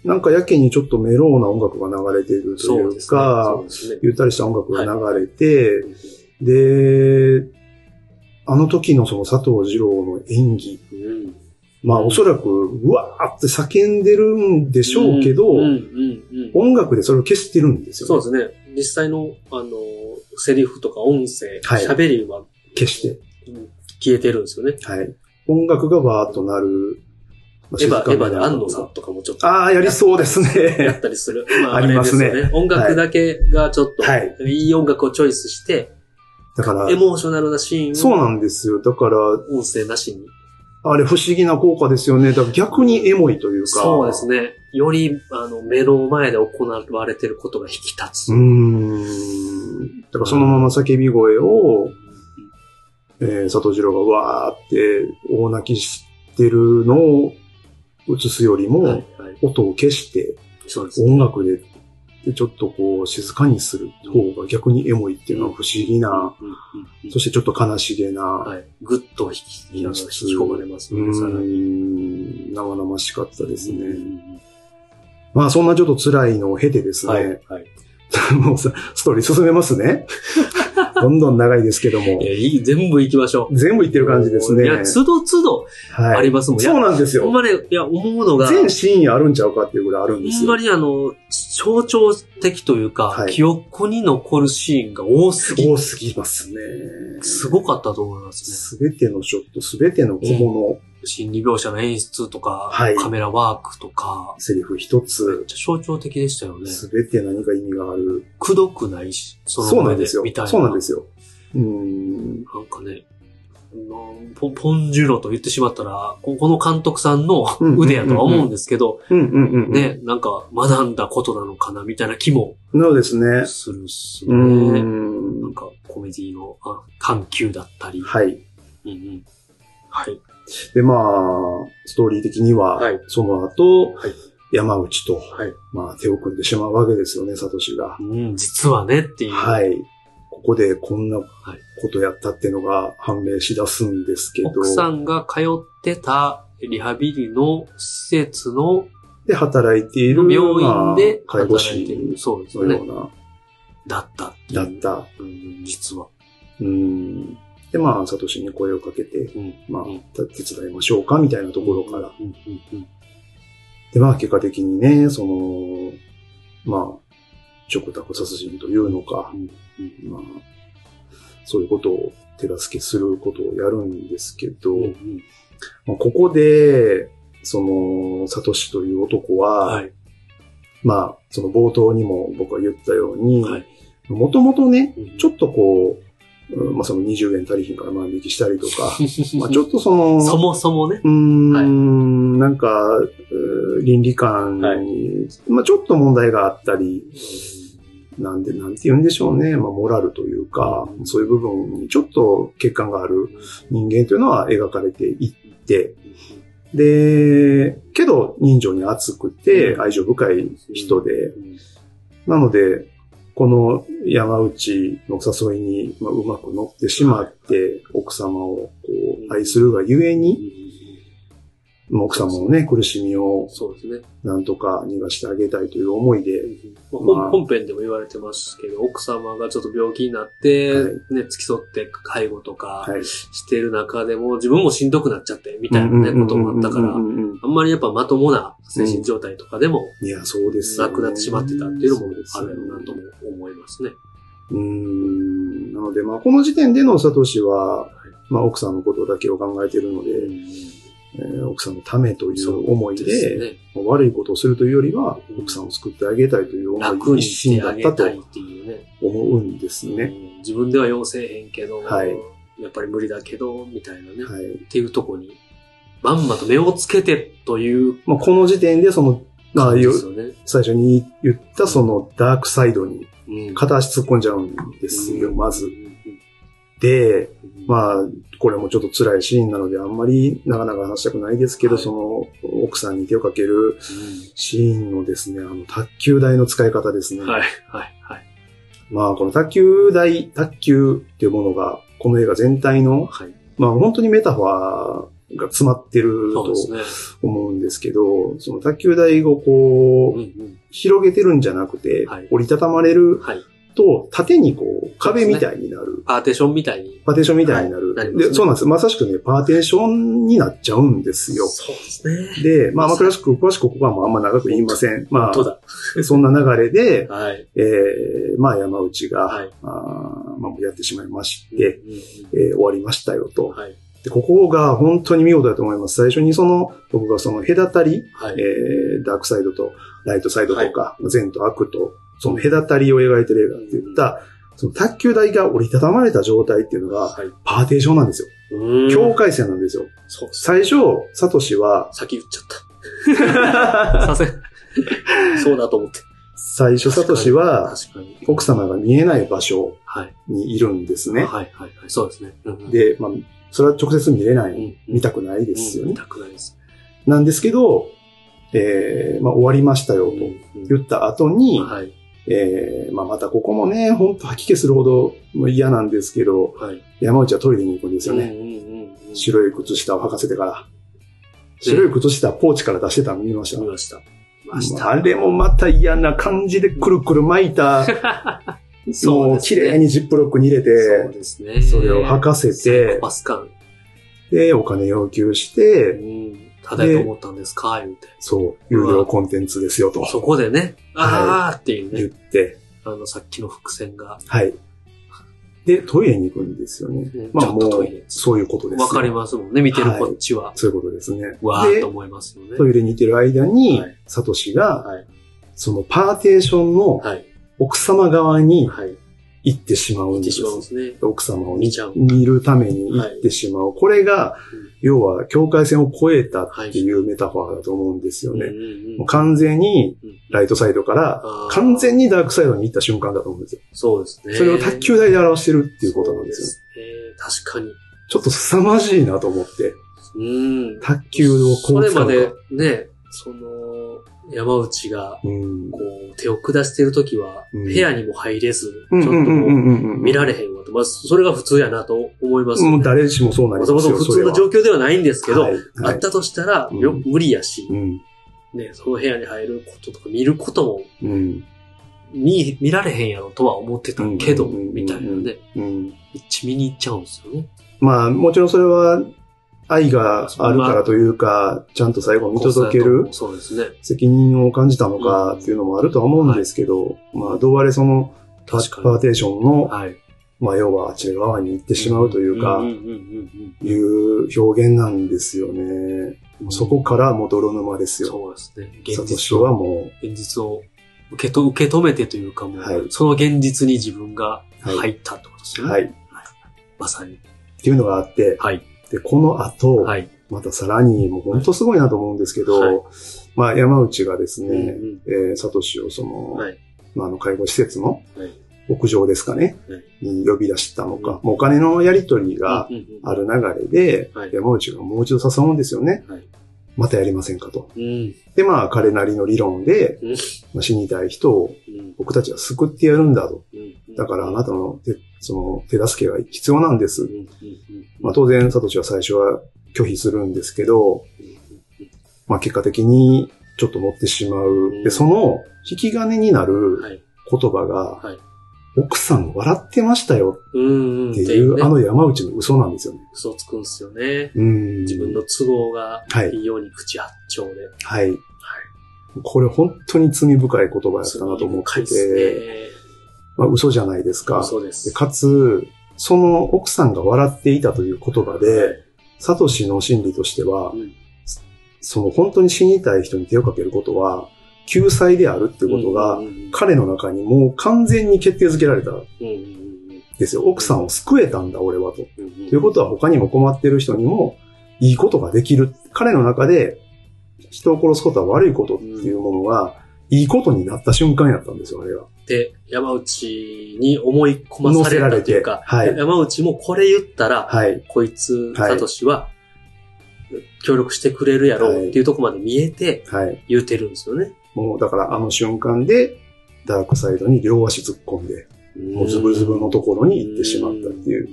B: なんかやけにちょっとメローな音楽が流れてるとい
A: そうで
B: う
A: すね。
B: か、
A: そうですね。
B: ゆったりした音楽が流れて、で、あの時のその佐藤二郎の演技、
A: うん
B: まあおそらく、うわーって叫んでるんでしょうけど、
A: うんうんうん
B: 音楽でそれを消してるんです
A: そう
B: よ、ね。
A: ですね。実際の、あの、セリフとか音声、
B: はい
A: 喋、りは
B: 消して。
A: 消えてるんですよね。
B: はい。音楽がわーっとなる。まあ
A: エ
B: 静
A: ヴァ、
B: か
A: エ
B: に
A: ヴ
B: な
A: ァ
B: る
A: で安藤さんとかもちょっと。
B: ああ、やりそうです
A: やっ
B: ね。
A: たりする。
B: ありますね
A: れですよ音楽だけがちょっと、
B: はい
A: い、い音楽をチョイスして、
B: だから
A: エ、モーショナルなシーンを
B: そうなんですよ。だから、
A: 音声なしに。
B: あれ不思議な効果ですよね。だから逆にエモいというか。
A: そうです
B: ね。
A: ね。より、あの、目の前で行われてることが引き立つ。
B: うーん。だからそのまま叫び声を、えー、佐藤二郎がわーって大泣きしてるのを映すよりも、
A: はい、はい。
B: 音を消して
A: そうですね。
B: 音楽で、でちょっとこう静かにする方が逆にエモいっていうのは不思議な、
A: うんうんうん
B: そしてちょっと悲しげな、
A: はい。ぐっと引き、あの引き込まれます
B: う
A: ので、さらに。
B: ーん、生々しかったですね。
A: うん
B: まあそんなちょっと辛いのを経てですね、
A: はい、はい。
B: もうさ、ストーリー進めます ね。どんどん長いですけども
A: い。やいい全部行きましょう。
B: 全部いってる感じですね。
A: いや、つどつどあ
B: は
A: り
B: い。
A: ますもん。いや
B: そうなんです
A: ほん
B: よ。
A: まね、いや、思うのが、
B: 全シーンあるんちゃうかっていうぐらいあるんです
A: ほん
B: よ
A: ま。にあの、象徴的というか、
B: はい
A: 記憶に残るシーンが多すぎ、
B: 多すぎますね。
A: すごかったと思いますね。
B: すべてのショット、すべての小物、
A: 心理描写の演出とか、
B: はい
A: カメラワークとか、
B: セリフ一
A: め
B: つ
A: っ、ちゃ象徴的でしたよね。
B: すべて何か意味がある。
A: くどくないし、そ
B: そうな
A: 上
B: んですよ
A: みたい。な。
B: そうなんですよ。うーん。
A: なんかね、うんポポンジュロと言ってしまったら、ここの監督さんの
B: うんうんうんうん
A: 腕やとは思うんですけど、
B: うんうんうんうん。
A: ね、なんか学んだことなのかなみたいな気も
B: のですね。
A: するっす
B: うー
A: ね。なん
B: ん。
A: かコメディのあ緩急だったり。
B: はい。
A: うんうんはい。
B: で、まあ、ストーリー的には
A: はい、
B: その後、
A: はい
B: 山内と、
A: はい。
B: まあ、手を組んでしまうわけですよね、サトシが。
A: うん、実はねっていう。
B: はい。ここでこんなことやったっていうのが判明しだすんですけど、
A: 奥さんが通ってたリハビリの施設の
B: で、働いている、
A: 病院で
B: まあ介護
A: 働
B: 士
A: いてる。そうです
B: の
A: よ
B: よう
A: ね。
B: な、
A: だったていう
B: だった。
A: うん、実は。
B: うん。で、まあ、サトシに声をかけて、
A: うん。
B: まあ
A: うん、
B: た手伝いましょうか、みたいなところから。
A: うんうんうん
B: で、まあ、結果的にね、その、まあ、食卓殺人というのか、
A: うん
B: まあ、そういうことを手助けすることをやるんですけど、
A: うんうん
B: まあここで、その、サトシという男は、
A: はい。
B: まあ、その冒頭にも僕は言ったように、
A: はい
B: もともとね、ちょ
A: っ
B: っとこう、うんまあその20円足りひんから万引きしたりと か、まあちょっとその、
A: そもそもね。
B: うーん、なんか、うー倫理観に、
A: は
B: まあちょっと問題があったり、なんで、なんて言うんでしょうね。まあ、モラルというか、そういう部分にちょっと欠陥がある人間というのは描かれていって、で、けど人情に熱くて愛情深い人で、なので、この山内の誘いにまあうまく乗ってしまって、奥様をこう愛するがゆえに、まあ奥様のね、苦しみを
A: そうですね。
B: なんとか逃がしてあげたいという思いで、
A: まあ
B: ま
A: 本
B: あ
A: 本編でも言われてますけど、奥様がちょっと病気になって、
B: はい
A: ね、付き添って介護とか
B: はい。
A: してる中でも、自分もしんどくなっちゃって、みたいなね、こともあったから
B: う、んうんうんうん
A: あんまりやっぱまともな精神状態とかでも、
B: いや、そうですよ
A: な
B: ね。
A: くなってしまってたっていうのもあるや
B: よ
A: ろうなとも思いますね。
B: うーんなので、まあ、この時点でのサトシは、まあ、奥さんのことだけを考えているので、えー奥さんのためという思いで、
A: ですね。
B: まあ悪いことをするというよりは
A: う、ん
B: 奥さんを救ってあげたいという
A: 楽
B: 思い
A: に
B: 一
A: し
B: 心
A: て
B: だ
A: あ
B: っ
A: げ
B: たと
A: たいっていうね。
B: 思うんですね。
A: うん自分では要せえへんけど、
B: はい
A: やっぱり無理だけど、みたいなね、
B: はい。
A: っていうとこに、まんまと目をつけてという
B: まあ、この時点で、その、まあ、
A: 感じ
B: よ
A: ですよね。
B: 最初に言ったそのダークサイドに
A: うん
B: 片足突っ込んじゃうんですよ、まず。。で、
A: あ、
B: まあ、これもちょっと辛いシーンなので、あんまり長々話したくないですけど、
A: はい
B: その、奥さんに手をかけるシーンのですね、あの、卓球台の使い方ですね。
A: はい、はい、はい。
B: まあ、この卓球台、卓球っていうものが、この映画全体の、
A: はい、
B: まあ、本当にメタファーが詰まってる
A: そう
B: と
A: ですね。
B: 思うんですけど、そ,、の卓球台をこう、
A: うん
B: 広げてるんじゃなくて、
A: はい
B: 折りたたまれる
A: うんはい。
B: と、縦にこう、壁みたいになる。
A: パーテーションみたいに。
B: パーテーションみたいにな
A: は
B: る、
A: いなりますね
B: で。そうなんです。まさしくね、パーテーションになっちゃうんですよ。
A: そうですね。
B: で、まあ、ま
A: ま
B: あ、
A: さ
B: 詳しく、詳しくここはもうあんま長く言いません。ま
A: そうだ。
B: あ、 そんな流れで、
A: はい。
B: えーまあ山内が、
A: はい
B: あーまあ、やってしまいまして、
A: うんうん
B: えー終わりましたよ
A: うん
B: と。
A: はい、
B: で、ここが本当に見事だと思います。最初にその、僕がその隔たり、
A: は
B: え
A: い。
B: ーダークサイドとライトサイドとか、善と悪と、その隔たりを描いてる映画って言った、その卓球台が折りたたまれた状態っていうのが、
A: はい。
B: パーテーションなんですよ。
A: うん
B: 境界線なんですよ。
A: そうですね。
B: 最初、サトシは、
A: 先言っちゃった。させ。 そうだと思って。
B: 最初サトシは、
A: 確かに。
B: 奥様が見えない場所
A: はい。
B: にいるんですね。
A: はいはいはい。そうですね。うん、
B: で、まあ、それは直接見れな
A: う
B: い、
A: ん、
B: 見
A: く
B: たくないですよ
A: 見
B: ね。
A: たくないです。
B: なんですけど、えーまあ、終わりましたよと
A: うん
B: 言った後に、
A: はい。
B: えーまあ、またここもね、ほんと吐き気するほどもう嫌なんですけど、
A: はい。
B: 山内はトイレに行くんです
A: う
B: よ
A: んう
B: ね。
A: んうん。
B: 白い靴下を履かせてから。白い靴下ポーチから出してたの見ました
A: 見。ました。見ました。
B: あれもまた嫌な感じでくるくる巻いた、
A: そう
B: も
A: で
B: う
A: す
B: 綺
A: ね
B: 麗にジップロックに入れ
A: そう
B: て、
A: ですね。
B: それを履かせ
A: サイ
B: て
A: コ、パス感。
B: で、お金要求し
A: う
B: て、
A: ん。ただいと思ったんですか言うて。
B: そう、有料コンテンツですよと
A: そこでね、あーっていう
B: 言っ
A: ね、
B: て、
A: あの、さっきの伏線が、
B: はい。で、トイレに行くんですよね。
A: うん
B: ま
A: ち
B: あ
A: ょっと
B: も
A: ト
B: う
A: イレ、
B: そういうことですよ。
A: わかりますもんね、見てるこっちは。
B: そういうことですね。
A: わーっ
B: で
A: と、思いますよね。
B: トイレに行ってる間に
A: はい、
B: サトシが、
A: はい。
B: そのパーテーションの
A: はい。
B: 奥様側に
A: はい。
B: 行ってしまうん
A: 見
B: で
A: て
B: す
A: しまうんですね。
B: 奥様を
A: 見
B: 見
A: ちゃう
B: 見るために行ってしまう。これが
A: うん、
B: 要は境界線を越えたっていうメタファーだと思うんですよ
A: う
B: ね。
A: んうんうん
B: もう完全にライトサイドから
A: あー
B: 完全にダークサイドに行った瞬間だと思うんですよ。
A: そうですね。
B: それを卓球台で表してるっていうことなんですよ。
A: そうですね。確かに。
B: ちょっと凄まじいなと思って、
A: うん。
B: 卓球をこ
A: そうれ
B: 使う
A: ま
B: か。
A: でね、その、山内が、
B: うん
A: こう、手を下してるときは、
B: うん
A: 部屋にも入れず、
B: うん
A: ちょ
B: う
A: っ
B: ん
A: と
B: うん
A: もう
B: うんうん。
A: 見られへんわと。まあ、それが普通やなと思いますよ
B: も
A: ね、
B: う誰しもそうなり
A: まあ
B: ます
A: そ
B: よ。
A: もそも普通の
B: 況
A: 状況ではないんですけど、あ
B: あ
A: ったとしたら、よ
B: うん
A: 無理やし
B: う、ん。
A: ね、その部屋に入ることとか見ることも
B: うん。
A: 見、見られへんやろとは思ってたけど、
B: うんうんうんうん
A: みたいなね。
B: うん。
A: 一致見に行っちゃうんですよね。
B: まあ、もちろんそれは、愛があるからというか、ちゃんと最後見届ける
A: そうですね。
B: 責任を感じたのかっていうのもあるとは思うんですけど、まあ、どうあれその、パ
A: 確かに
B: ーテーションの、
A: はい。っ
B: まあ、要はあっち側に行っ
A: て
B: てしまうというか、いう表現なんですよね。そこからもう泥沼ですよ。
A: そうですね。現
B: サト
A: 実
B: シは
A: を、
B: も
A: 現実を受けと受け止めてというかもう、
B: はい
A: その現実に自分が
B: は
A: 入ったってことです
B: う、
A: よね。
B: はい。っ
A: まさに。
B: ていうのがあって、
A: はい。
B: で、この後、
A: はい。
B: またさらに、もう本当すごいなと思うんですけど、
A: はい
B: まあ山内がです
A: うんう
B: ね、
A: ん
B: えーサトシをその、
A: はい。
B: まあ、あの介護施設の
A: はい
B: 屋上ですかね、
A: はい
B: に呼び出したのか、もうお金のやり取りが
A: うんうんうん
B: ある流れで、
A: はい
B: 山内がもう一度誘うんですよね。
A: はい
B: またやりませんかと。
A: うん。
B: で、まあ彼なりの理論で
A: うん、
B: まあ、死にたい人を
A: うん
B: 僕たちは救ってやるんだと。
A: うん
B: だからあなたの手その手助けが必要なんで
A: う
B: す
A: ん。うんうん
B: まあ、当然、サトシは最初は拒否するんですけど、
A: うん
B: まあ、結果的にちょっと乗ってしまう。で、その引き金にな
A: は
B: る
A: い。
B: 言葉が、
A: はい
B: 奥さん笑ってましたよ
A: うんうん。
B: っていう、
A: ね
B: あの山内の嘘なんですよね。
A: 嘘つくんですよね。
B: うん。
A: 自分の。都合が
B: はい
A: いいように口八丁で。はい。
B: はい。これ本当に罪深い言葉やったなと思ってて、まあ、嘘じゃないですか。
A: そうです
B: で。かつ、その奥さんが笑っていたという言葉で、サトシの心理としては、
A: うん
B: その本当に死にたい人に手をかけることは、救済であるって
A: と
B: いうことが、
A: うんうん
B: 彼の中にもう完全に決定づけられたん
A: うんうん
B: ですよ。奥さんを救えたんだ、俺はと。
A: うんうんうん
B: ということは他にも困ってる人にもいいことができる。彼の中で人を殺すことは悪いことっていうものが、いいことになった瞬間やったんですよ、あれが。
A: で、山内に思い込まされたというか、
B: 乗せられてはい
A: 山内もこれ言ったら、
B: はい。
A: こいつ、
B: はい
A: サトシは、協力してくれるやろうっていうところまで見えて
B: はい。
A: 言うてるんですよね。
B: もうだからあの瞬間で、ダークサイドに両足突っ込んで、もうズブズブのところに行ってしまったっていう。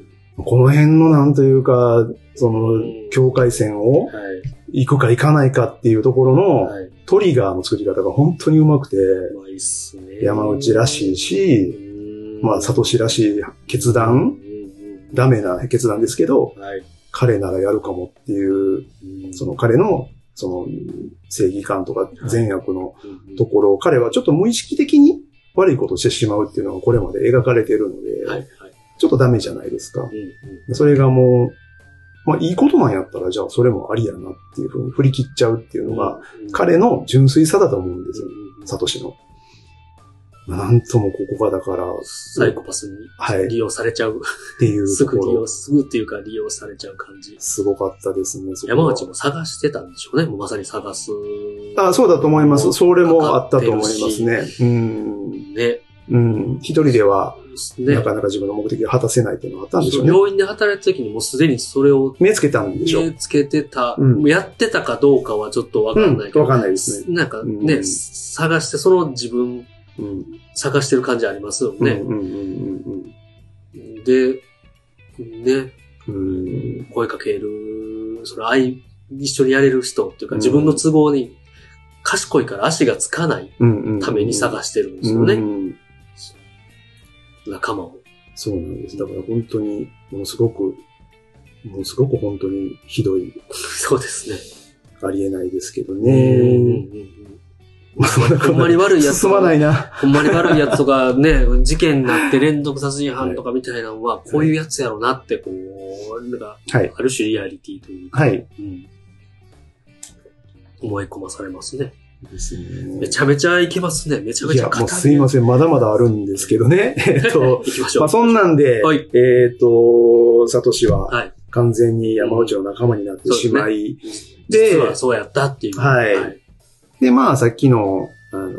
A: い
B: この辺のなんというか、そうの
A: ん、
B: 境界線を
A: はい。
B: 行くか行かないかっていうところの
A: はい。
B: トリガーの作り方が本当にうまくて、
A: うまいっすね。
B: 山内らしいし、
A: うん、
B: まあ、サトシらしい決断、ダメな決断ですけど、
A: うんはい。
B: 彼ならやるかもっていう、その彼の、その、正義感とか善悪の
A: うん、
B: ところを彼はちょっと無意識的に悪いことをしてしまうっていうのがこれまで描かれてるので、
A: はい、はい。
B: ちょっとダメじゃないですか。
A: うんうん
B: それがもう、まあいいことなんやったら、じゃあそれもありやなっていうふうに振り切っちゃうっていうのが、、彼の純粋さだと思うんですよ。サトシの。まあなんともここがだから、
A: サイコパスに
B: はい、っ
A: 利用されちゃう。
B: ていう
A: す
B: と
A: ぐ
B: こ
A: 利用、
B: ろ、
A: すぐっていうか利用されちゃう感じ。
B: すごかったですね。そこ
A: 山
B: は
A: 内も探してたんでしょうね。もうまさに探す。
B: あそうだと思います。それもあったと思い
A: か
B: ま
A: かってる
B: す
A: し
B: ね。うん。
A: ね。
B: うん。一人では、
A: ね
B: なかなか自分の目的が果たせないっていうのがあったんでしょうね。
A: 病院で働いた時にもうすでにそれを
B: 目つけたんでしょう。
A: 目つけてた、
B: うん
A: やってたかどうかはちょっとわか
B: うんん。
A: ないけど、
B: わかんないですね。
A: なんかね、
B: うん
A: 探して、その自分
B: うん。
A: 探してる感じありますよ
B: うん。う
A: ね。
B: ん。うん
A: で、ね、
B: うん。うん。
A: 声かける、その愛、一緒にやれる人っていうか、自分の都合に賢いから足がつかない
B: うんうん。
A: ために探してるんですよね。
B: うん
A: 仲間を。
B: そうなんです。だから本当に、ものすごく、ものすごく本当にひどい、
A: そうですね。
B: ありえないですけど
A: うんうん
B: ね。
A: うんほんまに悪いやつ。
B: 進まないな。
A: ほんまに悪いやつと かね、事件になって連続殺人犯とかみたいなのは、こういうやつやろなって、こう、なんか、
B: はい。
A: ある種リアリティというか、
B: はい。
A: うん思い込まされますね。
B: ですね
A: めちゃめちゃいけますね。めちゃめ
B: い
A: ちゃ
B: や、
A: 語
B: もうすいません。まだまだあるんですけ どね。えっと、
A: 行きましょう。
B: まあ、そんなんで、
A: はい
B: えっ、と、サトシは
A: はい。
B: 完全に山内の仲間になってしまい、で
A: 実はそうやったっていう。
B: はい
A: はい。
B: で、まあ、さっきの、あのー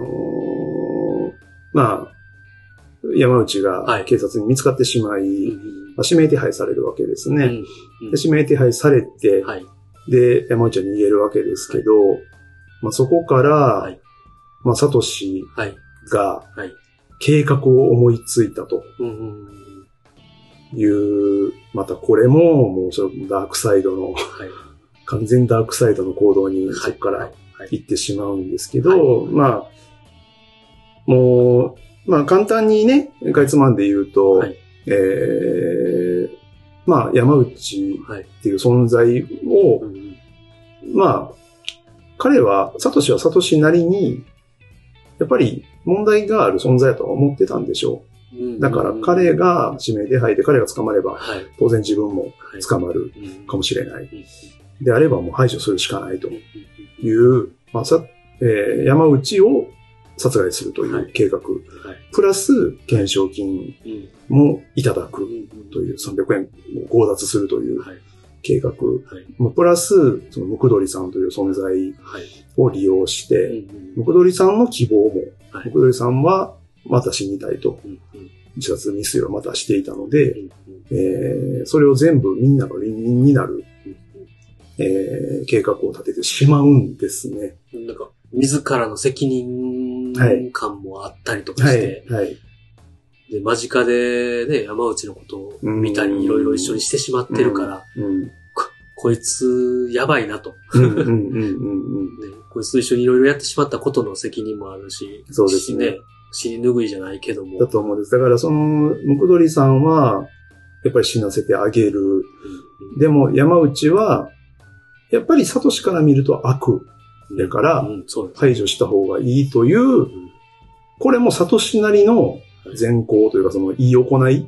B: まあ、山内
A: は
B: が
A: い
B: 警察に見つかってしまい、まあ、指名手配されるわけですね。
A: うんうん
B: で指名手配されて、
A: はい。
B: で、山内は逃げるわけですけど、まあ、そこから、
A: い
B: まあ、サトシ
A: はい。
B: が
A: はい。
B: 計画を思いついたと
A: うんうんうん
B: いう、またこれも、もうそれもダークサイド
A: は
B: の、
A: い。
B: 完全ダークサイドの行動に
A: はい
B: そこから
A: はい。
B: 行ってしまうんですけど、まあ、もう、まあ簡単にね、かいつまんで言うと、
A: はい
B: えーまあ、山内
A: はい。
B: っていう存在を、
A: うん
B: まあ、彼は、サトシはサトシなりに、やっぱり問題がある存在だとは思ってたんでしょう。だから彼、が指名手配で彼が捕まれば、
A: はい。
B: 当然自分も捕まる
A: うん
B: かもしれない。
A: うん
B: であればもう排除するしかないという、まあさえー山内を殺害するとい
A: は
B: う
A: い
B: 計画、
A: はい
B: プラス懸賞金
A: うん
B: もいただく
A: うん
B: という、300円を強奪するという
A: はい。
B: 計画、
A: はい。
B: まあプラスそのムクドリさんという存在
A: はい。
B: を利用して、
A: うん
B: ムクドリさんの希望も、
A: はい
B: ムクドリさんはまた死にたいと、
A: うんうん
B: 自殺未遂をまたしていたので、
A: うん
B: えーそれを全部みんなの輪民になる、えー計画を立ててしまうんですね。
A: うんなんか、自らの責任感もあったりとか
B: は
A: して、
B: い。はい。
A: で、間近でね、山内のことを見た
B: うん
A: り、いろいろ一緒にしてしまってるから、
B: うん。
A: こいつ、やばいなと。ね、
B: うんうんうんうんうん。
A: こいつと一緒にいろいろやってしまったことの責任もあるし、
B: そうですね
A: 死に拭いじゃないけども
B: だ、と思うんです。だからその、ムクドリさんは、やっぱり死なせてあげる。
A: うん
B: でも山内は、やっぱりサトシから見ると悪、
A: うん
B: だから
A: うん、そうです。
B: 排除した方がいいという、
A: うん
B: これもサトシなりの善行というかその言い行 い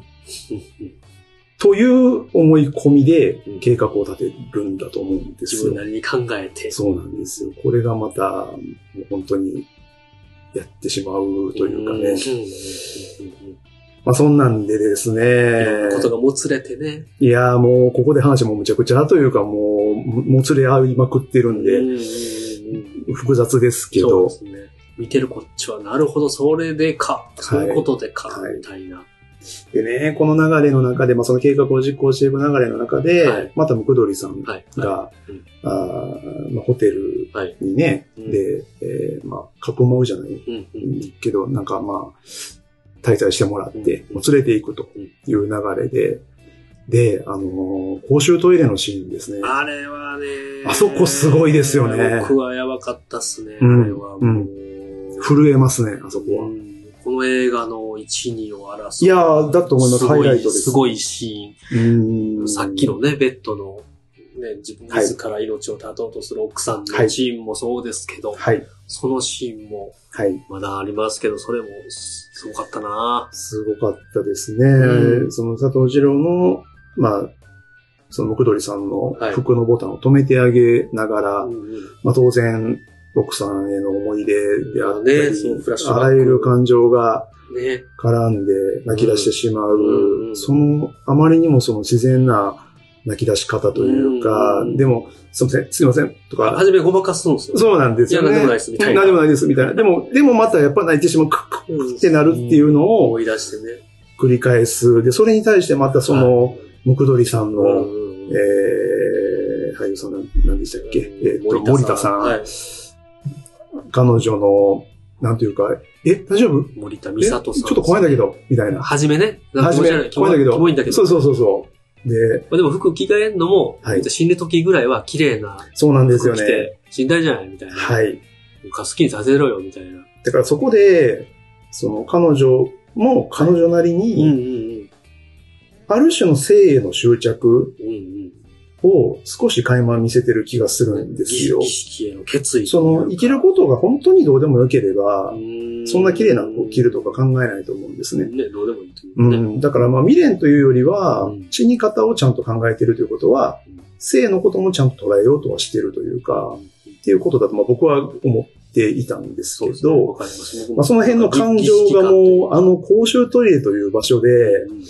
B: という思い込みで
A: うん
B: 計画を立てるんだと思うんです
A: 自
B: よ
A: 分。なりに考えて、
B: そうなんですよ。これがまた、もう本当にやってしまうという
A: うんうんう
B: かね。
A: んうんうん
B: まあそんなんでです
A: いろんなこ
B: ね
A: と。がもつれてね。
B: いやーもうここで話もむちゃくちゃというかもう、ももつれ合いまくってる
A: う
B: ん
A: ん
B: で、
A: うんうん
B: 複雑ですけ
A: そう
B: ど
A: で、すね。見てるこっちは、なるほど、それでか、そういうことでか、
B: はい
A: みたいな。
B: でね、この流れの中で、まあ、その計画を実行していく流れの中で、
A: はい
B: またムクドリさんが、
A: はいはうん
B: あーまあ、ホテルにね、
A: はいうん
B: で、えーまあ、格毛じゃない
A: うんうんうん
B: けど、なんかまあ、滞在してもらって、
A: うん
B: もう連れていくという流れで、で、あのー公衆トイレのシーンですね。
A: あれはね。
B: あそこすごいですよね
A: 僕はやばかったっすね。
B: うん
A: あれはもう。
B: 震えますね、あそこ
A: う
B: は。
A: んこの映画の1、2を争う。
B: いやー、だと思います。
A: す
B: ハイ
A: ご
B: ライト
A: い、
B: です。
A: すごいシ
B: う
A: ー
B: ー
A: ン。
B: ん
A: さっきのね、ベッドの、ね、自分自ら命を絶とうとする奥さん
B: は
A: の
B: い
A: シーンもそうですけど、
B: はい。
A: そのシーンも
B: はい。
A: まだありますけど、それもすすごかったな
B: すごかったですね。
A: う
B: その佐藤二郎の、まあ、その、ムクドリさんの
A: はい
B: 服のボタンを止めてあげながら、
A: うんうん
B: まあ当然、奥さんへの思い出であった
A: ねそうフラッシュバッ
B: り、あ
A: ク
B: らゆる感情が
A: ね。
B: 絡んで泣き出してしまう、
A: うんうん
B: その、あまりにもその自然な泣き出し方というか、
A: うん
B: でも、すいません、すいません、とか
A: は、じめごまかすんですよ。
B: そうなんですよね。
A: いやなんでもないですみたいな
B: うんんでもないです、みたいな。でも、でもまたやっぱ泣いてしまう、クックッ
A: うん
B: ってなるっていうのを
A: 思い出してね。
B: 繰り返す。で、それに対してまたその、
A: はい、
B: ムクドリさんの、
A: うんうんうん
B: えー、俳優さんなん何でしたっけ、えっと、森田さん、
A: はい、
B: 彼女の、なんていうか、え、大丈夫
A: 森田
B: え
A: 美
B: ちょっ
A: 里さん。
B: と怖いんだけど、みたいな。
A: はじめね。なんか
B: 初め、
A: 気持
B: 怖い
A: ち
B: んだ
A: 悪
B: けど。
A: キモいんだけど。
B: そうそうそうそう。で、
A: まあでも服着替えんのも、
B: はい
A: 死んで時ぐらいは綺麗な
B: そうなんです
A: 服
B: よ
A: 着
B: ね。
A: て、死んだじゃないみたいな。
B: はい。
A: カスキにさせろよ、みたいな。
B: だからそこで、その彼女も彼女なり
A: うんうん
B: に、
A: うん。
B: ある種の性への執着
A: うんうん。
B: を少し垣間見せてる気がするんですよ
A: 意。識への決意と
B: そ
A: いうか。
B: の生きることが本当にどうでもよければ、
A: う
B: そんな綺麗な服を着るとか考えないと思うんですね。
A: ね、どうでもいいといううね。
B: ん、だからまあ未練というよりは
A: うん、
B: 死に方をちゃんと考えてるということは
A: うん、
B: 性のこともちゃんと捉えようとはしてるというか、っていうことだとまあ僕は思っていたんです
A: そう
B: け
A: ですね。わ
B: ど、
A: かります。僕も
B: まあ、その辺の感情がもう、あの公衆トイレという場所で、
A: うん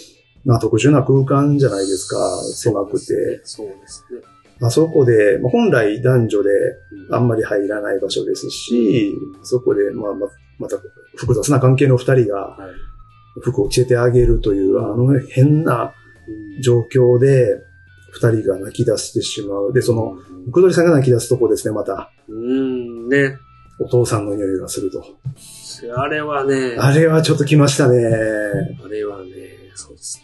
B: まあ、特殊な空間じゃないですか、狭くて。。
A: そうですね。
B: あそこで、まあ本来男女であんまり入らない場所ですし、そこで、まあ、ままた複雑な関係の二人が
A: はい
B: 服を着せてあげるという、あの変な
A: うん
B: 状況で、二人が泣き出してしまう。で、その、、ムクドリさんが泣き出すとこですね、また、
A: うん、ね。
B: お父さんの匂いがすると。
A: あれはね、
B: あれはちょっと来ましたね。
A: あれはね、そうですね。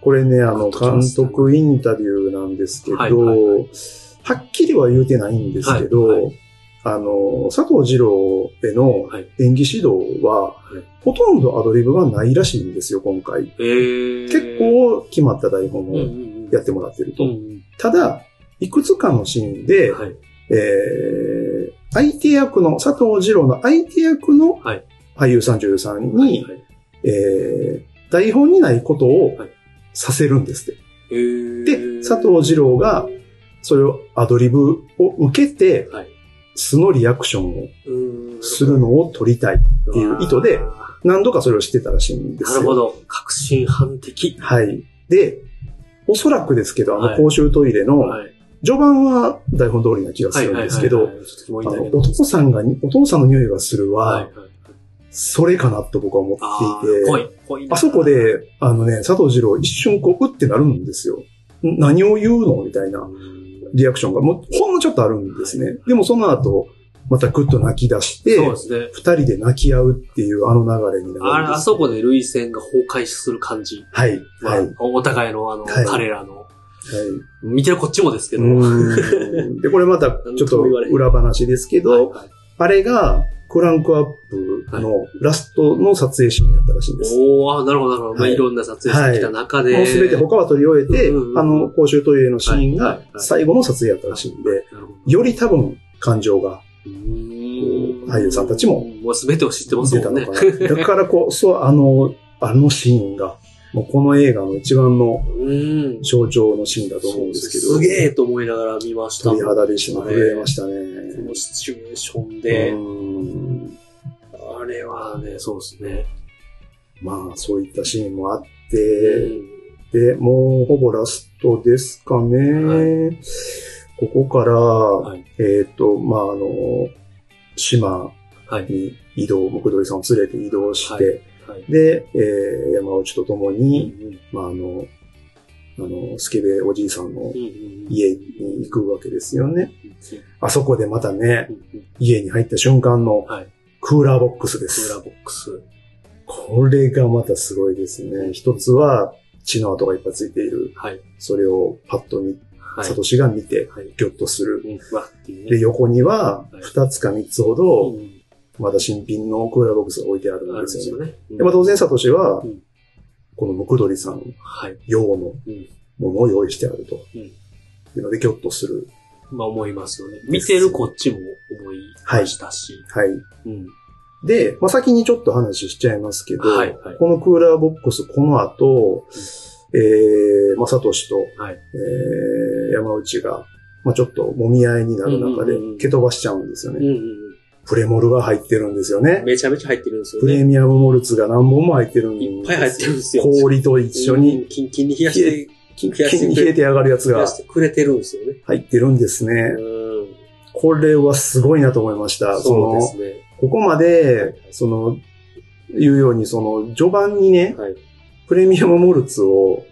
B: これね、あの、
A: ちょっと来ま
B: 監
A: したね
B: 督インタビューなんですけど、
A: は
B: はい
A: はい
B: っきりは言うてないんですけど、
A: はいは
B: あの、佐藤二郎への
A: はい
B: 演技指導は、
A: はい
B: ほとんどアドリブがないらしいんですよ、今回。
A: えー、
B: 結構決まった台本
A: うんうん
B: をやってもらってると。
A: うん。
B: ただ、いくつかのシーンで、
A: はい。
B: えー、相手役の、佐藤二郎の相手役の
A: はい
B: 俳優さん女優さんに、
A: はい
B: えー、台本にないことを
A: はい
B: させるんですって。
A: へー
B: で、佐藤二郎が、それをアドリブを受けて、
A: はい
B: 素のリアクションをするのを撮りたい。
A: って
B: いう意図で何度かそれをしてたらしいんです
A: な
B: よ。
A: るほど。革新犯的。
B: はい。で、おそらくですけど、あ
A: は
B: の
A: い
B: 公衆トイレの、
A: はい。
B: 序盤は台本通りな気がするんですけど、
A: はいはいはいはいちょっと
B: あ
A: もう一回、
B: のお父さんが、お父さんの匂いがする
A: は
B: は、
A: いはい。
B: それかなと僕は思
A: あ
B: って
A: ー
B: い
A: 濃
B: て、
A: い、濃いな
B: あそこ、で、あのね、佐藤二郎一瞬こう、うってなるんですよ。ん何を言うのみたいな
A: うん
B: リアクションが、もう、ほんのちょっとあるんですね。でもその後、またグッと泣き出して、
A: そうですね。
B: 二人で泣き合うっていうあの流れにな
A: あ
B: るん
A: れ
B: で
A: あ
B: す。
A: そこで類線が崩壊する感じ。
B: はい。
A: まあ
B: はい。はい。
A: おお互いの、あの、
B: はい
A: 彼らの、見てるこっちもですけど。
B: うんで、これまた、ちょっと裏話ですけ
A: はい
B: ど、
A: はい
B: あれが、クランクアップのラストの撮影シーンやったらしいんです。
A: おーあー、なるほど、なるほど。まあ、
B: はい
A: いろんな撮影してきた中で。
B: もうすべて他は撮り終えて、
A: うんうんうん
B: あの、公衆トイレのシーン
A: はい
B: が
A: はい
B: 最後の撮影やったらしいんで、
A: なるほど
B: より多分感情が
A: うーん
B: 俳優さんたちも
A: もうすべてを知ってます
B: 出
A: も
B: た
A: ん
B: の
A: ね。
B: かな。だからこそ、あの、あのシーンが、もうこの映画の一番の
A: うん。
B: 象徴のシーンだと思うんですけど、
A: すげえと思いながら見ました。
B: 鳥
A: こ
B: 肌でしたね。震えましたね。
A: のシチュエーションで
B: う。ん
A: あれはね、そうですね。
B: まあ、そういったシーンもあっ
A: う
B: て、
A: ん
B: で、もうほぼラストですかね。
A: は
B: ここから、
A: い
B: えっ、と、まあ、あの、島
A: はい。
B: に移動、木鳥さんを連れて移動して、
A: はい。
B: で、えー山内と共
A: うん
B: に、まあ、あの、あの、スケベおじいさんの
A: うんうん
B: 家に行くわけですよね。
A: うん
B: あそこでまたね、
A: うんうん
B: 家に入った瞬間の
A: はい。
B: クーラーボックスで
A: クーラ
B: す。
A: ーボックス。
B: これがまたすごいですね。一つは血の跡がいっぱいついている。
A: はい。
B: それをパッと見、
A: はい
B: サ。トシが見て、
A: はい。
B: ギョッとする。
A: うん、うわっていうね。
B: で、横には
A: はい
B: 二つか三つほ
A: う
B: ど、
A: ん
B: まだ新品のクーラーボックスが置いてある
A: あ
B: ん
A: るん
B: で
A: ですす
B: よね。
A: よね。
B: で、まあ当然サトシは
A: うん、
B: このムクドリさん
A: はい。
B: 用の
A: うん
B: ものを用意してあると。
A: うん
B: いうので、ギョッとする。
A: まあ思いますよね。見てるこっちも思いましたし。
B: はい。
A: うん。
B: で、まあ先にちょっと話しちゃいますけど、
A: はい。はい。
B: このクーラーボックス、この後、えー、まさとしと、
A: はい
B: えー、山内が、まあちょっと揉み合いになる中で
A: うんうんうん、
B: 蹴飛ばしちゃうんですよ
A: うん
B: ね。
A: うん
B: プレモルが入ってるんですよ
A: うん。
B: ね。
A: めちゃめちゃ入ってるんですよ
B: プレ
A: ね。
B: ミアムモルツが何本も入ってるんです
A: いっぱい入ってるんですよ。
B: 氷と一緒
A: う
B: に
A: ん、キンキンに冷やして、
B: キン
A: 冷やして
B: キ
A: くれ
B: ンに冷えて上がるやつ
A: 冷や
B: が
A: してくれてるんですよね。
B: 入ってるんですね。
A: うん。
B: これはすごいなと思いました。そ
A: そう
B: の
A: で、すね。
B: ここまで、その、言うように、その、序盤にね、
A: はい。
B: プレミアムモルツを、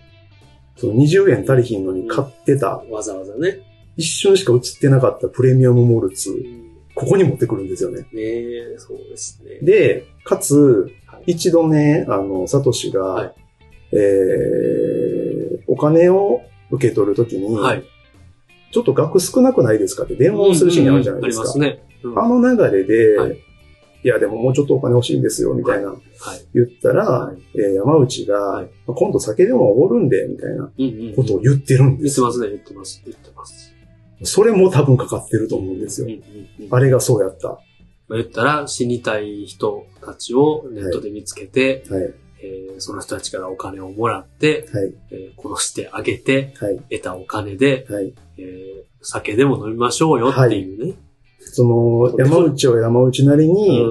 B: その20円足りひんのに買ってた、
A: わざわざね。
B: 一瞬しか映ってなかったプレミアムモルツ
A: う、ん
B: ここに持ってくるんですよね。
A: ねえ、そうですね。
B: で、かつ
A: はい、
B: 一度ね、あの、サトシが、
A: はい
B: えー、お金を受け取るときに、
A: はい。
B: ちょっと額少なくないですかって電話をするシーンあるじゃないですか。
A: うんうんうんありますね。うん
B: あの流れで、
A: はい
B: い、や、でももうちょっとお金欲しいんですよ、みたいな、
A: はい。
B: 言ったら、
A: はい
B: えー山内が、
A: はい
B: 今度酒でもおごるんで、みたいな
A: うんうん。
B: ことを言ってるんで
A: 言っ
B: す
A: て
B: よ。
A: ますね、言ってます。言ってます。
B: それも多分かかってると思うんですよ。
A: んうんうん
B: あれがそうやった。は
A: まあ言ったら、死にたい人たちをネットで見つけて、
B: い。はい。
A: えーその人たちからお金をもらって、えー殺してあげて、
B: はい。
A: 得たお金で、
B: はい。
A: えー酒でも飲みましょうよっていうね。
B: その、山内は山内なりに、
A: う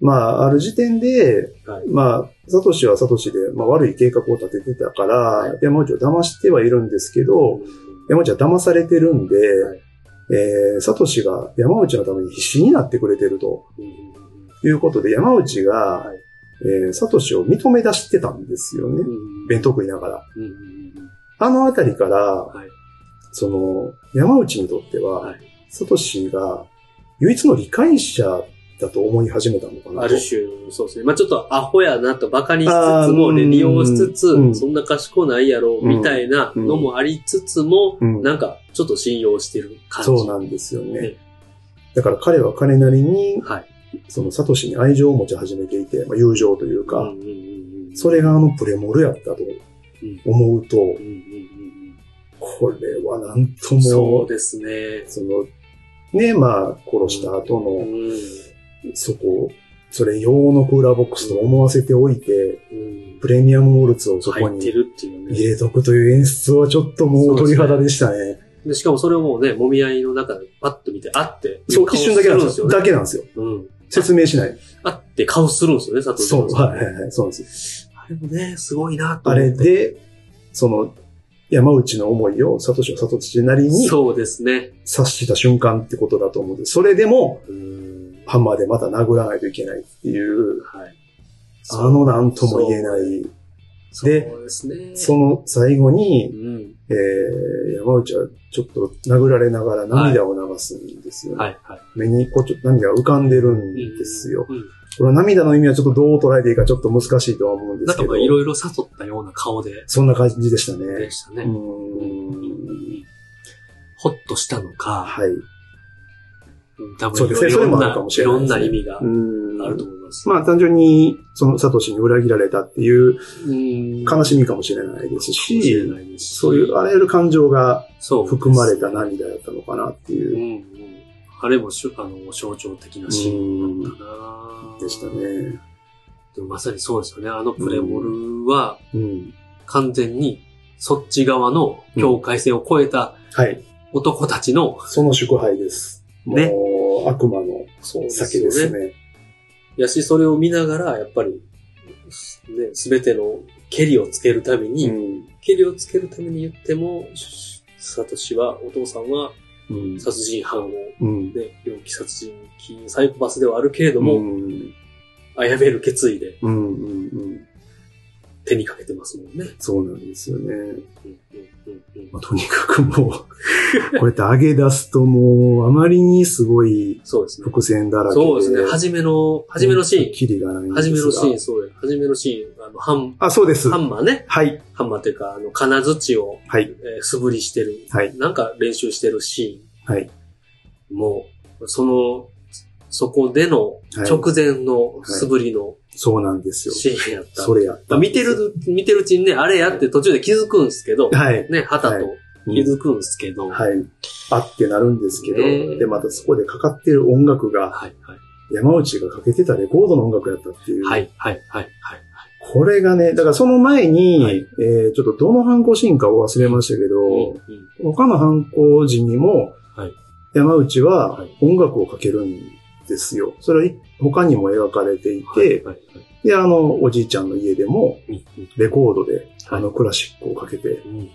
B: まあ、ある時点で、
A: んはい
B: まあ、サトシはサトシで、まあ、悪い計画を立ててたから、
A: はい
B: 山内を騙してはいるんですけど、山内は騙されてるんで、
A: はい
B: えー、サトシが山内のために必死になってくれてると
A: うんうんうん
B: いうことで、山内が、
A: い
B: えー、サトシを認め出してたんですよ
A: う
B: ね。
A: ん
B: 弁当食いながら。
A: うんうんうん
B: あのあたりから、
A: い
B: その、山内にとっては、
A: はい
B: サトシが唯一の理解者だと思い始めたのかなと。
A: ある種、そうですね。まあちょっとアホやなとバカにしつ
B: あ
A: つ
B: ー
A: も、
B: うん
A: ね利用しつつ、
B: うん
A: そんな賢ないやろ、
B: うん
A: みたいなのもありつつも、
B: うん
A: なんかちょっと信用してる感じ。
B: そうなんですよね。
A: ね
B: だから彼は彼なりに、
A: はい。
B: そのサトシに愛情を持ち始めていて、まあ、友情というか、
A: うんうんうんうん
B: それがあのプレモルやったと思うと
A: うん、うんうん
B: これはなんと
A: そう
B: も、
A: ですね。
B: その、ね、まあ、殺した後
A: う
B: の、
A: ん。
B: そこ、それ用のクーラーボックスと思わせておいて、
A: うん
B: プレミアムモルツをそこ
A: 入って
B: に
A: るっていう
B: 入
A: ね。
B: れとくという演出はちょっともう鳥肌でしたね。
A: でしかもそれをもうね、揉み合いの中でパッと見て、あって。
B: そう、一瞬だけなんですよ。
A: 顔
B: だけなんですよ。
A: するんですよね。うん。
B: 説明しない。
A: あって顔するんですよね、佐藤
B: そう、
A: さん
B: はいはいはい、そうなんですよ。
A: あれもね、すごいなと
B: あ
A: 思って
B: れで、その、山内の思いを、サトシはサトシなりに
A: そうですね。
B: 察した瞬間ってことだと思うんです。それでも、
A: うん。
B: ハンマーでまた殴らないといけないっていう、
A: はい。
B: あのなんとも言えない、
A: そう、
B: で
A: そうですね。
B: その最後
A: う
B: に、
A: ん。
B: えー、山内はちょっと殴られながら涙を流すんですよね。
A: はい、は
B: 目にこうちょっと涙が浮かんでるん
A: い。
B: ですよ。
A: うん。
B: これは涙の意味はちょっとどう捉えていいかちょっと難しいとは思うんで
A: なん
B: す
A: か
B: け
A: ま
B: ど
A: あ、、いろいろ悟ったような顔で、
B: そんな感じでしたね
A: で。した
B: う
A: ね。
B: ーん。
A: ほっとしたのか、
B: はい。
A: 多分
B: そうですね
A: いろん
B: それもあるかもしれな
A: い
B: い
A: ろん
B: です
A: な
B: ね
A: 意味が
B: うん
A: あると思います。
B: まあ単純に、そのサトシに裏切られたっていう
A: うん
B: 悲しみかもしれないです
A: かもしれ
B: し、
A: ないですし
B: そういうあらゆる感情が
A: そう
B: 含まれた涙だったのかなって
A: うんう
B: いう、
A: ん。あれもしゅあの象徴的なシーンだったな
B: でした。ね。
A: でもまさにそうですよね。あのプレモルは
B: うん。
A: 完全にそっち側の境界線を越えた
B: はい。
A: 男たちの
B: その祝杯です。
A: ね
B: もう、悪魔の酒ですね。
A: やし、それを見ながら、やっぱり、ね、すべてのケリをつけるために、ケリをつけるために言っても、しサトシは、お父さんは
B: うん。うん。
A: 殺人犯を、ね、
B: うん。
A: 猟奇殺人鬼、サイコパスではあるけれども、
B: うん
A: 殺める決意で
B: うんうんうん。
A: 手にかけてますもんね。
B: そうなんですよね。
A: うんうんうんう
B: ま
A: ん
B: あ、とにかくもう、こうやって上げ出すともう、あまりにすごい
A: そうですね。
B: 伏線だらけで。
A: そうですね。初めの、初めのシーン。
B: キリがないんです
A: 初めのシー
B: ン。
A: ン、そうです。初めのシーン、あの、ハン、
B: あ、そうです。
A: ハ
B: は
A: ンマーね。
B: い。
A: ハンマーっていうか、あの、金槌を、
B: はい。
A: えー素振りしてる。
B: はい。
A: なんか練習してるシ
B: はい。
A: ーンも、その、そこでの
B: はい
A: 直前の素振りの
B: そうなんですよ。
A: シーンやった。
B: それやった。
A: 見て。る、見てるうちにね、あれやって途中で気づくんですけど、
B: はい。
A: ね、旗と
B: うん
A: 気づくんですけど、
B: はい。あってなるんですけ
A: ね
B: ど、で、またそこでかかってる音楽が、
A: はい、はい、
B: 山内がかけてたレコードの音楽やったっていう。
A: はい、はい、はい、はい。
B: これがね、だからその前に、
A: はい
B: えーちょっとどの犯行シーンかを忘れましたけど、
A: う
B: 他の犯行時にも
A: はい、
B: 山内は
A: はい
B: 音楽をかけるんですよ。それは他にも描かれてい
A: んは
B: て、
A: い、はい、
B: で、あの、おじいちゃんの家でも、
A: うんうん
B: レコードで、あの、
A: は
B: クラシックをかけて、
A: うんうん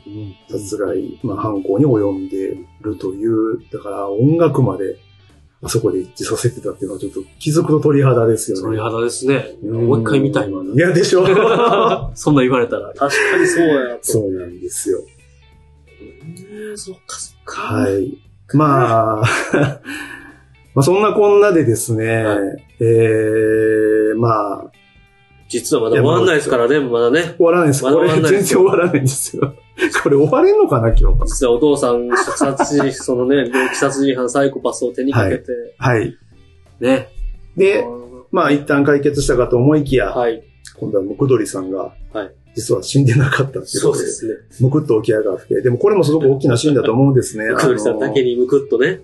B: 殺害、まあ、犯行に及んでるという、だから音楽まで、あそこで一致させてたっていうのは、ちょっと気づくと鳥肌ですよね。
A: 鳥肌ですね。
B: うん
A: もう一回見たいわ。
B: いや、でしょ
A: そんな言われたら。確かにそうやと。
B: そうなんですよ。
A: うんそっかそっか。
B: はい。まあ、 まあそんなこんなでですね、
A: は
B: えー、まあ、
A: 実はまだ終わんないですからね、まだね。
B: 終わらないです。
A: まだ
B: これ
A: 終わ
B: 全
A: らないで
B: 然
A: す
B: 終
A: よ
B: わらないんですよ。 これ終われんのかな、今日。
A: 実はお父さん、殺人、そのね、猟奇殺人犯、サイコパスを手にかけて、
B: はい。
A: ね。
B: で、まあ一旦解決したかと思いきや、
A: はい。
B: 今度はムクドリさんが
A: はい、
B: 実は死んでなかったっていう
A: そう
B: こと
A: で
B: で、
A: すね。
B: むくっと起き上がって、でもこれもすごく大きなシーンだと思うんですね。
A: ム クドリさんだけにムクっとね。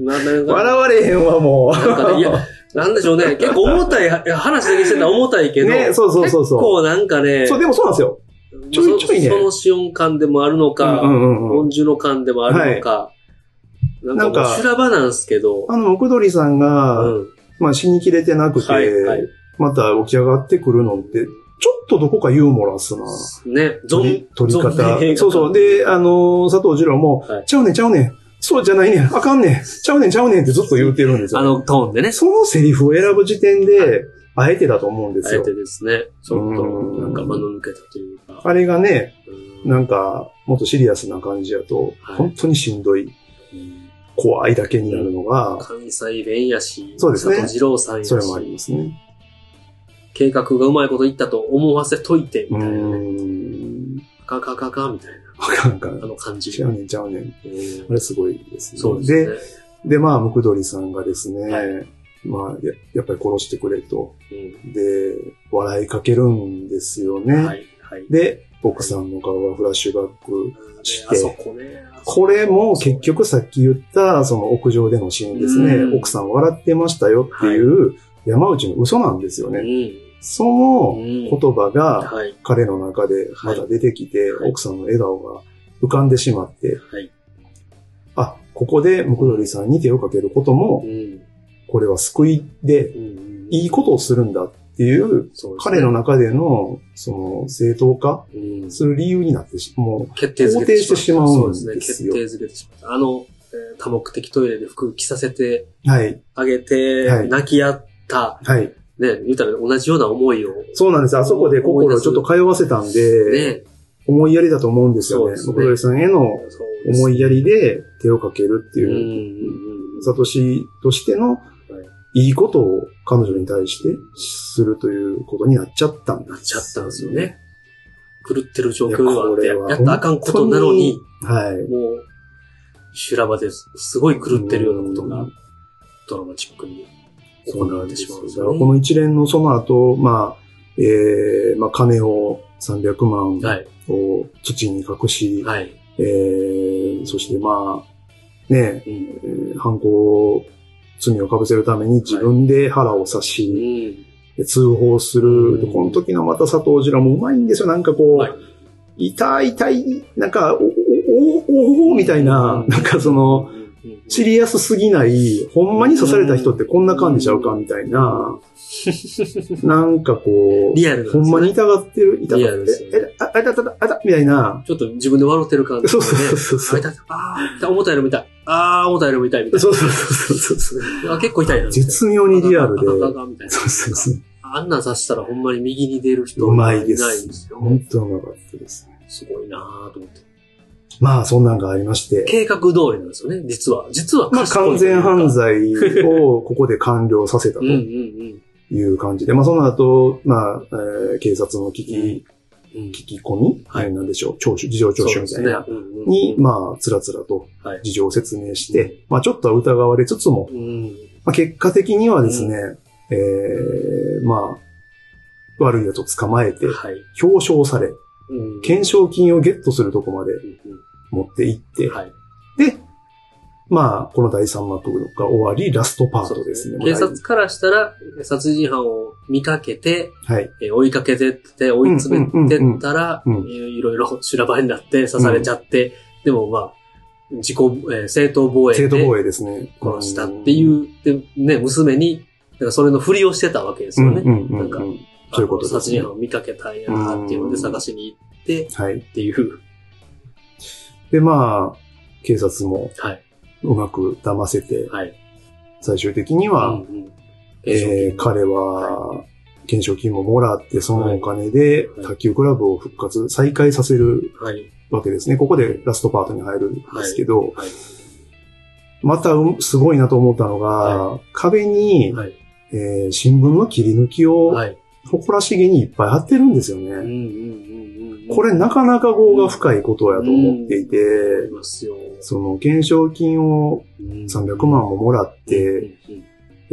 A: なん
B: あ
A: だ
B: の
A: か
B: 笑われへんわ、も
A: なんかね、いや、 なんでしょうね。結構重たい、話だけしてたら重たいけ
B: う。
A: ど。
B: ね、そうそうそうそ
A: 結
B: う。
A: 構なんかね、
B: そう、でもそうなんですよ。ちょいちょいね
A: そその死音感でもあるのか、
B: うんうんうんうん
A: 音樹の感でもあるのか、な
B: なんん
A: かもう
B: か
A: 修羅場なんですけど、
B: あの、ムクドリさんが、
A: うん
B: まあ死にきれてなくて、
A: はい、はい。
B: また起き上がってくるのって、ちょっとどこかユーモラスな
A: ね、ゾ
B: 取
A: ン
B: り、取り
A: ゾンビ映画
B: 方。そうそう。で、あの、佐藤二郎も、
A: はい
B: ちゃうねんちゃうねん、そうじゃないねん、あかんねん、ちゃうねんちゃうねんってずっと言うてるんですよ。
A: あのトーンでね、
B: そのセリフを選ぶ時点で、あえてだと思うんで
A: あ
B: す
A: え
B: よ。
A: てですね、ちょっ
B: う
A: と、
B: ん
A: なんか間の抜けたというか、
B: あれがね、
A: うん
B: なんか、もっとシリアスな感じやと、
A: はい
B: 本当にしんどい、怖いだけになるのが、
A: 関西弁やし、
B: そうですね
A: 佐藤二郎さんやし
B: それもありますね。
A: 計画がうまいこと言ったと思わせといて、
B: う
A: みたいな、ね、
B: ーん。
A: カカカカみたいな、
B: あかんあかん
A: あ。の感じ
B: ちゃうねんちゃうね
A: う
B: ん。
A: ん
B: あれすごいですね。
A: そうですね。
B: で、まあ、ムクドリさんがですね、
A: は
B: まあや、やっぱり殺してくれと。
A: うん
B: で、笑いかけるんですよね。
A: はい、はい。
B: で、奥さんの顔がフラッシュバックして
A: あそこね。
B: これも結局さっき言ったその屋上でのシーンです
A: うん
B: ね。奥さん笑ってましたよっていう山内の嘘なんですよ
A: う
B: ね。
A: ん。
B: その
A: 言
B: 言葉が
A: はい。
B: 彼の中でまた出てきて、
A: はい
B: 奥さんの笑顔が浮かんでしまって、
A: はい。
B: あ、ここでムクドリさんに手をかけることも
A: う、ん。
B: これは救いで
A: うん
B: いいことをするんだっていう、
A: そうですね
B: 彼の中でのその正当化
A: うん
B: する理由になってし、もう
A: 決定づけてしまう。
B: 肯定
A: そ
B: し
A: う
B: てしまうん
A: で
B: ですす
A: ね。
B: よ
A: 決定づけてしまう。あの、えー多目的トイレで服着させて
B: はい、
A: あげて、
B: はい
A: 泣き合った、
B: はい。
A: ね、言うたら同じような思いを、
B: そうなんです。あそこで心をちょっと通わせたんで、
A: ね、
B: 思いやりだと思うんですよね。
A: そうですね
B: ムクドリさんへの
A: そうです
B: 思いやりで手をかけるって
A: うんう
B: いう、
A: んうん
B: サトシとしてのいいことを彼女に対してするということになっちゃったんだ
A: なっちゃったんですよね。狂ってる状況
B: いやこ
A: で
B: れ
A: や
B: は
A: やったらあかんことなのに、
B: はい。
A: もう、修羅場です。すごい狂ってるようなことが、ドラマチックに行われてしまうんです
B: だか
A: よ
B: ら
A: ね。
B: この一連のその後、まあ、えー、まあ、金を300
A: は
B: 万
A: い。
B: を土に隠し、
A: はい。
B: えー、そしてまあ、ね、
A: うん。
B: えー犯行、罪をかぶせるために自分で腹を刺
A: う
B: し、
A: ん。
B: で通報する。で
A: うん
B: この時のまた佐藤二郎もうまいんですよ。なんかこ、
A: はいう
B: 痛い痛い、なんか、お、お、お、お、おみたいな
A: う、ん
B: なんかそ
A: うんう
B: の、
A: んうん
B: シリアスすぎない、ほんまに刺された人ってこんな感じちゃうかみたいな、なんかこ
A: リアル
B: う、
A: な
B: ほ
A: です
B: ん
A: よ
B: まに
A: ね。
B: 痛がってる、痛
A: リア
B: が
A: ル
B: っ
A: です
B: て
A: よ、ね
B: え、あ、あいたたた、あいた、みたいな、
A: ちょっと自分で笑ってる感じ、ね。
B: そうそうそうそう
A: あ痛い痛いあー、思ったよりも痛い。あー、思ったよりも痛いみたいな。
B: そうそうそうそうそう
A: あ結構痛いな。
B: 絶妙にリアルで、
A: ああああああみたいな
B: そうそうそう、
A: あんなん刺したらほんまに右に出る人
B: うまいです
A: ないんですよ。
B: 本当うまかったですね。
A: すごいなぁと思って。
B: まあ、そんなんがありまして、
A: 計画通りなんですよね、実は。実は
B: まあ、
A: 賢
B: 完
A: いという
B: 全
A: か
B: 犯罪をここで完了させたと
A: うんうん
B: いう感じで、まあ、その後、まあ、えー警察の聞き、
A: うん。うん
B: 聞き込み、
A: はい
B: なんでしょう、聴取、事情聴取みたいな。
A: そうですねうんうんうん
B: に、まあ、つらつらと
A: はい
B: 事情を説明して、まあ、ちょっとは疑われつつも、
A: うん
B: まあ、結果的にはですね、えーまあ、悪いやつを捕まえて、
A: はい。
B: 表彰され、
A: うん
B: 懸賞金をゲットするとこまで
A: うん
B: 持っていって、
A: うんはい。
B: で、まあ、この第3幕が終わり、ラストパートですね。
A: 警察からしたら、殺人犯を見かけて、
B: はい。
A: えー追いかけてって、追い詰めてったら、え
B: うんうんうんうん
A: ーいろいろ 修羅場になって、刺されちゃって、でもまあ、自己、えー正当防衛
B: 正当
A: で
B: 防衛ですね。
A: 殺したっていう、で、ね、娘に、だからそれのふりをしてたわけです
B: う
A: よ
B: ん。
A: ね。
B: うんうんうん
A: なんか
B: そういうこと
A: あの
B: で
A: 殺
B: す
A: 人
B: ね
A: 犯を見かけたんやなっていうので探しに行って、
B: はい。
A: っていう。
B: で、まあ、警察も
A: はい。
B: うまく騙せて、
A: はい。
B: 最終的には、えー彼は、懸賞金ももらって、そのお金で
A: はい
B: 卓球クラブを復活、再開させる
A: はい。
B: わけですね。ここでラストパートに入るんですけど、
A: はい。
B: またうすごいなと思ったのが、
A: は
B: 壁に、
A: はい。
B: えー新聞の切り抜きを
A: はい。
B: 誇らしげにいっぱい貼ってるんですよね。
A: うんうんうんうん。
B: これなかなか業が深いことやと思っていて、
A: ありますよ。
B: その懸賞金を
A: うん
B: 300万ももらって、
A: うんうん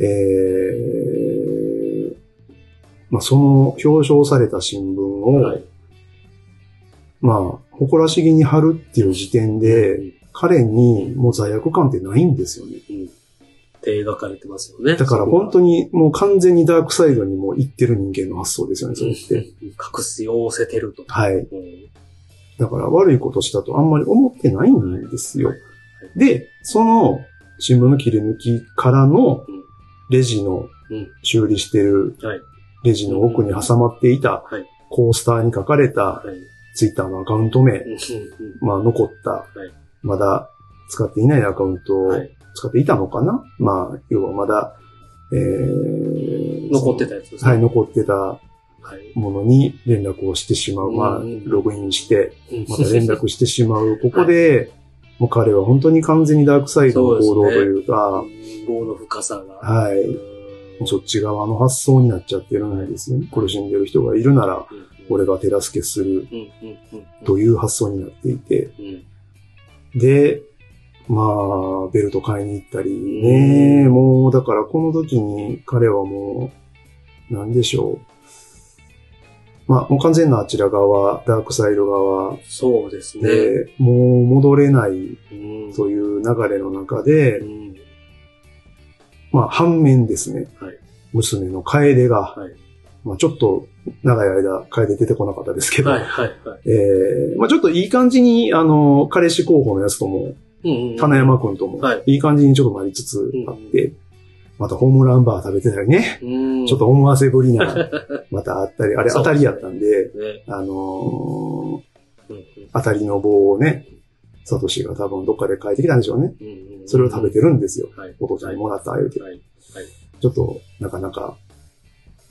B: えーまあ、その表彰された新聞を、
A: うんはい
B: まあ、誇らしげに貼るっていう時点
A: う
B: で、
A: ん
B: 彼にもう罪悪感ってないんですよね。
A: うんって描かれてますよね。
B: だから本当にもう完全にダークサイドにもう行ってる人間の発想ですよね、それっ
A: うん
B: て。
A: 隠すようせてると。
B: はい。
A: うん
B: だから悪いことしたとあんまり思ってないんですよ。で、その新聞の切り抜きからの
A: うん
B: レジの
A: うん
B: 修理してる
A: はい。
B: レジの奥に挟まっていた
A: はい
B: コースターに書かれた
A: はい。
B: ツイッターのアカウント名
A: う、んうん
B: まあ残った
A: い、
B: まだ使っていないアカウント
A: うん
B: を
A: はい。
B: 使っていたのかなまあ、要はまだ、えー、
A: 残ってたやつですね
B: はい、。残ってた
A: はい。
B: ものに連絡をしてしまう。まあ
A: うんうん、
B: ログインして、
A: うん
B: また連絡してしまう。ここで、もう彼は本当に完全にダークサイドの行動というか、
A: 棒の深さが。
B: はいうそっち側の発想になっちゃってるんですよね。苦しんでる人がいるなら、
A: ん
B: 俺が手助けする
A: うんうんうんうん
B: という発想になっていて。
A: うん
B: で、まあ、ベルト買いに行ったりね、
A: うん
B: もうだからこの時に彼はもう、なんでしょう。まあ、もう完全なあちら側、ダークサイド側
A: そうですね。
B: で、もう戻れない
A: うん
B: という流れの中で
A: う、ん
B: まあ、反面ですね。
A: はい
B: 娘の楓が、
A: はい
B: まあ、ちょっと長い間、楓出てこなかったですけど、
A: はいはいはい。
B: ええまあ、ちょっといい感じに、あの、彼氏候補のやつとも、
A: うんうん
B: 金山くんとも
A: はい、
B: いい感じにちょっとなりつつあって、またホームランバー食べてたりね、
A: うん
B: ちょっと。思わせ ぶりな、またあったり、あれ
A: そう
B: 当たりやったんで、
A: ね。
B: あのー
A: うんうん
B: 当たりの棒をね、サトシが多分どっかで変えてきたんでしょうね。
A: うんうん
B: それを食べてるんですよ。
A: はい。
B: お父ちゃんにもらった、ああいうて。
A: はい。
B: ちょっと、なかなか、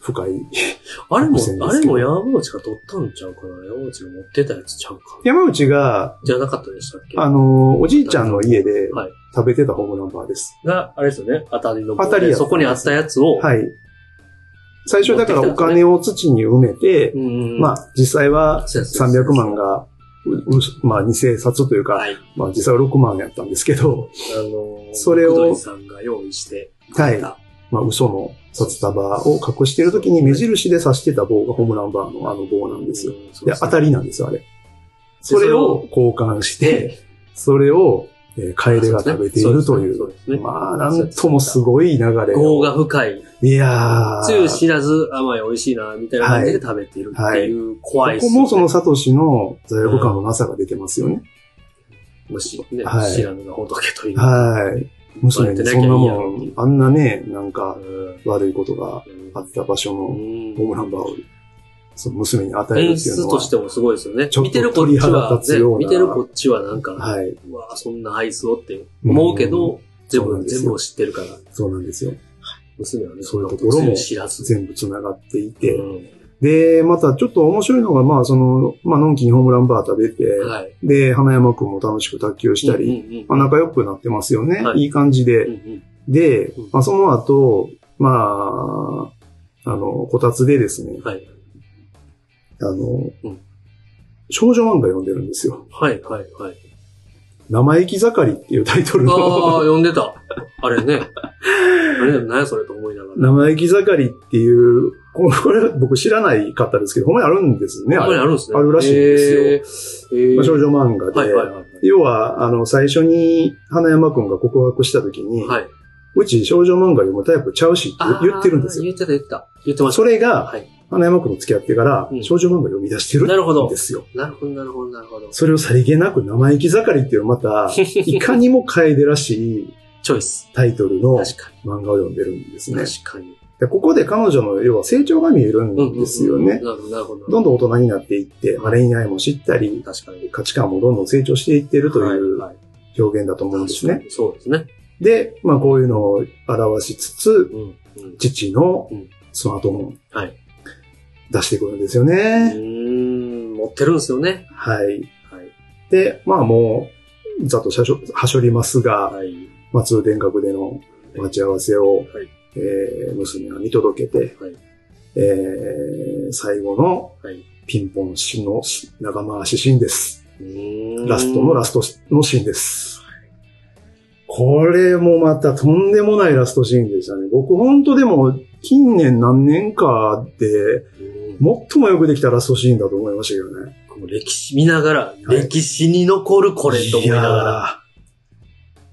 B: 深い。
A: あれも
B: 伏線、で
A: あ
B: す
A: れ
B: けど
A: も山内が取ったんちゃうかな山内が持ってたやつちゃうか
B: 山内が、
A: じゃなかったでしたっけ
B: あのーおじいちゃんの家で
A: はい
B: 食べてたホームランバーです。
A: が、あれですよね。当たりの棒で
B: 当たりやった
A: そこにあったやつを。
B: はい。最初だからお金を土に埋めて、
A: うんうんうん
B: まあ実際は
A: そうですそうです
B: 300万が、ううまあ2世札というか、
A: はい。
B: まあ実際は6万やったんですけど、
A: あのー、
B: それを
A: ドリさんが用意してくれた。
B: まあ嘘の札束を隠してる時に目印で刺してた棒がホームランバーのあの棒なんですよ。
A: うんそう
B: で、
A: そう
B: 当たりなんですよ、あれ。それを交換して、
A: で、
B: それを、えーカエデが食べているとい。
A: そううですね。
B: まあ、なんともすごい流れの。
A: 業が深い。
B: いやー。
A: つゆ知らず甘い美味しいな、みたいな感じで食べているっていう怖いっ
B: こ
A: す
B: こ
A: よ
B: もそのサトシの罪悪感のなさが出てますよね。
A: もしね、
B: はい
A: 知らぬが仏という。
B: はい。娘にそんなもん、あんなね、なんか
A: うん
B: 悪いことがあった場所の
A: う
B: ホ
A: ん
B: ームランバーを、その娘に与える
A: 演
B: っていうの
A: 出と
B: は
A: し、てもすごいですよね
B: ち。ょっと
A: 見てるこっち
B: 鳥肌
A: は、
B: 立つ
A: ね
B: よう、な
A: 見てるこっちはなんか、
B: はい。
A: うわそんなあいつをって思うけど、全
B: そうな
A: 部、
B: んですよ
A: 全部を知ってるから、
B: そうなんですよ。
A: 娘はね、
B: そういうところも
A: そんなと知らず。
B: 全部繋がっていて。
A: うん
B: で、またちょっと面白いのが、まあ、その、まあ、のんきにホームランバー食べて、
A: はい。
B: で、花山くんも楽しく卓球したり、
A: うんうんうん
B: まあ、仲良くなってますよね。
A: はい
B: い、い感じで。
A: うんうん
B: で
A: うん、
B: まあ、その後、まあ、あの、こたつでですね、
A: はい。
B: あの、
A: うん
B: 少女漫画読んでるんですよ。
A: はい、はい、はい。
B: 生意気盛りっていうタイトル
A: ああ、
B: の、
A: 読んでた。あれね。あれ、何やそれと思いながら。
B: 生意気盛りっていう、ここれ僕知らないかったですけど、ほんまにあるんですね、
A: あ
B: あ
A: んまり
B: れ。
A: あるんですね。
B: あるらしいん
A: ですよ。えー
B: まあ少女漫画で。
A: はい、はい、はい。
B: 要は、あの、最初に花山くんが告白した時に、
A: はい。
B: うち少女漫画読むタイプちゃうしって言ってるんです
A: あー言
B: よ。
A: ってた、言ってた。言ってました。
B: それが、
A: はい。
B: 花山くんと付き合ってから
A: うん、
B: 少女漫画読み出してる
A: なるほど
B: んですよ。
A: なるほど、なるほど、なるほど。
B: それをさりげなく生意気盛りっていう また、いかにも楓らしい
A: チョイス。
B: タイトルの
A: 確か
B: 漫画を読んでるんです
A: に。
B: ね。
A: 確かに。
B: でここで彼女の要は成長が見えるんですよ
A: な
B: ね
A: る。ほど、なるほど。
B: どんどん大人になっていって、まあ恋愛も知ったり、
A: 確かに。
B: 価値観もどんどん成長していってるという
A: はいはい
B: 表現だと思うんですね。
A: 確かにそうですね。
B: で、まあこういうのを表しつつ、
A: うん。うん
B: 父の
A: うん
B: スマートフォン、
A: はい
B: 出してくるんですよ
A: う
B: ね。
A: ーん、持ってるんですよね。
B: はい。
A: はい。
B: で、まあもう、ざっとしゃしょはしょりますが、
A: はい。
B: まあ通天閣での待ち合わせを、
A: はい
B: えー娘が見届けて、
A: はい
B: えー最後の
A: はい。
B: ピンポンシーンのし長回しシーンです。
A: うーん
B: ラストのラストのシーンです。これもまたとんでもないラストシーンでしたね。僕本当でも近年何年かで
A: うん
B: 最もよくできたラストシーンだと思いましたけどね。
A: この歴史見ながら、
B: い
A: 歴史に残るこれと思いながら、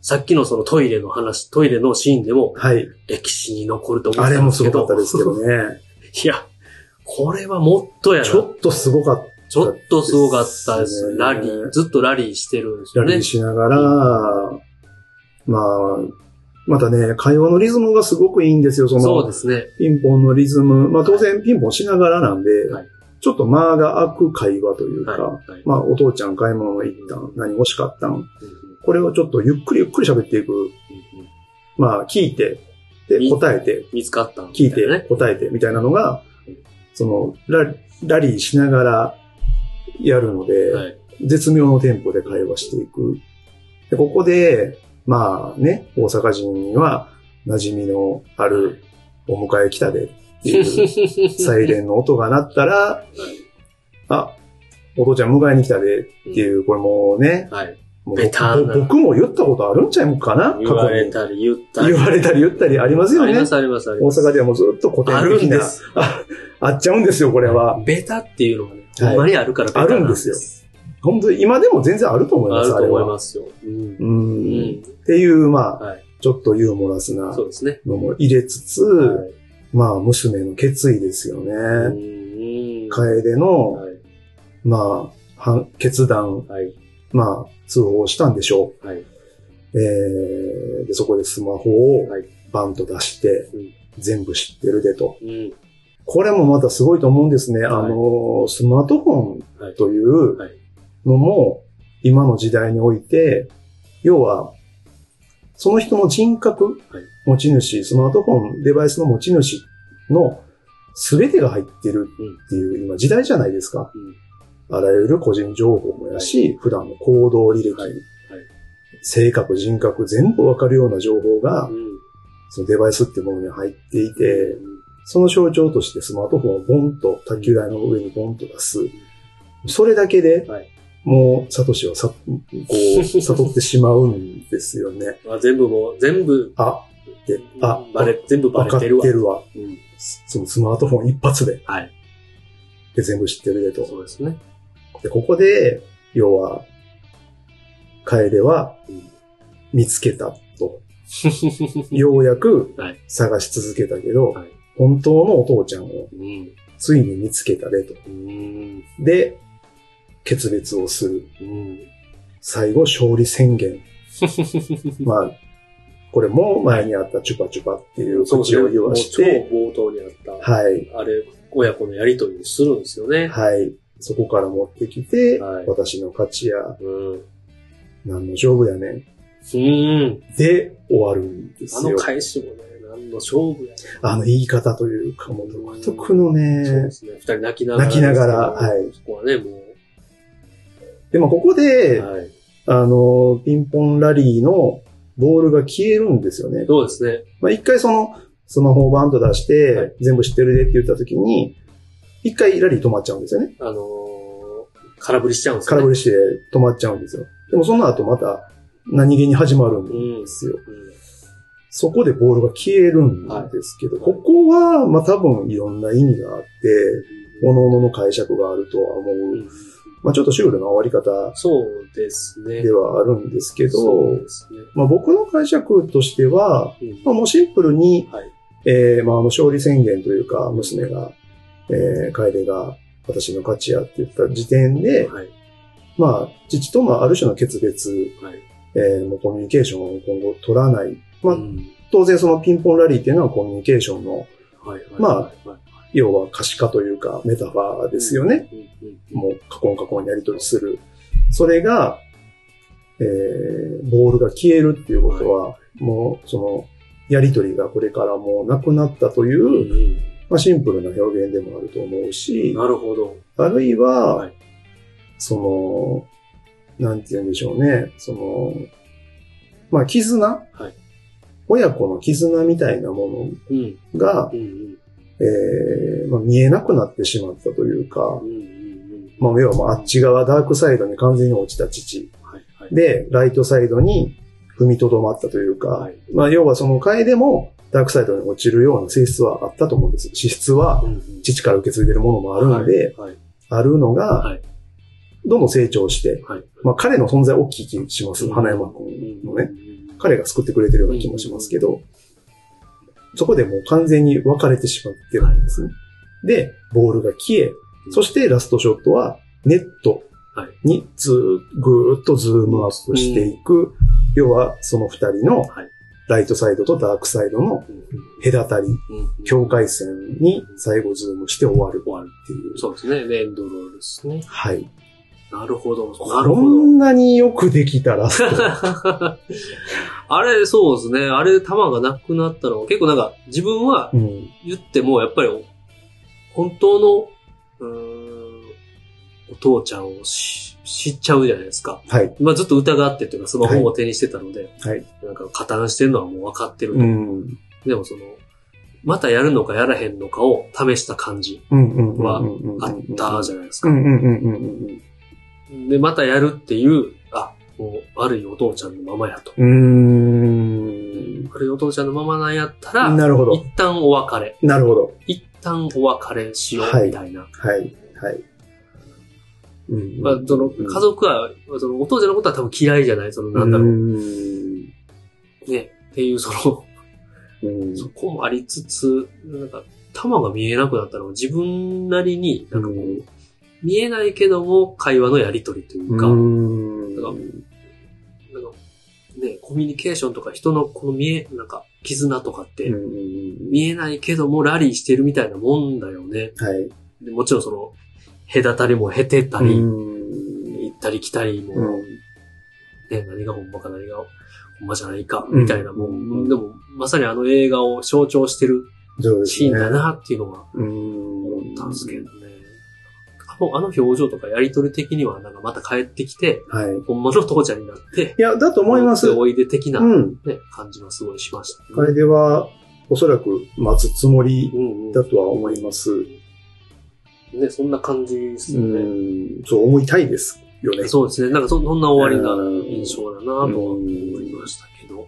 A: さっきのそのトイレの話、トイレのシーンでも
B: いやーはい。
A: 歴史に残ると思っ
B: あ
A: た
B: れ
A: ん
B: も
A: です
B: す
A: け
B: ごか
A: ど、
B: ったですけどね。
A: いや、これはもっとやな。
B: ちょっとすごかっ
A: ちょっとすごかったです。
B: ね
A: ラリー、ずっとラリーしてるんです
B: た
A: よね。
B: りしながら、まあ、またね、会話のリズムがすごくいいんですよ、その。
A: そうですね。
B: ピンポンのリズム、まあ当然ピンポンしながらなんで、
A: はい
B: ちょっと間が空く会話というか、
A: はい。はい
B: まあお父ちゃん買い物行ったん、何欲しかったん、これをちょっとゆっくりゆっくり喋っていく、
A: うんうん
B: まあ聞いて、で
A: み
B: 答えて、
A: 見つかったん
B: 聞い
A: だよ
B: て
A: ね。、
B: 答えてみたいなのが
A: うん、
B: そのララリーしながらやるので、
A: はい。
B: 絶妙のテンポで会話していく。でここで、まあね、大阪人には馴染みのあるお迎え来たでっていう サイレンの音が鳴ったら、あ、お父ちゃん迎えに来たでっていう、これもうね、
A: はい。
B: もう
A: ベタな
B: ぼ僕も言ったことあるんちゃうかな過
A: 言わ
B: 去
A: れ
B: に。
A: たり言ったり。
B: 言われたり言ったりありますよ
A: あり
B: ね
A: ま。すありますあり
B: 大
A: ます。
B: 阪ではもうずっと古
A: あ
B: 典
A: る
B: 的
A: ん
B: な
A: で。す。
B: あ、あっちゃうんですよ、これは。
A: ベタっていうのがね、
B: は
A: ほ
B: い
A: んまにあるからベタ
B: あるんですよ本当に今でも全然あると思い
A: あ
B: ます、
A: る
B: あ
A: と
B: れ
A: 思い
B: は。
A: ますよ。うん。
B: う。
A: うんん。
B: っていう、まあ、
A: はい。
B: ちょっとユーモラスな
A: そうですね。
B: のも入れつつ、
A: はい
B: まあ、娘の決意ですよ
A: う
B: ね。
A: ん。
B: 楓の、
A: はい。
B: まあ、判決断、
A: はい。
B: まあ、通報したんでしょ
A: はい。
B: う。えー、で、そこでスマホを
A: はい
B: バンと出して
A: うん、
B: 全部知ってるでと。
A: うん。
B: これもまたすごいと思うんですね。
A: はい
B: あの、スマートフォ
A: はい
B: ンという
A: はい
B: のも、今の時代において、要は、その人の人格
A: はい、
B: 持ち主、スマートフォン、デバイスの持ち主の全てが入ってるっていう、今時代じゃないですか。あらゆる個人情報もやし、普段の行動履歴、
A: はいはい
B: 性格、人格、全部わかるような情報が
A: う、ん。
B: そのデバイスってものに入っていて、
A: うん
B: その象徴としてスマートフォンをボンと卓球台の上にボンと出す。それだけで
A: はい、
B: もう、サトシはさ、こ う、悟ってしまうんですよね。
A: まあ全部もう、全部、
B: あ、で、あ、
A: バレ、全部バ
B: わか
A: レ
B: って
A: るわ。
B: てるわ。
A: うん。
B: そのスマートフォン一発で。
A: はい
B: で、全部知ってるでと。
A: そうですね。
B: で、ここで、要は、楓は
A: うん
B: 見つけた と。ようやく
A: はい
B: 探し続けたけど、
A: はい
B: 本当のお父ちゃんを
A: うん。
B: ついに見つけたでと。
A: うん。
B: で、決別をする。
A: うん。
B: 最後、勝利 宣言。まあ、これも前にあったチュパチュパっていう
A: そうで
B: 口
A: す
B: を
A: ね。
B: 言
A: も
B: わ
A: う
B: し
A: 超
B: て、
A: 冒頭にあった、
B: はい、
A: あれ、親子のやりとりをするんですよね。
B: はい、そこから持ってきて、
A: はい
B: 私の勝ちや、
A: うん。
B: 何の勝負やねん。
A: うん。
B: で、終わるんです
A: あ
B: よ。
A: の
B: あの
A: 返しもね、何の勝負やね。
B: 言い方というか、もう独特の
A: そうで
B: ね。
A: すね。二人泣きながら。
B: 泣きながらはい
A: そこはね、も
B: でもここ
A: う。
B: で、
A: はい。
B: あの、ピンポンラリーのボールが消えるんですよね。
A: そうですね。
B: まあ、一回その、スマホをバンと出し
A: は
B: て
A: い、
B: 全部知ってるでって言った時に、一回ラリー止まっちゃうんですよね。
A: あのー、空振りしちゃうんですね。
B: 空振りして止まっちゃうんですよ。でもその後また何気に始まるん
A: うん。
B: ですよ。
A: うん
B: そこでボールが消えるんですけど、ここは、まあ多分いろんな意味があって、各々の解釈があるとは思
A: う
B: う。
A: ん
B: まあちょっとシュールな終わり方
A: そうですね。
B: ではあるんですけ
A: そ
B: ど
A: う、ですね。
B: まあ僕の解釈としては、
A: うん
B: まあもうシンプルに、
A: はい。
B: えーまああの勝利宣言というか、娘が、えー、楓が私の勝ちやって言った時点で、
A: はい。
B: まあ父とのある種の決別
A: はい。
B: えーもうコミュニケーションを今後取らない。まあ
A: う、ん
B: 当然そのピンポンラリーっていうのはコミュニケーション
A: は
B: の、
A: い。はい
B: まあ、
A: はいは
B: 要は可視化というか、メタファー
A: い
B: ですよね。。
A: うんうんうん
B: もう、カコンカコンやり取りする。それが、えーボールが消えるっていうことは、もう、その、やり取りがこれからもうなくなったというう、
A: ん
B: まあ、シンプルな表現でもあると思う
A: うん
B: し、
A: なるほど。
B: あるいは、
A: はい
B: その、なんて言うんでしょうね、その、まあ、絆、
A: はい
B: 親子の絆みたいなも
A: うん。
B: のが
A: う、んうん。
B: えーまあ、見えなくなってしまったというか
A: うん、うんうん。
B: まあ、要はもうあっち側、ダークサイドに完全に落ちた父
A: はい。はい。
B: で、ライトサイドに踏みとどまったというか、
A: はい
B: まあ、要はその楓もダークサイドに落ちるような性質はあったと思うんです。資質は
A: うんうん
B: 父から受け継いでるものもあるんで、
A: はい。
B: あるのが、
A: はい
B: どんどん成長して、
A: はい。
B: まあ彼の存在大きい気します。
A: うん
B: 花山君のね。彼が救ってくれてるような気もしますけど、そこでもう完全に分かれてしまってるんですね。で、ボールが消え、そしてラストショットはネットにずーぐーっとズームアップしていく、要はその二人の
A: はい
B: ライトサイドとダークサイドの
A: うん
B: 隔た
A: う
B: り、
A: んうん
B: 境界線に最後ズームして終わる
A: 終わる。
B: っていう。
A: そうですね。レンドロールですね。
B: はい。
A: なるほど。なる
B: こ
A: ほど。
B: んなによくできたら、
A: あれ、そうですね。あれ、弾がなくなったのは、結構なんか、自分は
B: うん、
A: 言っても、やっぱり、本当の、うーん、お父ちゃんをし知っちゃうじゃないですか。
B: はい。
A: まあずっと疑ってというか、スマホを手にしてたので、
B: はい。
A: なんか加担してるのはもう分かってると。
B: ん。
A: でもその、またやるのかやらへんのかを試した感じ
B: うんうん。
A: は
B: うん
A: あったじゃないですか
B: う。んうんうんうんうん。
A: で、またやるっていう、あ、もう悪いお父ちゃんのままやと。
B: うーん。
A: 悪いお父ちゃんのままなんやったら、
B: なるほど。
A: 一旦お別れ。
B: なるほど。
A: 一旦お別れしよ
B: は
A: う
B: い
A: みたいな。
B: はい。はい。うん
A: まあ、その、
B: うん
A: 家族は、その、お父ちゃんのことは多分嫌いじゃないその、なんだろう。
B: ーん
A: ね。っていう、その、
B: うん
A: そこもありつつ、なんか、玉が見えなくなったのは自分なりに、なんかこう、
B: うん
A: 見えないけども会話のやりとりというか、
B: うん
A: なんかなんかね、コミュニケーションとか人のこの見え、なんか、絆とかって、
B: うん
A: 見えないけどもラリーしてるみたいなもんだよね。
B: はい。
A: でもちろんその、隔たりも経てたり、
B: うん
A: 行ったり来たりも、
B: うん
A: ね、何がほんまか何がほんまじゃないか、
B: うん
A: みたいな、もう、
B: うん
A: でも、まさにあの映画を象徴してる
B: そうです
A: シ
B: ね
A: ーンだ。なっていうのは
B: うん。
A: 思ったんですけどね。あのあの表情とかやりとり的には、なんかまた帰ってきて、
B: はい。
A: ほんまの父ちゃんになって、
B: いや、だと思います。
A: おいで的な、
B: う
A: ね、
B: ん。
A: 感じはすごいしました、ね。
B: 楓は、おそらく待つつもり
A: うんうん
B: だとは思います。
A: ね、そんな感じです
B: う
A: よね。
B: ん。そう思いたいですよね。
A: そうですね。なんかそそんな終わりな印象だなとは
B: うん
A: 思いましたけど。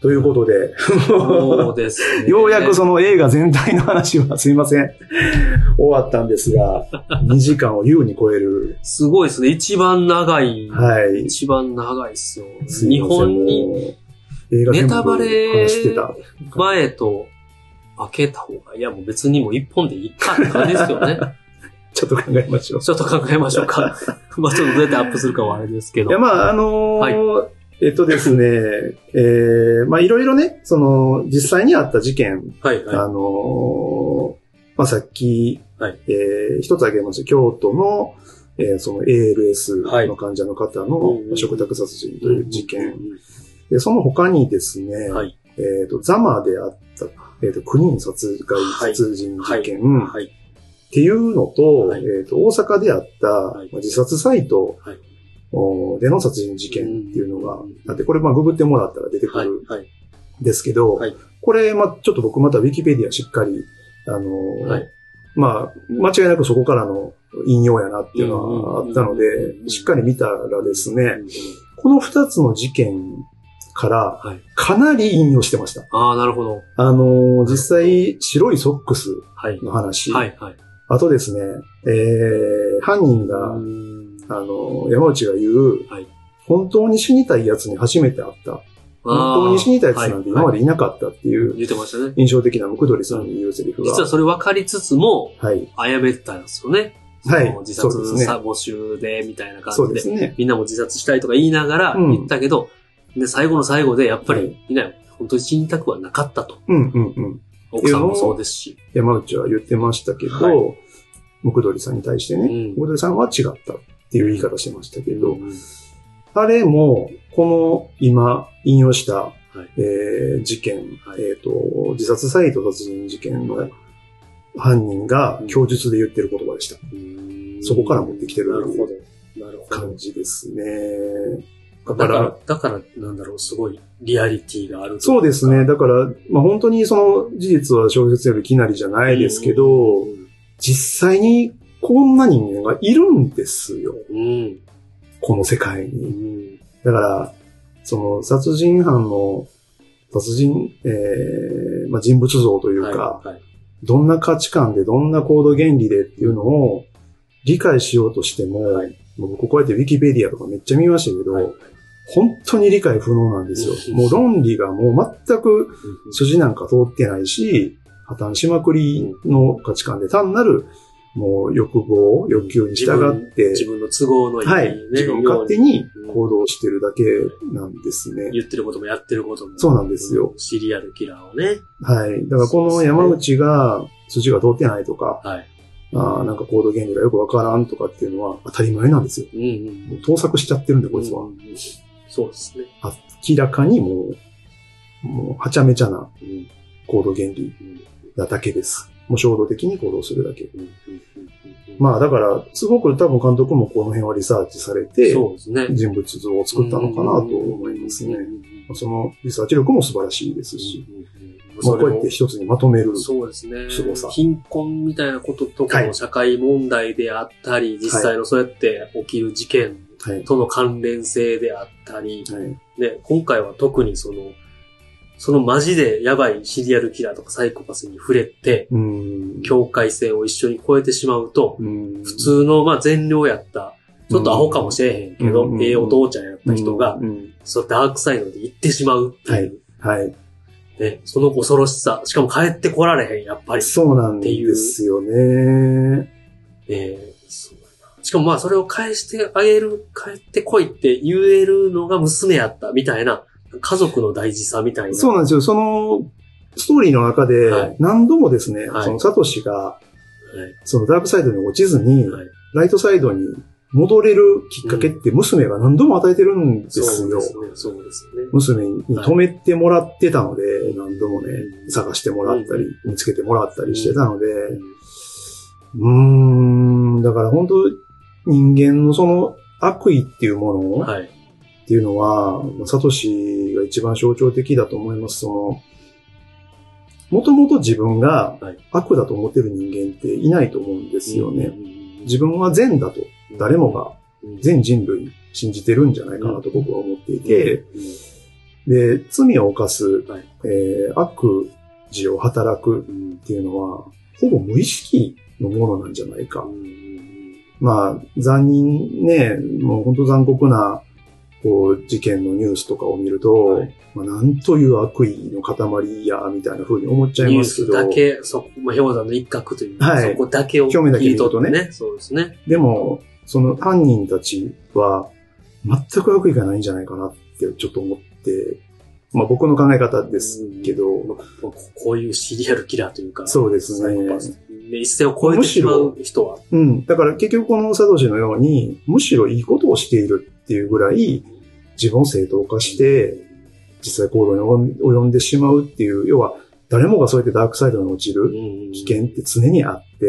B: ということで、
A: そうですね。
B: ようやくその映画全体の話はすいません。終わったんですが、2時間を優に超える。
A: すごいですね。一番長い。
B: はい。
A: 一番長いっすよ。
B: すい
A: 日
B: ません
A: 本に
B: もう映画全部
A: ネタバレ
B: 話してた。
A: 前と分けた方が、いやもう別にもう一本でいいかって感じです よね。
B: ちょっと考えましょう。
A: ちょっと考えましょうか。 まあちょっとどうやってアップするかはあれですけど。
B: いや、まあ、あのーえっとですね、 えー、まあ、いろいろね、その、実際にあった事件、
A: はい
B: あ
A: は
B: のーまあ、さっき、
A: はい
B: えー一つ挙げました、京都の、えーその ALS の患者の方の
A: はい
B: 嘱託殺人
A: い。
B: という事件。で、その他にですね、
A: はい
B: えっ、と、ザマであった、えっ、と、9人殺
A: はい
B: 害殺人事件、
A: はい。
B: っていうのと、
A: はい
B: えっ、と、大阪であった、
A: い
B: まあ自殺サイト
A: はい
B: おでの殺人事件っていうのが
A: うん
B: あって、これまあググってもらったら出てく
A: はい
B: る
A: はい。
B: んですけど、
A: はい
B: これまあちょっと僕またウィキペディアしっかり、あのー
A: はい
B: まあ間違いなくそこからの引用やなっていうのはあったの
A: うんうんうんうん
B: で、しっかり見たらですね、
A: うん
B: この二つの事件から
A: はい。
B: かなり引用してました。
A: ああ、なるほど。
B: あのー実際白いソックス
A: はい。
B: の話、
A: はいはい。
B: あとですね、えー、犯人が、あの、山内が言う、
A: はい
B: 本当に死にたい奴に初めて会った。本当に死にたい奴なんて今ま
A: で。
B: でいなかったっていう
A: 言ってましたね。
B: 印象的なムクドリさんに言うセリフが。
A: 実はそれ分かりつつも、
B: はい。
A: あやめてたんですよね。
B: はい
A: その自
B: そう
A: 殺
B: です
A: さ
B: ね
A: 募集で、みたいな
B: そ
A: 感
B: う
A: じ
B: で
A: で。
B: すね。
A: みんなも自殺したいとか言いながら
B: うん
A: 言ったけど、で最後の最後でやっぱ
B: は
A: り
B: い、
A: いない、本当に死にたくはなかったと。
B: うんうんうん。
A: 奥さんもそうですし。
B: 山内は言ってましたけど、
A: はい
B: ムクドリさんに対してね、
A: うん
B: ムクドリさんは違ったっていう言い方してましたけ
A: う
B: ど、
A: ん
B: あれも、この今引用した、
A: い
B: えー事件、
A: はい
B: えっ、と、自殺サイト殺人事件の犯人が
A: うん
B: 供述で言ってる言葉でした。そこから持ってきてる
A: なるほど。なるほ
B: 感
A: ど。
B: じですね。だか
A: だからら、、だから、なんだろう、すごいリアリティがあるといか。
B: そうですね。だから、まあ、本当にその事実は小説よりきなりじゃないですけど、
A: うん
B: 実際にこんな人間がいるんですよ。
A: うん。
B: この世界
A: う
B: に。
A: ん。
B: だから、その殺人犯の殺人、えーまあ、人物像というか、
A: はいはい
B: どんな価値観で、どんな行動原理でっていうのを理解しようとしても、もう僕こうやってウィキペディアとかめっちゃ見ましたけど、
A: はい
B: 本当に理解不能なんですよ
A: うん。
B: もう論理がもう全く
A: うん
B: 筋なんか通ってないし、破綻しまくりの価値観で単なるもう欲望、欲求に従って、
A: 自分の都合のいい、ね
B: はい、自分勝手
A: よ
B: に
A: うん
B: 行動してるだけなんです
A: う
B: ね
A: に。言ってることもやってることも。
B: そうなんですよ
A: うシリアルキラーをね。
B: はい。だからこの山内が筋が通ってないとか、
A: はい。
B: あーなんか行動原理がよくわからんとかっていうのは当たり前なんですよ。
A: うんうん
B: もう盗作しちゃってるんで、こいつ
A: うん
B: は。
A: うんそうですね。
B: 明らかにもう、もうはちゃめちゃな
A: うん
B: 行動原理
A: うん
B: なだけです。もう衝動的に行動するだけ。
A: うんうんうんうん
B: まあだから、すごく多分監督もこの辺はリサーチされて、
A: そうですね。
B: 人物像を作ったのかなと思いますね
A: うん。うん
B: そのリサーチ力も素晴らしいですし、
A: うん
B: まあこうや
A: も
B: って一つにまとめる。
A: そうですね
B: 凄さ。
A: 貧困みたいなこととか
B: は
A: も
B: い
A: 社会問題であったり、実際のそうやって起きる事件
B: はい。
A: との関連性であったり、
B: はい。
A: ね、今回は特にその、そのマジでやばいシリアルキラーとかサイコパスに触れて、
B: うん。
A: 境界線を一緒に越えてしまうと、
B: うん
A: 普通の、まあ、善良やった、ちょっとアホかもしれへんけど、
B: うん
A: ええお父ちゃんやった人が、
B: うんうん
A: そうダークサイドで行ってしまうっていう、
B: はい。
A: ね、その恐ろしさ、しかも帰ってこられへん、やっぱり。
B: そうなんですよね。
A: ええそうやなしかもまあ、それを返してあげる、帰ってこいって言えるのが娘やった、みたいな、家族の大事さみたいな。
B: そうなんですよ。その、ストーリーの中で
A: はい、
B: 何度もですね、
A: はい
B: そのサトシが、
A: はい
B: そのダークサイドに落ちずに、
A: はい
B: ライトサイドに戻れるきっかけって娘が何度も与えてるんです
A: そう
B: よ
A: で。すね。そうですね。
B: 娘に止めてもらってたので、何度もね、探してもらったり、見つけてもらったりしてたので、うーん、だから本当人間のその悪意っていうもの
A: うん
B: を、
A: はい。
B: っていうのは、まあサトシが一番象徴的だと思います。その、もともと自分が
A: はい
B: 悪だと思ってる人間っていないと思うんですよね。
A: うん
B: 自分は善だと、誰もが
A: うん
B: 全人類信じてるんじゃないかなと僕は思っていて、
A: うん
B: で、罪を犯す
A: はい、
B: えー悪事を働く
A: うん
B: っていうのは、ほぼ無意識のものなんじゃないか。まあ、残忍ね、もう本当残酷な、こう、事件のニュースとかを見ると、
A: はい
B: まあ、なんという悪意の塊や、みたいな風に思っちゃい
A: ニュー
B: ます
A: ス
B: けど
A: だ、け、そこ、まあ、氷山の一角というか、
B: はい
A: そこだけを
B: 表面だけ見るとね
A: 切り取ってそうですね。
B: でも、その犯人たちは、全く悪意がないんじゃないかなって、ちょっと思って、まあ僕の考え方ですけど、
A: まあここういうシリアルキラーというか、
B: そうです
A: サイコ
B: ね
A: パ。スね一線を越えてしまう人は、
B: うん。だから結局このサトシのように、むしろいいことをしているっていうぐらい、自分を正当化して、実際行動に及んでしまうっていう、要は誰もがそうやってダークサイドに落ちる危
A: 危
B: 険って常にあって、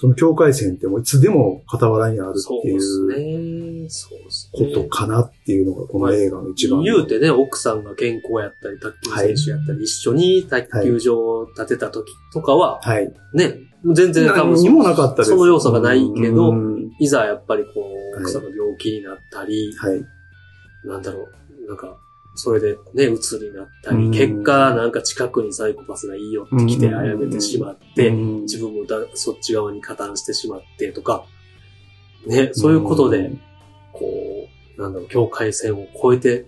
B: その境界線ってもういつでも傍らにある
A: そ
B: っ
A: う
B: てい
A: で
B: う
A: すね。そうです
B: こ
A: ね。
B: とかなっていうのがこの映画の一番。
A: 言うてね、奥さんが健康やったり、卓球選手やったり、一緒に卓球場を建てた時とかは、
B: はい。
A: ね、全然多分
B: 何にもなかったです。
A: その要素がないけど
B: うん
A: いざやっぱりこう、
B: はい
A: 奥さんが病気になったり、
B: はい。
A: なんだろう、なんか、それでね、うつになったり、
B: うん
A: 結果なんか近くにサイコパスがいいよってきて、
B: うん
A: あやめてしまって、
B: うん
A: 自分もだそっち側に加担してしまってとか、ね、そういうことで、こう、なんだろう、境界線を越えて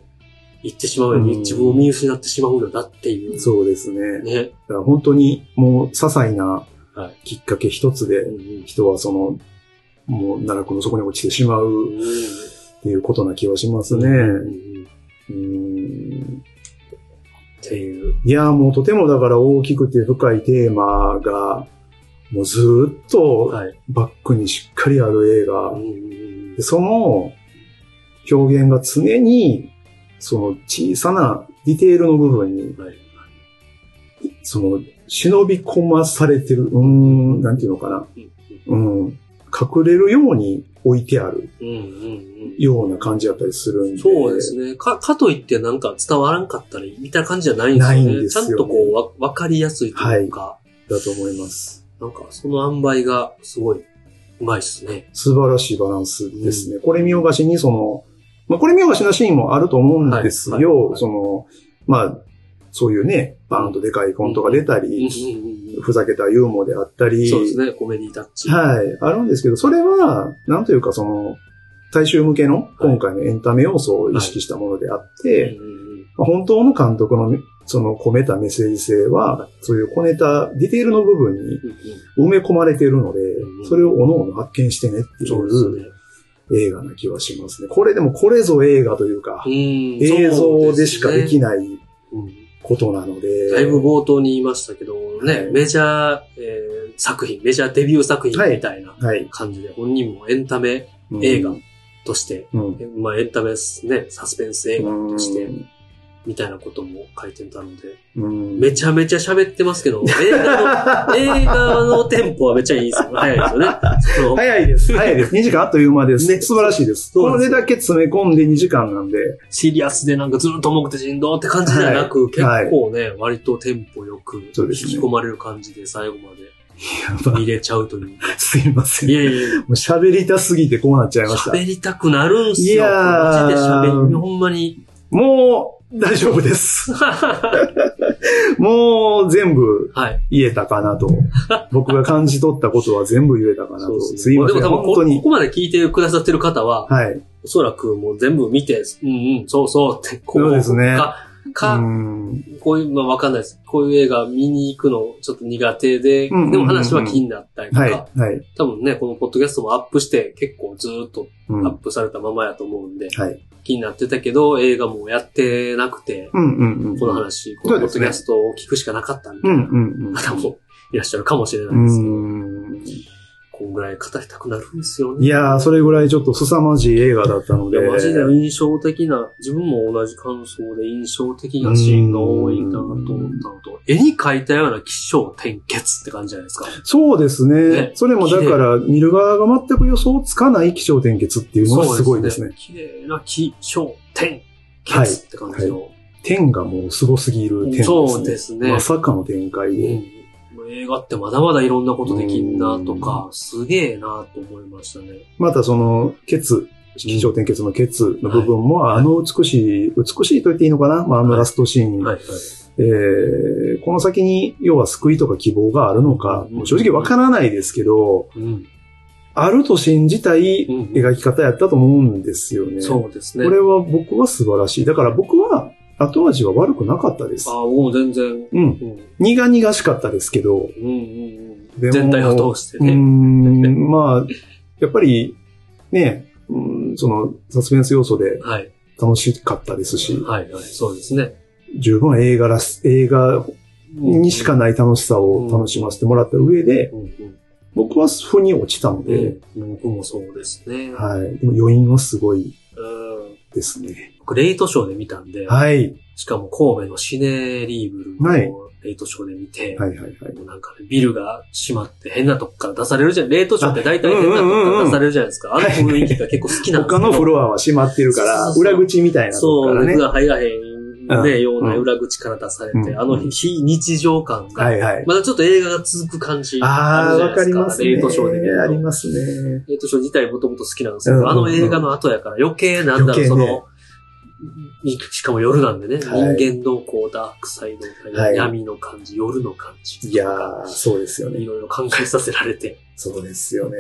A: いってしまうように、
B: うん
A: 自分を見失ってしまうのだっていう。
B: そうですね。
A: ね。
B: だから本当にもう些細な
A: はい
B: きっかけ一つで
A: うんうん
B: 人はその、もう奈落の底に落ちてしま
A: う
B: うんっていうことな気はしますね。
A: うんうんっ
B: うん
A: ていう。
B: いやー、もうとてもだから大きくて深いテーマが、もうずーっと
A: はい。
B: バックにしっかりある映
A: うん
B: 画。
A: うんうん
B: でその表現が常に、その小さなディテールの部分に、
A: はい
B: その忍び込まされてる、うーん、なんていうのかな。
A: うん
B: うん、隠れるように置いてある
A: うんうんうん
B: ような感じだったりするんで。
A: そうですね。か、かといってなんか伝わらんかったり、みたいな感じじゃないんですよね。
B: ないんですよね
A: ちゃんとこう、わ、わかりやすいというか、
B: だと思います。
A: なんかその塩梅がすごい、うまいっすね。
B: 素晴らしいバランスですね。これ見よがしにその、まあ、これ見よがしなシーンもあると思うんですよ。
A: はいはいはい
B: その、まあ、そういうね、バーンとでかいフォントが出たり、
A: うんうんうん
B: ふざけたユーモアであったり、
A: そうですね。コメディタッチ。
B: はい、あるんですけど、それは、なんというかその、大衆向けの今回のエンタメ要素を意識したものであって、
A: うんうんうん
B: まあ本当の監督のその込めたメッセージ性
A: は
B: は、そういう小ネタ、ディテールの部分に
A: うんう
B: 埋め込まれているので
A: ん、
B: それを各々発見してねって
A: ん
B: い
A: そうですね。
B: 映画な気はしますね。これでもこれぞ映画というか、映
A: 映
B: 像でしかでき
A: ない。
B: ない
A: うん
B: ことなので。
A: だいぶ冒頭に言いましたけど、ね、
B: はい
A: メジャー、えー作品、メジャーデビュー作品みたいな
B: はい。
A: 感じで、本人もエンタメ
B: うん
A: 映画として、
B: うん。
A: えまあエンタメですね、サスペンス映画として、
B: うん
A: みたいなことも書いてたので、
B: うん
A: めちゃめちゃ喋ってますけど、映画 の、映画のテンポはめっちゃいいですよ。早いですよね。その
B: 早い です。早いです。2時間あっという間です。
A: ね
B: 素晴らしいです。
A: そう
B: こ
A: なんです
B: れだけ詰め込んで2時 間なんで、
A: シリアスでなんかずっと重くて振動って感じではなく、
B: はい
A: 結構ね、割とテンポよく、
B: そう
A: 引
B: ですね
A: き込まれる感じで最後まで
B: やばい。
A: 見れちゃうという。
B: すいません。
A: い
B: も
A: やいや
B: う喋りたすぎてこうなっちゃいました。
A: 喋りたくなるんすよ。
B: いやー
A: マジで喋り、ほんまに。
B: もう、大丈 夫です。もう、全部
A: はい。
B: 言えたかなと。僕が感じ取ったことは全部言えたかな
A: そ
B: と。
A: う
B: す
A: ですね。
B: い
A: も
B: ま
A: うで
B: せん。
A: も多分
B: 本
A: こ、
B: 当
A: こ
B: に。
A: こまで聞いてくださってる方は、
B: はい。
A: おそらくもう全部見て、うんうん、そうそうって、こ
B: そうですね
A: か、
B: う
A: か、
B: ん
A: こういう、まあわかんないです。こういう映画見に行くのちょっと苦手で、
B: うんうんうんうん
A: でも話は気になったりとか、
B: はい。はい。
A: 多分ね、このポッドキャストもアップして結構ずーっと
B: う
A: ア
B: ん
A: ップされたままやと思うんで、
B: はい。
A: 気になってたけど、映画もやってなくて、
B: うんうんうん。
A: この話、こ
B: そ
A: のポッ
B: うで
A: ド
B: す
A: キ
B: ね
A: ャストを聞くしかなかったみた
B: う
A: い
B: ん
A: な
B: うん
A: 方もいらっしゃるかもしれな
B: う
A: いですけど、
B: ん。うん。
A: こんぐらい語りたくなるんですよね。
B: いやー、それぐらいちょっと凄まじい映画だったの
A: い
B: で。
A: やマジで印象的な、自分も同じ感想で印象的なシーンが多いなと思ったのと、絵に描いたような起承転結って感じじゃないですか。
B: そうです
A: ね
B: ね。それもだから、見る側が全く予想つかない気象転結っていうのがすごいですね。
A: そうですね。綺麗な起承転結って感じの。
B: 天がもうすごすぎる天ですね。
A: そうですね
B: まさかの展開で。
A: うん映画ってまだまだいろんなことできんなとか、すげえなと思いましたね。
B: またその、ケツ、気象転結のケツの部分も、あの美しい、美しいと言っていいのかな、まあ、あのラストシーン。
A: はいはい。
B: えーこの先に、要は救いとか希望があるのか、
A: うん
B: もう正直わからないですけど、
A: うん
B: あると信じたい
A: うん
B: 描き方やったと思うんですよね。
A: そうですね。
B: これは僕は素晴らしい。だから僕は後味は悪くなかったです
A: あ。あ、もう全然、
B: うん。
A: うん
B: 苦々しかったですけど。
A: うんうんうん、
B: でも
A: 全体を通して
B: うー
A: ね。
B: ん、まあ、やっぱり、ね、うんその、サスペンス要素で
A: はい。
B: 楽しかったですし、
A: はいはい、そうですね。
B: 十分映画らし、映画にしかない楽しさを楽しませてもらった上で、
A: うんうん
B: 僕は腑に落ちたので、
A: 僕もそうですね。
B: はい。でも余韻はすごい
A: うん
B: ですね。
A: 僕、レイトショーで見たんで、
B: はい。
A: しかも神戸のシネリーブル
B: はい
A: のレイトショーで見て、
B: はいはいはい。
A: もうなんかね、ビルが閉まって変なとこから出されるじゃん。レイトショーって大体
B: あ
A: 変なとこから出されるじゃないですか。あ
B: うんうんうん
A: の雰囲気が結構好きなんです
B: 他
A: けど
B: のフロアは閉まってるから、
A: そうそうそう
B: 裏口みたいなとこ
A: そ
B: か
A: う、
B: らね
A: 熱。が入らへんね、
B: うん
A: ような
B: うん
A: 裏口から出されて、
B: うん
A: あの非日常感が、
B: はいはい。
A: まだちょっと映画が続く感じあ
B: あ
A: る
B: あ、
A: じゃ
B: わ
A: ないで
B: か
A: す
B: り
A: か。
B: ま
A: レイト
B: すね。
A: ショーで見ると
B: ありますね。
A: えっと、それ自体もともと好きなんですけど、
B: うんうんうん
A: あの映画の後やから余計なんだろう、
B: 余計ね
A: その、いしかも夜なんでね、
B: はい
A: 人間のこう、ダークサイド、
B: はい
A: 闇の感じ、夜の感じ。
B: いやー、そうですよ
A: い
B: ね。
A: ろいろ考えさせられて、
B: そうですよね。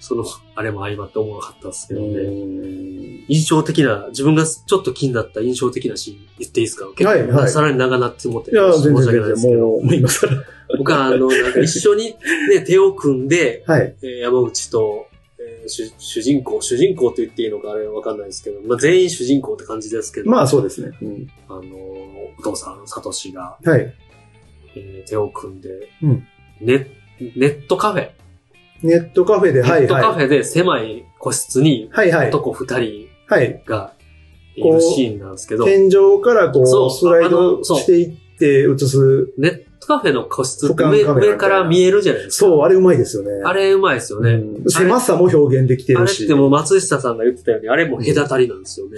A: その、あれも相まっておもろかったですけ
B: う
A: どね。
B: ん
A: 印象的な、自分がちょっと気になった印象的なシーン言っていいですか結構、
B: はいはい
A: さらに長なって思って、
B: いやー、全
A: 申
B: 然
A: し訳ないで
B: 全
A: すけ
B: 然、
A: ど、
B: もう、もう今更。
A: 僕はあの、なんか一緒にね、手を組んで、
B: はい。
A: えー山口と、えー主主人公、主人公と言っていいのかあれわかんないですけど、まあ、全員主人公って感じですけど、
B: まあ、そうですね。うん
A: あのー、お父さん、サトシが、
B: はい。
A: えー手を組んで、
B: うん
A: ネネットカフェ、
B: ネットカフェで、はい
A: ネットカ
B: は
A: フェで狭い個室に
B: い。はいはい。
A: 男二人
B: はい。
A: がいるシーンなんですけど、
B: 天井からこ、
A: そうう
B: スライ
A: あ
B: ド
A: のそう
B: していって映す。
A: ネットカフェの個室って
B: 俯瞰カメ
A: 上
B: ラみたいな
A: 上から見えるじゃないですか。
B: そう、あれうまいですよね。
A: あれうまいですよね。
B: うん狭さも表現できて
A: あ
B: る
A: れっ
B: し。
A: てもう松下さんが言ってたように、あれも隔たりなんですよね。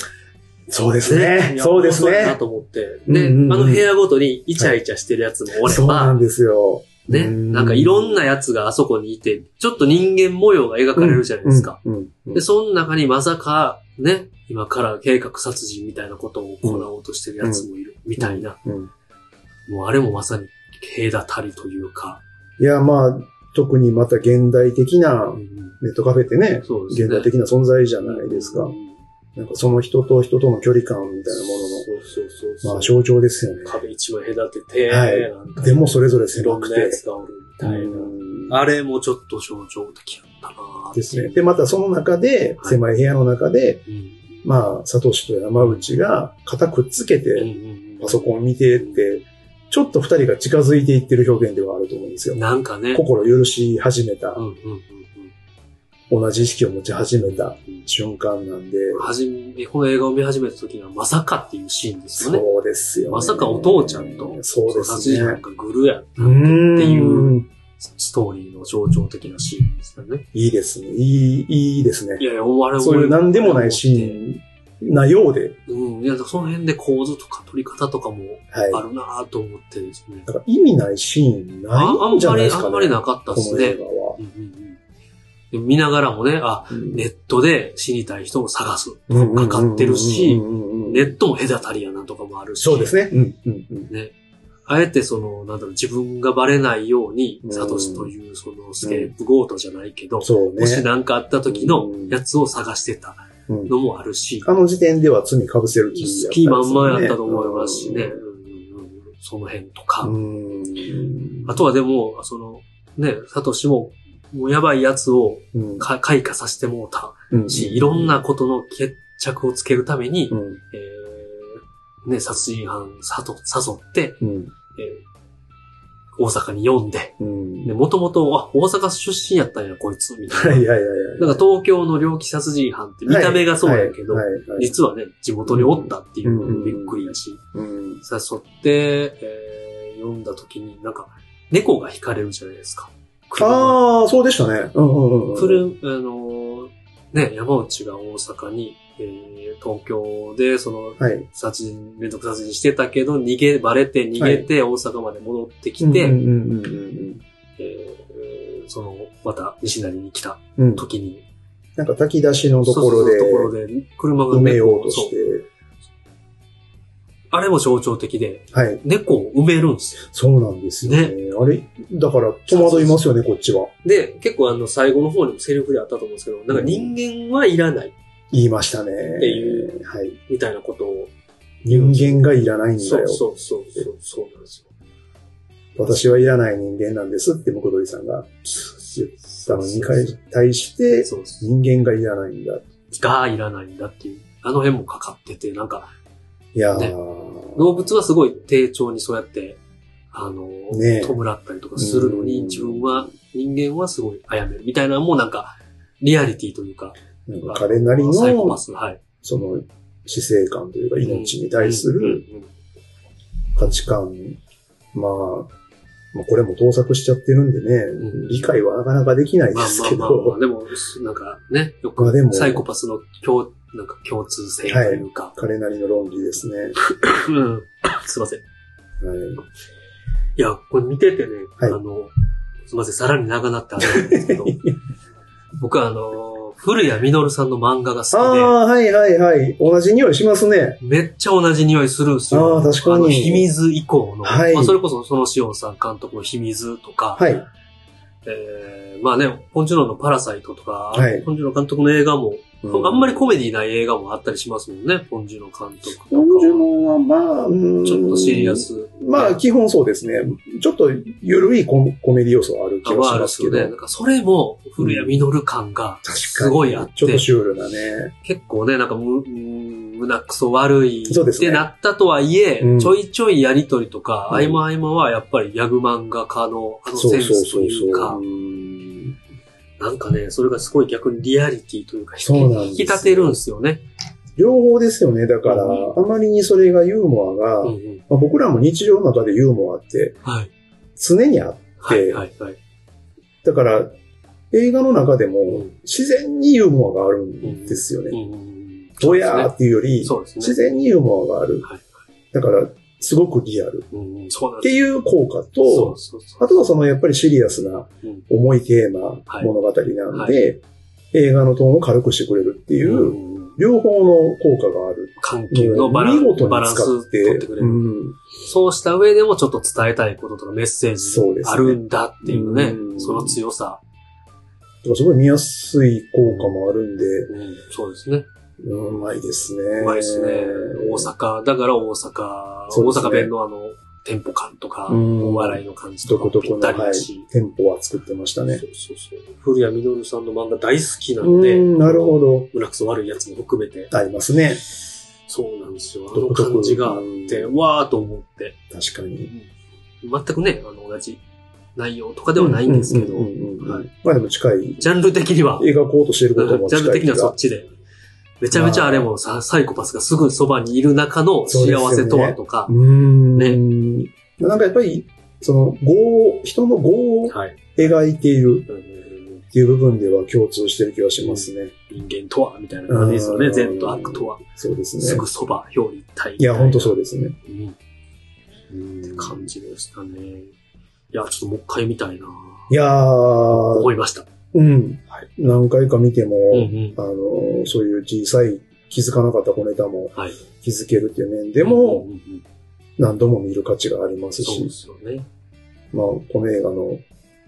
B: そうですね。そうです
A: いや面白いな
B: ね。
A: と思って。
B: うん
A: で、あ
B: うんうん
A: の部屋ごとにイチャイチャしてるやつもおれ
B: そうな
A: ば、
B: んですよ。
A: ね、
B: うん
A: なんかいろんなやつがあそこにいて、ちょっと人間模様が描かれるじゃないですか。
B: うん。うんうん
A: で、その中にまさか、ね、今から計画殺人みたいなことを行おうとしてるやつもいる、みたいな。
B: うん
A: もうあれもまさに、隔たりというか、
B: いや、まあ、特にまた現代的な
A: う、ん
B: ネットカフェってね、
A: そうですね。
B: 現代的な存在じゃないですか
A: うん。
B: なんかその人と人との距離感みたいなも
A: そうそうそう
B: の
A: そう。
B: の、まあ象徴ですよね。
A: 壁一枚隔てて、
B: はい
A: なんか
B: でもそれぞれ
A: いろ
B: 狭
A: ん
B: く
A: なや
B: て。
A: つがおるみたいな。
B: うん
A: あれもちょっと象徴的だったなぁ
B: ですね。で、またその中で、
A: はい
B: 狭い部屋の中で、
A: うん
B: まあ、サトシと山内が肩くっつけ
A: うん
B: て、
A: うん
B: パソコン見てって、ちょっと二人が近づいていってる表現ではあると思うんですよ。
A: なんかね、
B: 心許し始めた
A: う、んうんうんうん
B: 同じ意識を持ち始めた瞬間なんで、
A: はじめ、この映画を見始めた時にはまさかっていうシーンですよね。
B: そうですよ、ね。
A: まさかお父ちゃんと、
B: そうで
A: 殺人
B: す
A: 犯
B: ね。
A: がグルやって
B: うん
A: いう。ストーリーの象徴的なシーンですよね。
B: いいですね。いい、いいですね
A: い。やいや、終わる
B: そういう何でもないシーンなようで、
A: うん。いや、その辺で構図とか撮り方とかも
B: はい。
A: あるなぁと思ってですね。
B: なんか意味ないシーン
A: あ
B: ない
A: あ
B: ん
A: ん
B: じゃ
A: ま
B: ない
A: り、
B: で
A: あ
B: すかね。
A: んまりなかったですね。
B: こ
A: うんうんうんで見ながらもね、あ、
B: の映
A: ネットで死にたい人を探す。
B: 画は。
A: かかってるし
B: うんうんうんうんうん
A: ネットも隔たりやなとかもあるし。
B: そうですね。うんうんうん
A: ね。あえてその、なんだろう、自分がバレないように
B: う、ん
A: サトシというそのスケープゴートじゃないけど、
B: そうね。
A: もし何かあった時のやつを探してた
B: うん
A: のもあるし、
B: あの時点では罪被せる気
A: 好
B: や
A: き
B: った
A: ま
B: ですよね
A: んまやったと思いますしね、うんうんうんその辺とか。
B: うん。
A: あとはでも、その、ね、サトシも、もうやばいやつを
B: うん、
A: か開花させてもうた
B: うん
A: し、いろんなことの決着をつけるために、
B: うん
A: えーね、殺人犯さと誘って、
B: うん
A: えー大阪に呼んで、
B: うん
A: で、もともと、あ、大阪出身やったんや、こいつ、みたいな。
B: はいはいはいはい。
A: なんか東京の猟奇殺人犯って見た目がそうやけど、
B: はいはいはい
A: 実はね、地元におったっていうのもびっくりやし、
B: うん
A: 誘って、えー読んだ時に、なんか、猫が惹かれるじゃないですか。車
B: ああ、そうでしたね。うんうんうん。
A: それ、あのーね、山内が大阪に、えー東京で、その、
B: はい。
A: 殺人、連続殺人してたけど、逃げ、バレて逃げて、大阪まで戻ってきて、
B: うんうんうんうん
A: えーその、また西成に来た
B: うんうん。
A: 時に、
B: なんか炊き出しのところ
A: そうそうそ
B: で
A: うところで、車が
B: 埋めようと
A: そう
B: して。
A: あれも象徴的で、
B: はい。
A: 猫を埋めるんですよ。
B: そうなんですよね。あれ、だから戸惑いますよね、こっちは。
A: で、結構あの、最後の方にもセリフであったと思うんですけど、なんか人間はいらない、
B: 言いましたね。
A: てい
B: はい。
A: みたいなことを。
B: 人間がいらないんだ
A: そ
B: よ
A: う。そうそうそう、そうなんですよ。
B: 私はいらない人間なんですって、ムクドリさんが言ったのに対して、
A: そうそう
B: 人間がいらないんだ。
A: がいらないんだっていう、あの辺もかかってて、なんか、
B: いやー。
A: ね動物はすごい丁重にそうやって、あの、
B: ねえ
A: 弔ったりとかするのに、
B: うん
A: 自分は、人間はすごい殺めるみたいなのもなんか、リアリティというか、
B: なんか彼なりの、
A: サイコパス、はい。
B: その、死生観というか、命に対する
A: うんうんうん
B: 価値観、まあ、まあ、これも盗作しちゃってるんで
A: うん
B: ね、理解はなかなかできないで
A: まあ
B: す
A: まあ
B: け
A: まあまあ、
B: ど、
A: でも、なんかね、よ
B: まあでも
A: くサイコパスの共なんか共通性というか、
B: 彼なりの論理ですね。はい。
A: うん すいません。いや、これ見ててね、
B: はい
A: あの、すいません、さらに長なってあれなんです けど、僕はあの、古谷実さんの漫画が
B: あ
A: 好
B: あ、はいはいはい。同じ匂いしますね。
A: きで、めっちゃ同じ匂いするんですよ。
B: ああ、確か
A: あの、
B: に。
A: 秘密以降の、
B: はい
A: まあ、それこそそのしおんさん監督の秘密とか、
B: はい。
A: えーまあね、ポンジュローのパラサイトとか、
B: はい
A: ポンジュロー監督の映画も、あんまりコメディない映画もあったりしますもんね、ポンジュロー監督とか。
B: ポンジュノは、まあ、うん
A: ちょっとシリア。ス。
B: まあ、基本そうですね。ちょっと緩いココメディ要素はある気
A: 感
B: が
A: はあ
B: し
A: るん
B: ま
A: ですす
B: け
A: よ
B: ど。
A: ね。なんかそれも古谷実感が
B: 確かに。
A: すごいあって、
B: ちょっとシュールなね。
A: 結構ね、なんかむうん胸くそ悪い
B: そうです
A: っ
B: ね
A: てなったとはいえ、
B: うん
A: ちょいちょいやりとりとか、
B: うん
A: 合間合間はやっぱりギャグ漫画家のあのセンスというか、
B: ん
A: なんかね、それがすごい逆にリアリティというか、引き
B: そうなんですよ
A: 引き立てるんですよね。
B: 両方ですよね。だから、
A: う
B: あまりにそれがユーモアが、
A: うん
B: まあ、
A: うん
B: 僕らも日常の中でユーモアって
A: はい。
B: 常にあって、
A: はい、はい、はい。
B: だから映画の中でも
A: うん
B: 自然にユーモアがあるんですよね。
A: うん
B: ドヤーっていうより、
A: そうですね。
B: 自然にユーモアがある。
A: はい
B: だから、すごくリアル
A: うんうんそうなん
B: っ
A: で
B: て
A: す
B: いう効果
A: そ
B: と
A: う、そうそう
B: あとはそのやっぱりシリアスな
A: うん
B: 重いテーマ、
A: はい
B: 物語なん
A: は
B: で、映画のトーンを軽くしてくれるっていうう、
A: んうん
B: 両方の効果がある。
A: 緩急のバラン
B: 見事
A: バラ
B: に
A: ン
B: 使っ
A: ス
B: て、
A: 取ってくれる。
B: うん
A: そうした上でもちょっと伝えたいこととかメッセージ
B: そうですね
A: あるんだっていうね、
B: うん
A: その強さ、
B: だからすごい見やすい効果もあるんで、
A: うんそうですね。
B: うんうまいですね。
A: うまいですね。大阪、だから大阪、
B: そう
A: 大
B: ですね
A: 阪弁のあの、テンポ感とか、
B: うん
A: お笑いの感じとか
B: どこ
A: も
B: ど
A: ぴ
B: こ
A: っ
B: の、
A: たり
B: は
A: だ
B: い
A: し、、
B: 店舗は作ってましたね
A: そ。うそうそう。古谷実さんの漫画大好きな
B: うん
A: で、
B: ん、なるほど。
A: 胸くそ悪いやつも含めて、
B: ありますね。
A: そうなんですよ。あの
B: 独特
A: 感じがあって、
B: う
A: わーと思って、
B: 確かに。
A: 全くね、あの、同じ内容とかではないんですけど、
B: ううんうんうん
A: はい
B: まあでも近い。
A: ジャンル的には、
B: 描こうとしてることも
A: ジャン
B: 近い
A: ル的には
B: 気
A: そ
B: が
A: っちで。めちゃめちゃあれもさサイコパスがすぐそばにいる中の幸せとはとか
B: う、ーん。なんかやっぱり、その、業を人の業を
A: はい。
B: 描いている。
A: うんうんうん
B: っていう部分では共通してる気はしますね。
A: 人間とはみたいな感じですよね。
B: うん
A: 善と悪とは。
B: そうですね。
A: すぐそば、表裏一体。
B: いや、本当そう
A: で
B: ですね。
A: す。うん。って感じでしたね。いや、ちょっともう一回見たいない
B: やー、
A: 思いました。
B: うん。何回か見ても、
A: うんうん。
B: あの、そういう小さい気づかなかった小ネタも
A: はい。
B: 気づけるっていう面で
A: で
B: も、、何度も見る価値があります
A: そうで
B: し、
A: すよね。
B: まあ、この映画の、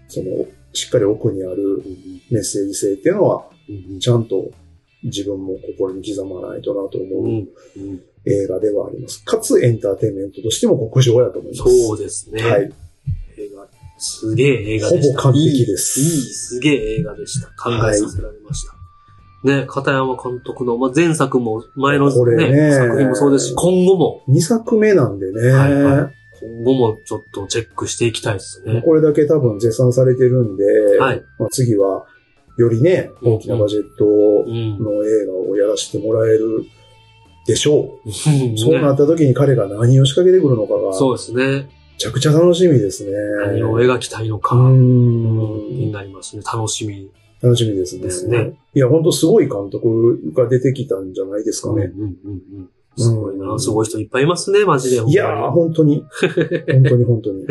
B: その、しっかり奥にある
A: うん
B: メッセージ性っていうのは、
A: うん
B: ちゃんと自分も心に刻まないとなと
A: う
B: 思うん
A: うん
B: 映画ではあります。かつ、エンターテインメントとしても極上やと思います。
A: そうですね。
B: はい。
A: 映画、すげえ映画
B: ほ
A: でし
B: ぼ
A: た。
B: 完璧です。
A: いい、すげえ映画でした。考えさせられました。ね、片山監督の、まあ、前作も、前の
B: これ
A: ね
B: ね
A: 作品もそうですし、今後も、
B: 2作目なんでね、
A: はいは今後もちょっとチェックしていきたいですね。
B: これだけ多分絶賛されてるんで、
A: はい
B: まあ、次はよりね、
A: うん
B: 大きなバジェット
A: うん。
B: の映画をやらせてもらえるでしょう。そうな
A: ね
B: った時に彼が何を仕掛けてくるのかが、
A: そうですね。
B: めちゃくちゃ楽しみですね。
A: 何を描きたいのか、
B: う
A: に
B: ん
A: なりますね。楽しみ。
B: 楽しみですね。
A: ですね
B: いや、本当すごい監督が出てきたんじゃないですかね。
A: うんうんうんうん。すごいうな。
B: ん
A: すごい人いっぱいいますね、マジで。
B: いやー、本当に。 本当に本当に。い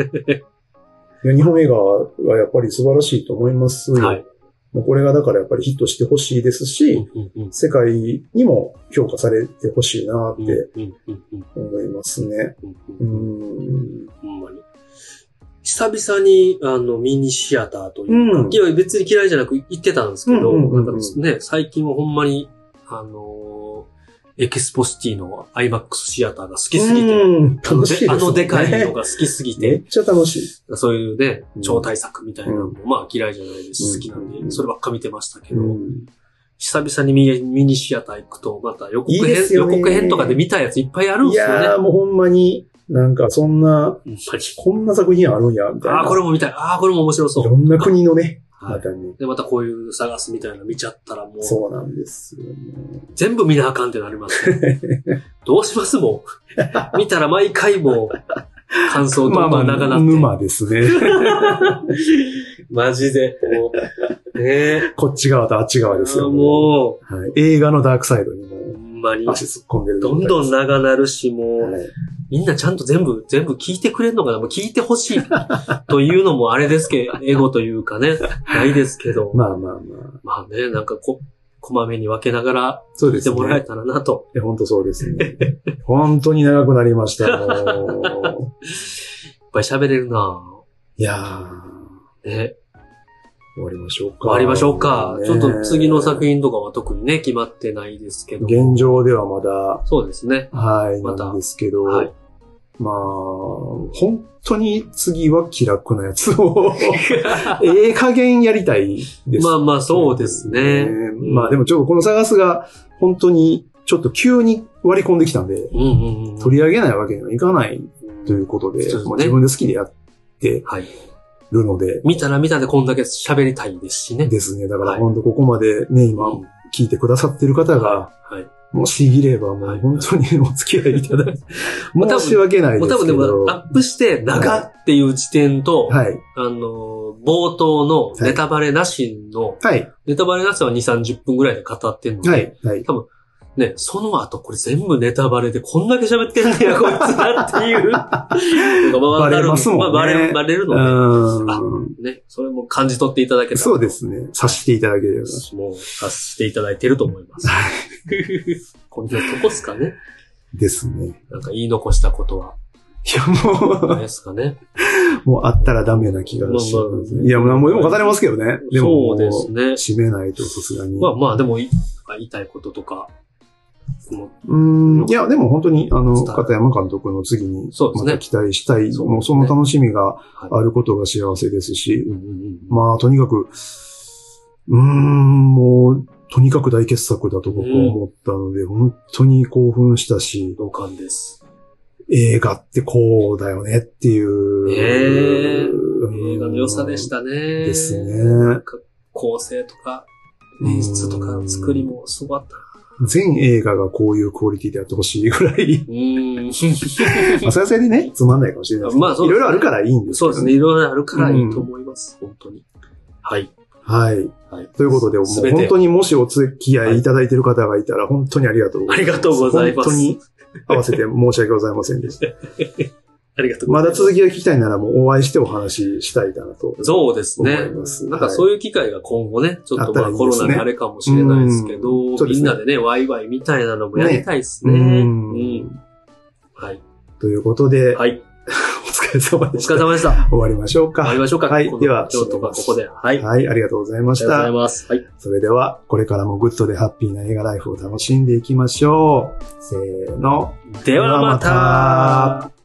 B: や日本映画はやっぱり素晴らしいと思います。
A: はい。
B: もうこれがだからやっぱりヒットしてほしいですし、
A: うんうんうん
B: 世界にも評価されてほしいなっ
A: うん
B: て
A: うんうんうん
B: 思いますね。
A: うん
B: う
A: うん
B: ん。
A: ほんまに。久々に、あの、ミニシアターというか、
B: うん
A: いや、別に嫌いじゃなく行ってたんですけど、
B: うんうんうんうん
A: なんかね、最近はほんまに、あのーエキスポシティの IMAX シアターが好きすぎて、
B: うん
A: あの
B: 楽しいですね。
A: あのでかいのが好きすぎて
B: めっ、ちゃ楽しい。
A: そういうね
B: う、ん
A: 超大作みたいなのも、まあ嫌いじゃないですし、好きなん
B: う
A: で、
B: ん
A: そればっか見てましたけど、
B: うん
A: 久々にミミニシアター行くと、また予告
B: いい
A: 編
B: です
A: 予
B: よね
A: 告編とかで見たやついっぱいあるん
B: い
A: ですよね。
B: やーもうほんまに、なんかそんな、
A: ほんまに
B: こんな作品あるんや、みたいな。
A: ああ、これも見たい。ああ、これも面白そ。
B: いうろんな国のね、
A: はい
B: またね。
A: で、またこういう探すみたいなの見ちゃったらもう、
B: そうなんですよね。
A: 全部見なあかんってなりますね。 どうしますもん。見たら毎回もう、感想
B: ま
A: ど
B: あ
A: んどん
B: ま
A: 長な
B: あ、
A: って。
B: 沼ですね。
A: マジで。もう、ねえ。
B: こっち側とあっち側ですよ。
A: も
B: はい映画のダークサイドに
A: う、
B: も
A: ほんまに。
B: 足突っ込んでる
A: どん
B: ん
A: どん長なるし、もう、
B: はい
A: みんなちゃんと全部、全部聞いてくれんのかなもう聞いてほしい。というのもあれですけど、 エゴというかね、ないですけど。
B: まあまあまあ。
A: まあね、なんかこ、こまめに分けながら、
B: そうで
A: 見て
B: す
A: もらえ
B: ね。
A: たらなと。
B: 本当そうです ね。本当に長くなりました。もう
A: いっぱい喋れるない
B: や
A: ぁ。
B: ー、
A: ね。
B: 終わりましょうか。
A: 終わりましょうか。
B: ね
A: ちょっと次の作品とかは特にね、決まってないですけど。
B: 現状ではまだ、
A: そうですね。
B: はい、
A: また
B: なんですけど、
A: はい
B: まあ、本当に次は気楽なやつ を、ええ加減やりたいです。
A: まあまあ、そうですね。ん
B: まあでもちょっとこの探すが、本当にちょっと急に割り込んできたんで、
A: うんうんうん。
B: 取り上げないわけにはいかないということで、
A: そうですね
B: まあ、自分で好きでやって
A: はい。
B: るので、
A: 見たら見たでこんだけ喋りたいですしね。
B: ですね。だから
A: はい
B: 本当ここまでね、今
A: うん
B: 聞いてくださってる方が、
A: はい。
B: もしいればも
A: はいう
B: 本当にお付き合いいただいて、
A: まあ
B: 申し訳ない
A: も
B: で
A: う多
B: す
A: 分
B: け
A: で
B: ど
A: も、、アップして、長っていう時点と、
B: はい。
A: あの、冒頭のネタバレなしの、
B: はい。
A: ネタバレなしは2、30分ぐらいで語ってんので、
B: はい。はい。
A: ね、その後これ全部ネタバレでこんだけ喋ってん ねや、こいつだっていう。バ
B: バレますもんね
A: バレ、バレる
B: う
A: の
B: ーん。
A: で、ね、それも感じ取っていただけたら。
B: そうですね。さしていただければ。
A: もう、察していただいてると思い ます。こんなとこっすかね。
B: ですね。
A: なんか言い残したことは、
B: いや、も、
A: ないうですかね。
B: もうあったらダメな気がします
A: まあまあ
B: ね。いや、もう、もう今語れますけどね。でも、
A: そうですね。
B: 締めないと、さすがに。
A: まあまあ、でも、い言いたいこととか、も
B: うーん。いや、でも本当に、あ
A: 伝
B: の、
A: わる
B: 片山監督の次に
A: そう、です
B: ま
A: ね
B: た期待したい。
A: そうですね
B: もうその楽しみが
A: う
B: あることが幸せですし
A: う、んうんうん
B: まあ、とにかく、うーん、もう、とにかく大傑作だと僕は思ったので、本当に興奮したし、
A: 同感です。
B: 映画ってこうだよねっていう。
A: ねえ
B: うん
A: 映画の良さでし。たね。
B: ですね。
A: なんか構成とか、演出とか作りもすごかったな。
B: 全映画がこういうクオリティでやってほしいぐら い。
A: うーん。
B: まあ、それはそれでね、つまんないかもしれないですけど。
A: まあそう
B: い
A: ですね
B: ろいろあるからいいんですけ
A: そう
B: ど
A: ですね。。いろいろあるからいいと思います。本当に。はい。
B: はい。
A: はい。
B: ということで、もう
A: すべて
B: 本当にもしお付き合いいただいている方がいたら、本当にありがとうござ
A: あ
B: います。
A: りがとうございます。
B: 本当に合わせて申し訳ございません でした。
A: ありがとうご
B: ま
A: ざい
B: だ
A: ます。
B: 続きが聞きたいなら、もうお会いしてお話ししたいなと。
A: そうですね
B: 思います。
A: なんかそういう機会が今後ね、ちょっとま
B: あったら
A: あ
B: いいです
A: コロ
B: ね
A: ナのあれかもしれないですけ
B: う
A: ど
B: ん、そうで
A: み
B: す
A: ん
B: ね
A: なでね、ワイワイみたいなのもやりたいですね。
B: ね
A: う
B: うん
A: んはい。
B: ということで、
A: はい。
B: お疲れ様
A: お
B: でし
A: 疲
B: た。
A: れ様でした。
B: 終わりましょうか。
A: 終わり
B: は
A: ましょうか。
B: はい
A: この
B: では
A: 今日とかここで。はい。ありが
B: い、ありがとうございま
A: と
B: し
A: うござい
B: た。
A: ます。はい。
B: それでは、これからもグッドでハッピーな映画ライフを楽しんでいきましょう。せーの。
A: ではま
B: ではま
A: た
B: た